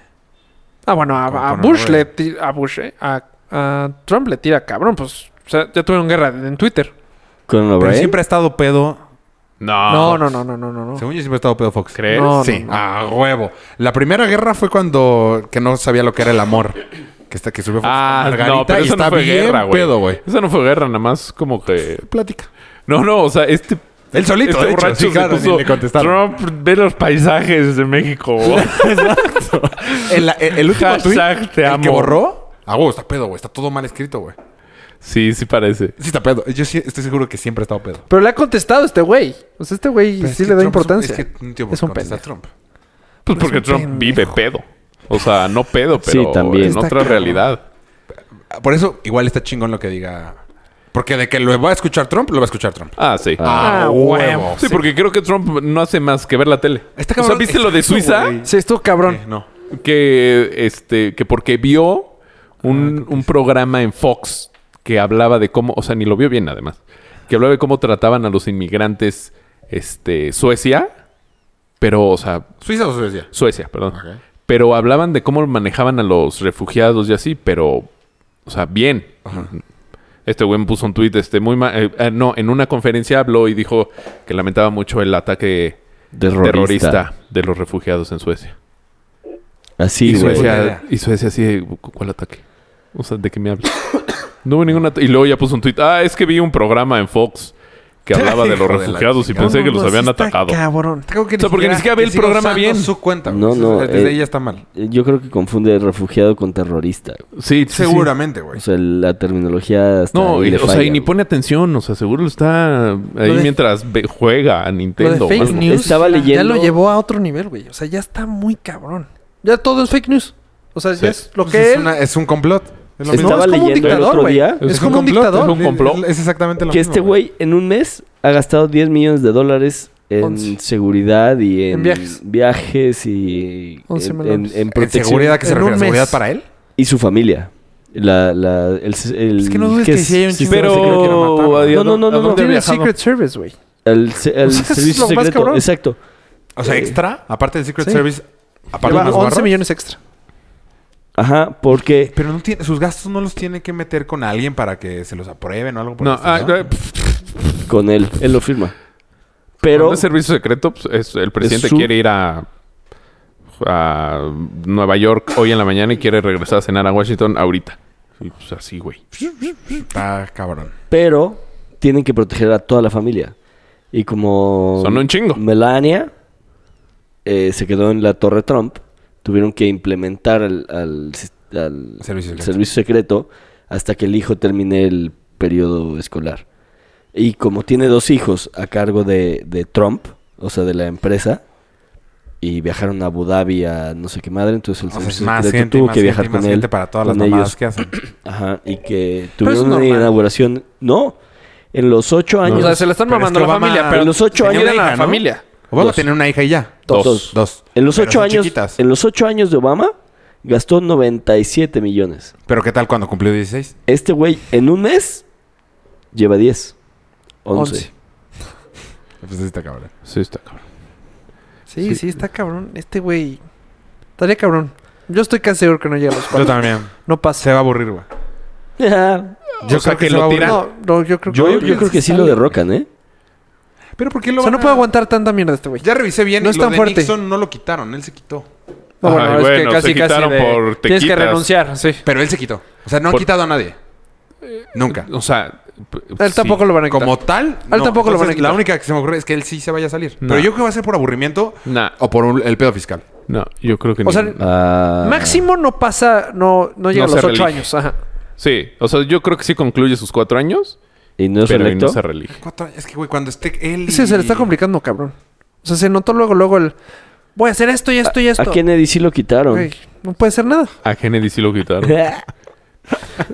D: Ah, bueno, a,
C: Con-
D: a
C: con
D: Bush
C: Honor,
D: le ti- a Bush, eh, a, a Trump le tira cabrón, pues o sea, ya tuvieron guerra en Twitter.
B: Con
C: Pero
B: O'Brien.
C: siempre ha estado pedo.
A: Ah, No.
D: No, no, no, no, no, no, no.
C: Según yo siempre ha estado pedo Fox.
A: ¿Crees?
D: No,
C: sí,
D: no, no.
C: a huevo. La primera guerra fue cuando que no sabía lo que era el amor. Que está que subió Fox
A: Ah,
C: con Margarita
A: no, pero
C: y
A: eso no
C: está
A: fue
C: bien
A: guerra, güey.
C: pedo, güey.
A: Eso no fue guerra, nada más como que.
C: Plática.
A: No, no, o sea, este.
C: Él solito,
A: este
C: de hecho,
A: borracho
C: sí,
A: se
C: claro,
A: puso,
C: ni le contestaron.
A: Trump ve los paisajes de México.
C: El, el- el último tweet,
A: Hashtag te
C: el que
A: amo.
C: borró. A huevo, está pedo, güey. Está todo mal escrito, güey.
A: sí, sí parece.
C: Sí está pedo. Yo sí estoy seguro que siempre ha estado pedo.
D: Pero le ha contestado este güey. O sea, este güey
C: Pero es
D: sí
C: que
D: le
C: Trump es
D: da
C: un-
D: importancia.
C: Es que un tío
D: Es un
C: contesta a
D: pendejo.
C: Trump.
A: Pues porque
D: es un
A: Trump vive pedo. O sea, no pedo,
B: Sí,
A: pero
B: también.
A: en
B: Está
A: otra
D: cabrón.
A: realidad.
C: Ah, Por eso igual está chingón lo que diga. Porque de que lo va a escuchar Trump, lo va a escuchar Trump.
A: Ah, sí.
D: Ah, huevo.
A: Sí, porque creo que Trump no hace más que ver la tele.
C: Está
A: o sea,
C: cabrón.
A: ¿viste lo de
C: Exacto,
A: Suiza?
C: güey.
D: Sí, estuvo cabrón.
C: Eh, No.
A: Que este, que porque vio un, un programa en Fox que hablaba de cómo, o sea, ni lo vio bien además, que hablaba de cómo trataban a los inmigrantes, este, Suecia, pero, o sea,
C: Suiza o Suecia.
A: Suecia, perdón.
C: Ok.
A: Pero hablaban de cómo manejaban a los refugiados y así, pero, o sea, bien. Este güey puso un tuit, este, muy mal. no, en una conferencia habló y dijo que lamentaba mucho el ataque
B: Terrorista.
A: terrorista de los refugiados en Suecia.
B: Así,
A: y,
B: güey.
C: Suecia.
A: Suecia, y Suecia así, de, "¿Cu- ¿cuál ataque? O sea, ¿de qué me hablas? No hubo ningún ataque. Y luego ya puso un tuit, ah, es que vi un programa en Fox que hablaba de los
C: Hijo de la
A: refugiados y
C: chingada.
A: pensé
D: No,
A: que
D: no,
A: los
D: no, sí
A: habían
D: está
A: atacado.
D: Cabrón.
A: O sea, porque ni siquiera ve el programa bien.
C: su cuenta. güey.
B: No, no,
C: Eso- Desde
B: eh,
C: ahí ya está mal.
B: Yo creo que confunde refugiado con terrorista. güey.
A: Sí, sí, sí.
C: Seguramente,
B: O
C: güey.
B: sea, la terminología hasta
A: No,
B: ahí
A: y-
B: le
A: o sea,
B: falla,
A: y ni
B: güey.
A: pone atención, o sea, seguro está ahí
D: de-
A: mientras ve- juega a Nintendo.
D: lo de
A: o
D: fake
A: algo.
D: news
B: Estaba
D: ya
B: leyendo-
D: lo llevó a otro nivel, güey. O sea, ya está muy cabrón. Ya todo es fake news. O sea,
A: Sí.
D: ya es lo
C: Pues
D: que
C: es,
D: él...
C: una- es un complot. Es lo
D: No,
B: Estaba
D: es como un
B: leyendo el
D: dictador,
B: otro
D: güey.
B: día
D: Es como un dictador.
A: Es un complot.
C: Es exactamente lo
B: que
C: mismo.
B: este güey en un mes ha gastado 10 millones de dólares en
D: Once.
B: seguridad y en,
D: En viajes.
B: viajes y
D: Once
B: en,
D: melones.
B: en- en
C: ¿En
B: protección
C: seguridad que se
D: En
C: refiere?
D: un
C: ¿Seguridad
D: mes.
C: para él?
B: y su familia. La, la, el, el-
C: Es que no dudes que
B: es-
C: sí hay un
B: sí,
C: chingo de
A: Pero...
C: gente que lo quiere matar, güey.
A: ¿a
B: No, no,
A: dónde-
B: no,
A: a
B: no,
A: dónde ha
D: Tiene
A: viajado?
D: Secret Service, güey.
B: el, se- el
D: O sea, eso es
B: servicio
D: lo más
B: secreto.
D: cabrón.
B: Exacto.
C: O sea, extra, aparte del Secret
D: Sí.
C: Service, aparte de
D: Lleva
C: los
D: 11
C: barros.
D: millones extra.
B: Ajá, porque
C: Pero no tiene, sus gastos no los tiene que meter con alguien para que se los aprueben o algo por
A: No,
C: el
D: pues,
A: ah,
C: estilo,
A: eh, pf,
B: con él, él lo firma.
A: cuando
B: Pero
A: es servicio secreto, pues, es- el presidente
B: su-
A: quiere ir a, a Nueva York hoy en la mañana y quiere regresar a cenar a Washington ahorita. Y pues así, güey.
C: Está cabrón.
B: pero tienen que proteger a toda la familia. Y como
A: Son un chingo.
B: Melania eh, se quedó en la Torre Trump, tuvieron que implementar al, al sis- al
C: Servicio secreto.
B: servicio secreto hasta que el hijo termine el periodo escolar. Y como tiene dos hijos a cargo de, de Trump, o sea, de la empresa, y viajaron a Abu Dhabi a no sé qué madre, entonces el
C: O sea, es
B: servicio
C: más
B: secreto
C: gente, y
B: tuvo
C: más
B: que
C: gente,
B: viajar
C: y más
B: con él,
C: gente para todas las
B: con ellos.
C: mamadas que hacen.
B: Ajá, y que
D: Pero eso es
B: tuvieron una
D: normal.
B: inauguración. No, en los ocho años.
D: O sea, se la están
C: Pero
D: mamando
C: es
D: a
C: que
D: la
C: Obama-
D: familia, pero
B: En los ocho
D: se
B: años-
D: miran a
C: Una
D: la
C: hija, ¿no?
D: familia.
C: Obama
B: Dos.
C: tenía una hija y ya.
B: Dos.
C: Dos. Dos.
B: En los
C: Pero
B: ocho
C: son
B: años.
C: chiquitas.
B: En los ocho años de Obama gastó 97 millones.
C: Pero ¿qué tal cuando cumplió 16?
B: Este güey en un mes lleva 10. 11.
D: Once.
C: Pues sí está cabrón.
A: Sí, está cabrón.
F: Sí, sí, está cabrón. Este güey. Estaría cabrón. Yo estoy casi seguro que no llega a los
C: Yo
F: cuatro.
C: también.
F: No pasa.
C: Se va a aburrir, güey.
B: Ya.
A: Yo creo que lo tiran.
F: No, no, yo creo que.
C: Yo-
F: no.
B: Yo, creo que sí lo derrocan, ¿eh?
C: Pero ¿por qué lo
F: O sea,
C: van
F: no
C: a-
F: puede aguantar tanta mierda este güey.
C: Ya revisé bien.
F: No
C: y
F: es
C: lo
F: tan
C: de
F: fuerte.
C: Nixon no lo quitaron. Él se quitó.
F: No, bueno,
A: Ay,
F: es que
A: bueno, se
F: casi, casi.
A: quitaron
F: de-
A: por te
F: Tienes que
A: quitas.
F: renunciar, sí.
C: Pero él se quitó. O sea, no ha
A: Por-
C: quitado a nadie.
A: Eh,
C: Nunca.
A: O sea, p-
F: Él
A: sí.
F: tampoco lo van a quitar.
C: Como tal,
F: A él tampoco lo van a quitar.
C: La única que se me ocurre es que él sí se vaya a salir.
A: No.
C: Pero yo creo que va a ser por aburrimiento
A: Nah,
C: o por un- el pedo fiscal.
A: no, yo creo que
F: O sea,
A: ni-
B: Ah.
F: Máximo no pasa, no, no llega
A: No
F: a los
A: se
F: ocho
A: relige.
F: años. Ajá.
A: Sí, o sea, yo creo que sí concluye sus cuatro años,
B: Y no es
A: pero y no
B: reelecto.
A: se relige.
C: Cuatro años. Es que, güey, cuando esté él.
F: Ese se le está
C: complicando.
F: complicando, cabrón. O sea, se notó luego, luego el. Voy a hacer esto y esto y esto.
B: A Kennedy sí lo quitaron.
F: Güey, no puede ser nada.
A: A Kennedy sí lo quitaron.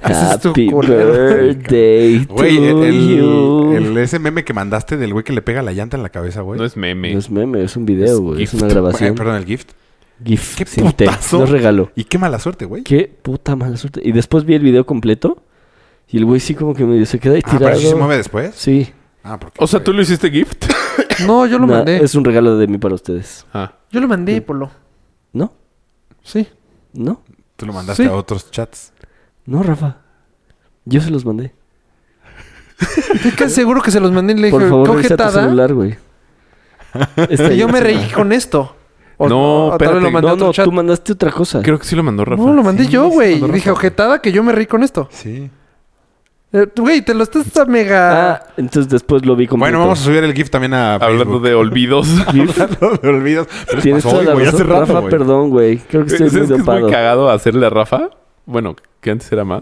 B: Happy
F: estuvo culero.
B: birthday to
C: Güey, el,
B: you.
C: el- el- ese meme que mandaste del güey que le pega la llanta en la cabeza, güey.
A: No es meme.
B: No es meme, es un video,
A: Es
B: güey. Es
A: gift.
B: una
C: Eh,
B: grabación.
C: perdón, el gift.
B: GIF.
C: ¡Qué
B: sin T.
C: putazo!
B: Nos regaló.
C: Y qué mala suerte, güey.
B: Qué puta mala suerte. Y después vi el video completo. Y el güey sí como que medio se queda ahí
C: Ah,
B: tirado.
C: pero sí se mueve después.
B: Sí.
C: Ah, porque.
A: O sea, ¿tú lo hiciste gift?
F: No, yo lo
B: Na-
F: mandé.
B: Es un regalo de mí para ustedes.
A: Ah,
F: Yo lo mandé, Polo.
B: ¿No?
F: Sí.
B: ¿No?
C: Tú lo mandaste
F: Sí.
C: a otros chats.
B: No, Rafa. Yo se los mandé.
F: Estoy casi seguro que se los mandé y le
B: Por
F: dije,
B: favor, revisa tu
F: cogetada.
B: celular, güey. Está
F: Y yo
B: ahí.
F: me reí con esto.
A: No,
F: o tal vez
A: espérate.
F: lo mandé a
B: No,
F: otro
B: no,
F: chat.
B: tú mandaste otra cosa.
A: creo que sí lo mandó Rafa.
F: No, lo mandé
C: Sí,
F: yo,
C: sí,
F: güey.
C: mandó
F: Y dije,
C: Rafa.
F: ojetada, que yo me reí con esto.
C: Sí.
F: Eh, Güey, te lo estás a mega...
B: Ah, entonces después lo vi como.
C: Bueno, vamos a subir el GIF también a.
A: Hablando de olvidos.
C: Hablando de olvidos. Pero
B: Tienes
C: pasó
B: toda
C: hoy,
B: la
C: güey, hace
B: razón,
C: rato,
B: Rafa,
C: güey.
B: perdón, güey. Creo que estoy
A: ¿Sabes
B: muy
A: que es muy
B: dopado.
A: cagado hacerle a Rafa? Bueno, que antes era más.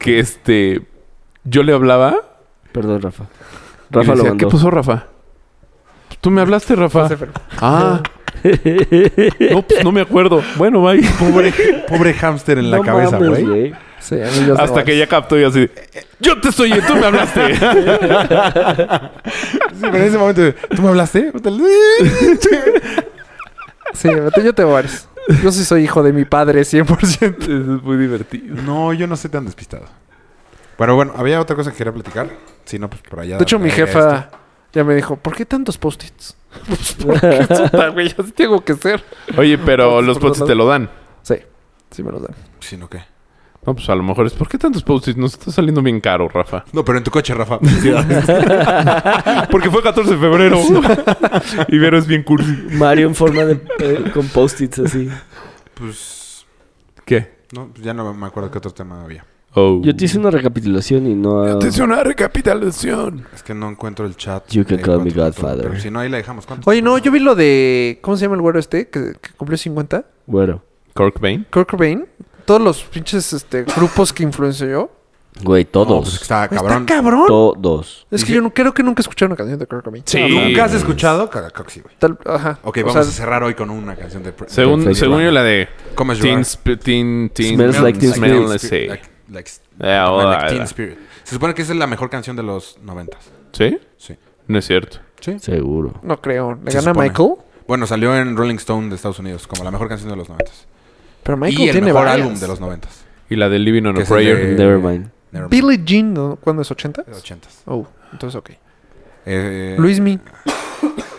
A: Que este... Yo le hablaba
B: Perdón, Rafa.
A: y le
B: Rafa lo
A: decía, ¿qué
B: mandó.
A: pasó, Rafa? Tú me hablaste, Rafa.
F: Se enfermó.
A: Ah. No, pues no me acuerdo. Bueno, bye.
C: Pobre, pobre hámster en la
B: No
C: cabeza,
B: mames,
C: güey.
F: Sí, a mí ya se
A: Hasta
F: va.
A: que ya captó y así... Yo te estoy... Tú me hablaste.
C: Sí, pero en ese momento, ¿tú me hablaste?
F: Sí, pero yo te vares. Yo sí soy hijo de mi padre, 100%.
A: Eso es muy divertido.
C: No, yo no soy tan despistado. Bueno, bueno, había otra cosa que quería platicar. Si no, pues por allá.
F: De hecho, mi
C: platicaré esto.
F: jefa ya me dijo, ¿por qué tantos post-its? Pues porque puta, güey, así tengo que ser.
A: Oye, pero los
F: Por
A: posts
F: dos
A: te lo dan.
F: Sí, sí me los dan.
C: Sí, no, ¿qué?
A: No, pues a lo mejor es... ¿Por qué tantos posts? Nos está saliendo bien caro, Rafa.
C: No, pero en tu coche, Rafa.
A: Porque fue 14 de febrero. Ibero es bien cursi.
B: Mario en forma de. eh, con post-its así.
C: pues.
A: ¿Qué?
C: No, pues ya no me acuerdo qué otro tema había.
A: Oh.
B: Yo te hice una recapitulación y no.
A: una recapitulación.
C: Es que no encuentro el chat.
B: You can
C: de
B: call me
C: cuatro,
B: Godfather.
C: cuatro, pero si no, ahí la dejamos. ¿Cuántos?
F: Oye, no, yo vi lo de... ¿Cómo se llama el güero este? Que, que cumplió 50.
B: Bueno,
A: Cork Bane.
F: Kurt Cobain. Todos los pinches este, grupos que influenció yo.
B: güey,
C: No,
B: todos.
C: pues está cabrón.
F: ¡Está cabrón!
B: Todos.
F: Es que yo no, creo que nunca he escuchado una canción de Kurt Cobain.
A: Sí.
C: ¿Nunca has escuchado? Cara- creo que sí, güey.
F: Tal, ajá.
C: Ok,
F: O
C: vamos
F: sea,
C: a cerrar hoy con una canción de.
A: Según,
B: Perfecto.
A: según yo la de
C: ¿Cómo es
A: Teen Sp- Teen Teen
B: Smells Like Teen
A: Smell,
B: Spirit.
A: sí.
C: Like, like-
A: Ah,
C: like
A: hola,
C: Teen
A: hola.
C: Spirit. Se supone que esa es la mejor canción de los noventas.
A: ¿Sí?
C: Sí.
A: No es cierto.
B: Seguro.
F: No creo. Le
C: Se
F: gana
C: supone.
F: Michael.
C: Bueno, salió en Rolling Stone de Estados Unidos como la mejor canción de los noventas.
F: Pero Michael
C: Y el
F: tiene
C: mejor
F: varias.
C: álbum de los noventas.
A: Y la de Living on
C: Que
A: a
C: es el
A: Prayer.
C: de- Eh,
B: Nevermind.
C: Nevermind.
F: Billie Jean, ¿no? ¿cuándo es? ¿80?
C: De los ochentas.
F: Oh, entonces ok.
C: Eh,
F: Luis Mi.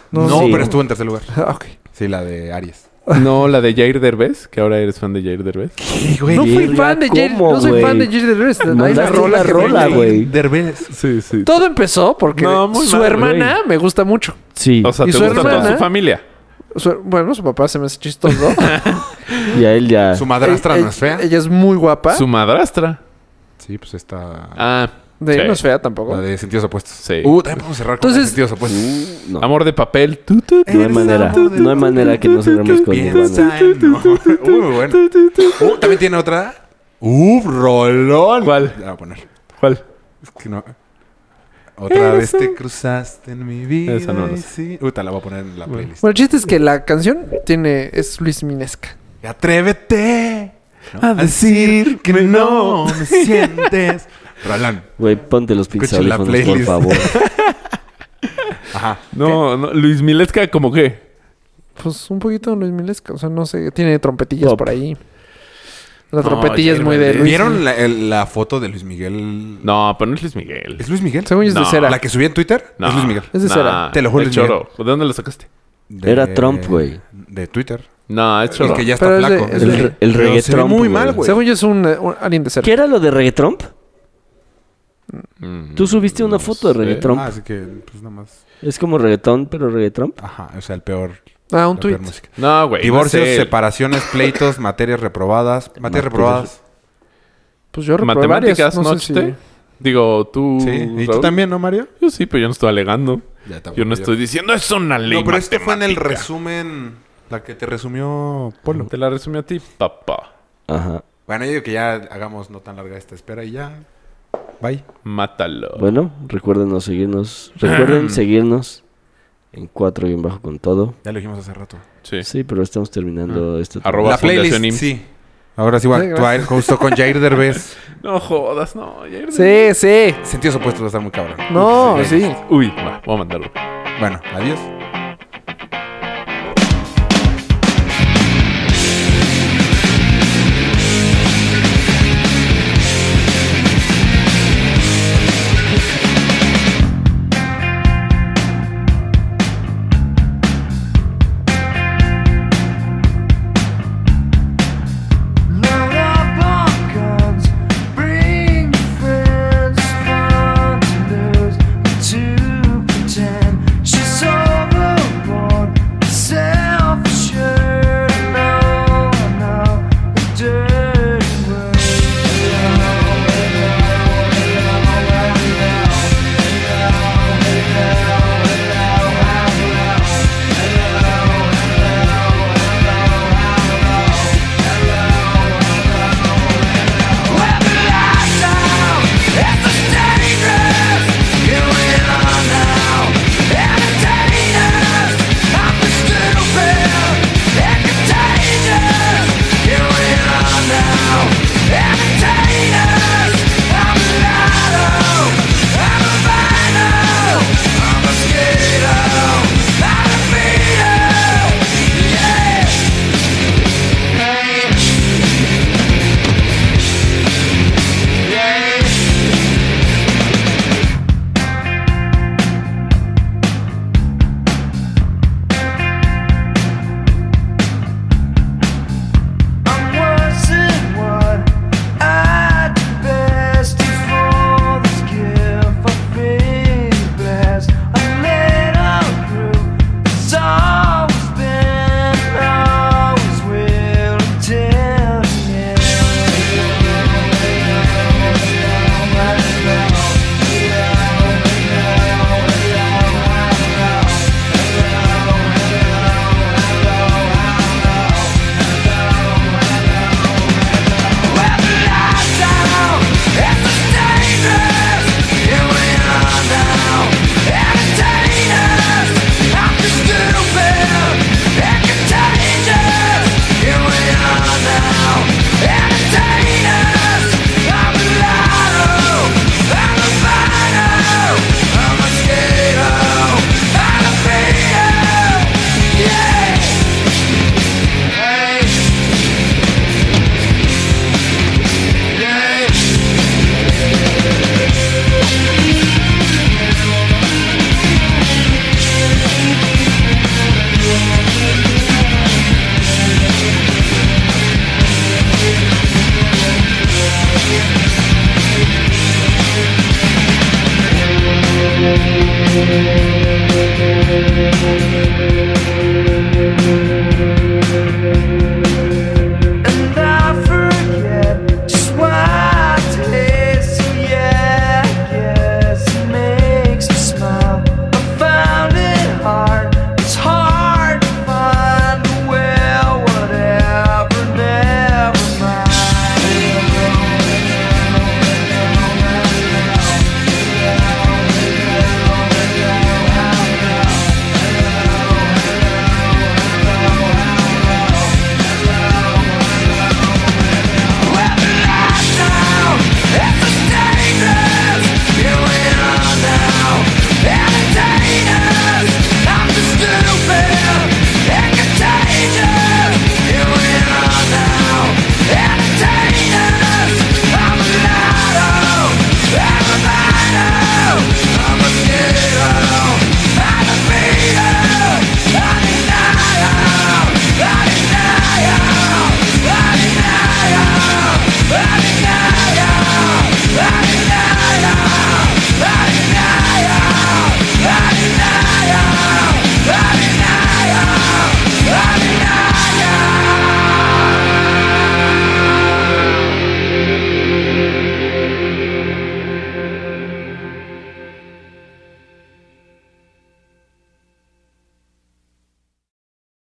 C: No,
B: sí.
C: pero estuvo en tercer lugar.
F: Ah, ok.
C: Sí, la de Aries.
A: No, la de Jair Derbez, que ahora eres fan de Jair Derbez.
F: No fui
B: Mira
F: fan de Jerry.
B: cómo,
F: No soy fan de
B: güey.
F: Jerry Derbez. Hay una
B: Mandaste
F: rola
B: una
F: que me
B: rola,
F: encanta.
B: güey.
C: Derbez.
A: Sí, sí.
F: Todo empezó porque
A: No, muy
F: su
A: mal,
F: hermana me gusta mucho.
B: Sí.
A: O sea,
F: Y
A: te
F: su
A: gusta toda
F: hermana-
A: su familia.
F: Su- bueno, su papá se me hace chistoso.
B: y a él ya.
C: Su madrastra
F: Eh,
C: no es fea.
F: Ella es muy guapa.
A: Su madrastra.
C: Sí, pues está.
A: Ah,
F: De-
A: sí.
F: No es fea tampoco.
C: La de sentidos opuestos.
A: Sí.
C: Uh, también podemos cerrar con la de
F: Entonces-
C: sentidos opuestos.
B: No.
A: Ah, Amor de papel. Tu, tu, tu.
B: No hay manera. No hay manera que nos cerremos con Nirvana.
C: Piensa en- no. Uh, muy bueno. Uh, también tiene otra. Uh, rolón.
A: ¿Cuál?
C: La voy a poner.
A: ¿Cuál?
C: Es que no. Otra vez te cruzaste en mi vida.
A: Esa no la
C: y
A: sé.
C: sí. Uh, te la voy a poner en la playlist.
F: Bueno, el chiste es que la canción tiene es Luis Minesca.
C: Atrévete a decir que no me sientes. Rolón.
B: Güey, ponte los pinches
C: Escuchen la
B: audífonos, por
C: playlist.
B: favor.
C: Ajá.
A: No, no, Luis Milesca, como que.
F: Pues un poquito Luis Minesca. O sea, no sé. Tiene trompetillas
B: Pop.
F: por ahí. La
A: No,
F: trompetilla es
A: Jerry
F: muy de
A: Derbez.
F: Luis.
C: ¿Vieron la, el- la foto de Luis Miguel?
A: No, pero no es Luis Miguel.
C: ¿Es Luis Miguel?
F: Según yo es de
A: No,
F: cera.
C: ¿La que subí en Twitter?
A: No.
C: Es Luis Miguel.
F: Es de
A: Nah,
F: cera.
C: Te lo juro,
A: el
C: Luis Miguel.
A: choro. ¿De dónde lo sacaste?
C: de-
B: Era Trump, güey.
C: De Twitter.
A: No, es
C: El
A: chorro.
C: que ya está
D: Pero es de-
C: flaco.
D: es
B: de- El- el
C: Pero
B: reggae
C: se ve
B: Trump,
C: muy
B: güey.
C: mal, güey.
D: Según yo es un, eh, un- alguien de cerca.
B: ¿Qué era lo de reggaetrón?
C: Mm,
A: Mm.
B: Tú subiste una foto de reggaetrón.
C: Ah, así que, pues nada más.
B: Es como reggaetón, pero reggaetrón.
C: Ajá, o sea, el peor.
D: Ah, un
C: la peor
D: tweet.
C: música.
A: No, güey.
C: Divorcios,
A: no es él.
C: separaciones, pleitos, materias reprobadas. Materias
B: Materias.
C: reprobadas.
D: Pues yo reprobé
A: Matemáticas,
D: varias,
A: ¿no?
D: no sé
A: chiste? Digo, tú.
C: Sí. ¿Y tú
A: Raúl?
C: también, no, Mario?
A: Yo sí, pero yo no estoy alegando. Yo no estoy diciendo es una ley.
C: No, pero este fue en el
A: matemática".
C: resumen. La que te resumió Polo.
A: Te la resumí a ti, papá.
B: Ajá.
C: Bueno, yo digo que ya hagamos no tan larga esta espera y ya. Bye.
A: Mátalo.
B: Bueno, recuérdenos seguirnos.
A: Ah.
B: Recuerden seguirnos en 4 y en bajo con todo.
C: Ya lo dijimos hace rato.
A: sí. Ah.
B: Sí, pero estamos terminando este esto.
A: Arroba
C: la playlist,
A: Fundación IMSS.
C: sí. Ahora sí va a
D: Sí,
C: actuar justo con Jair Derbez.
A: No jodas, no. ya era-
D: Sí, sí.
C: Sentidos opuestos va a estar muy cabrón.
D: No,
C: Uy,
D: sí.
A: Uy, va, voy a mandarlo.
C: Bueno, adiós.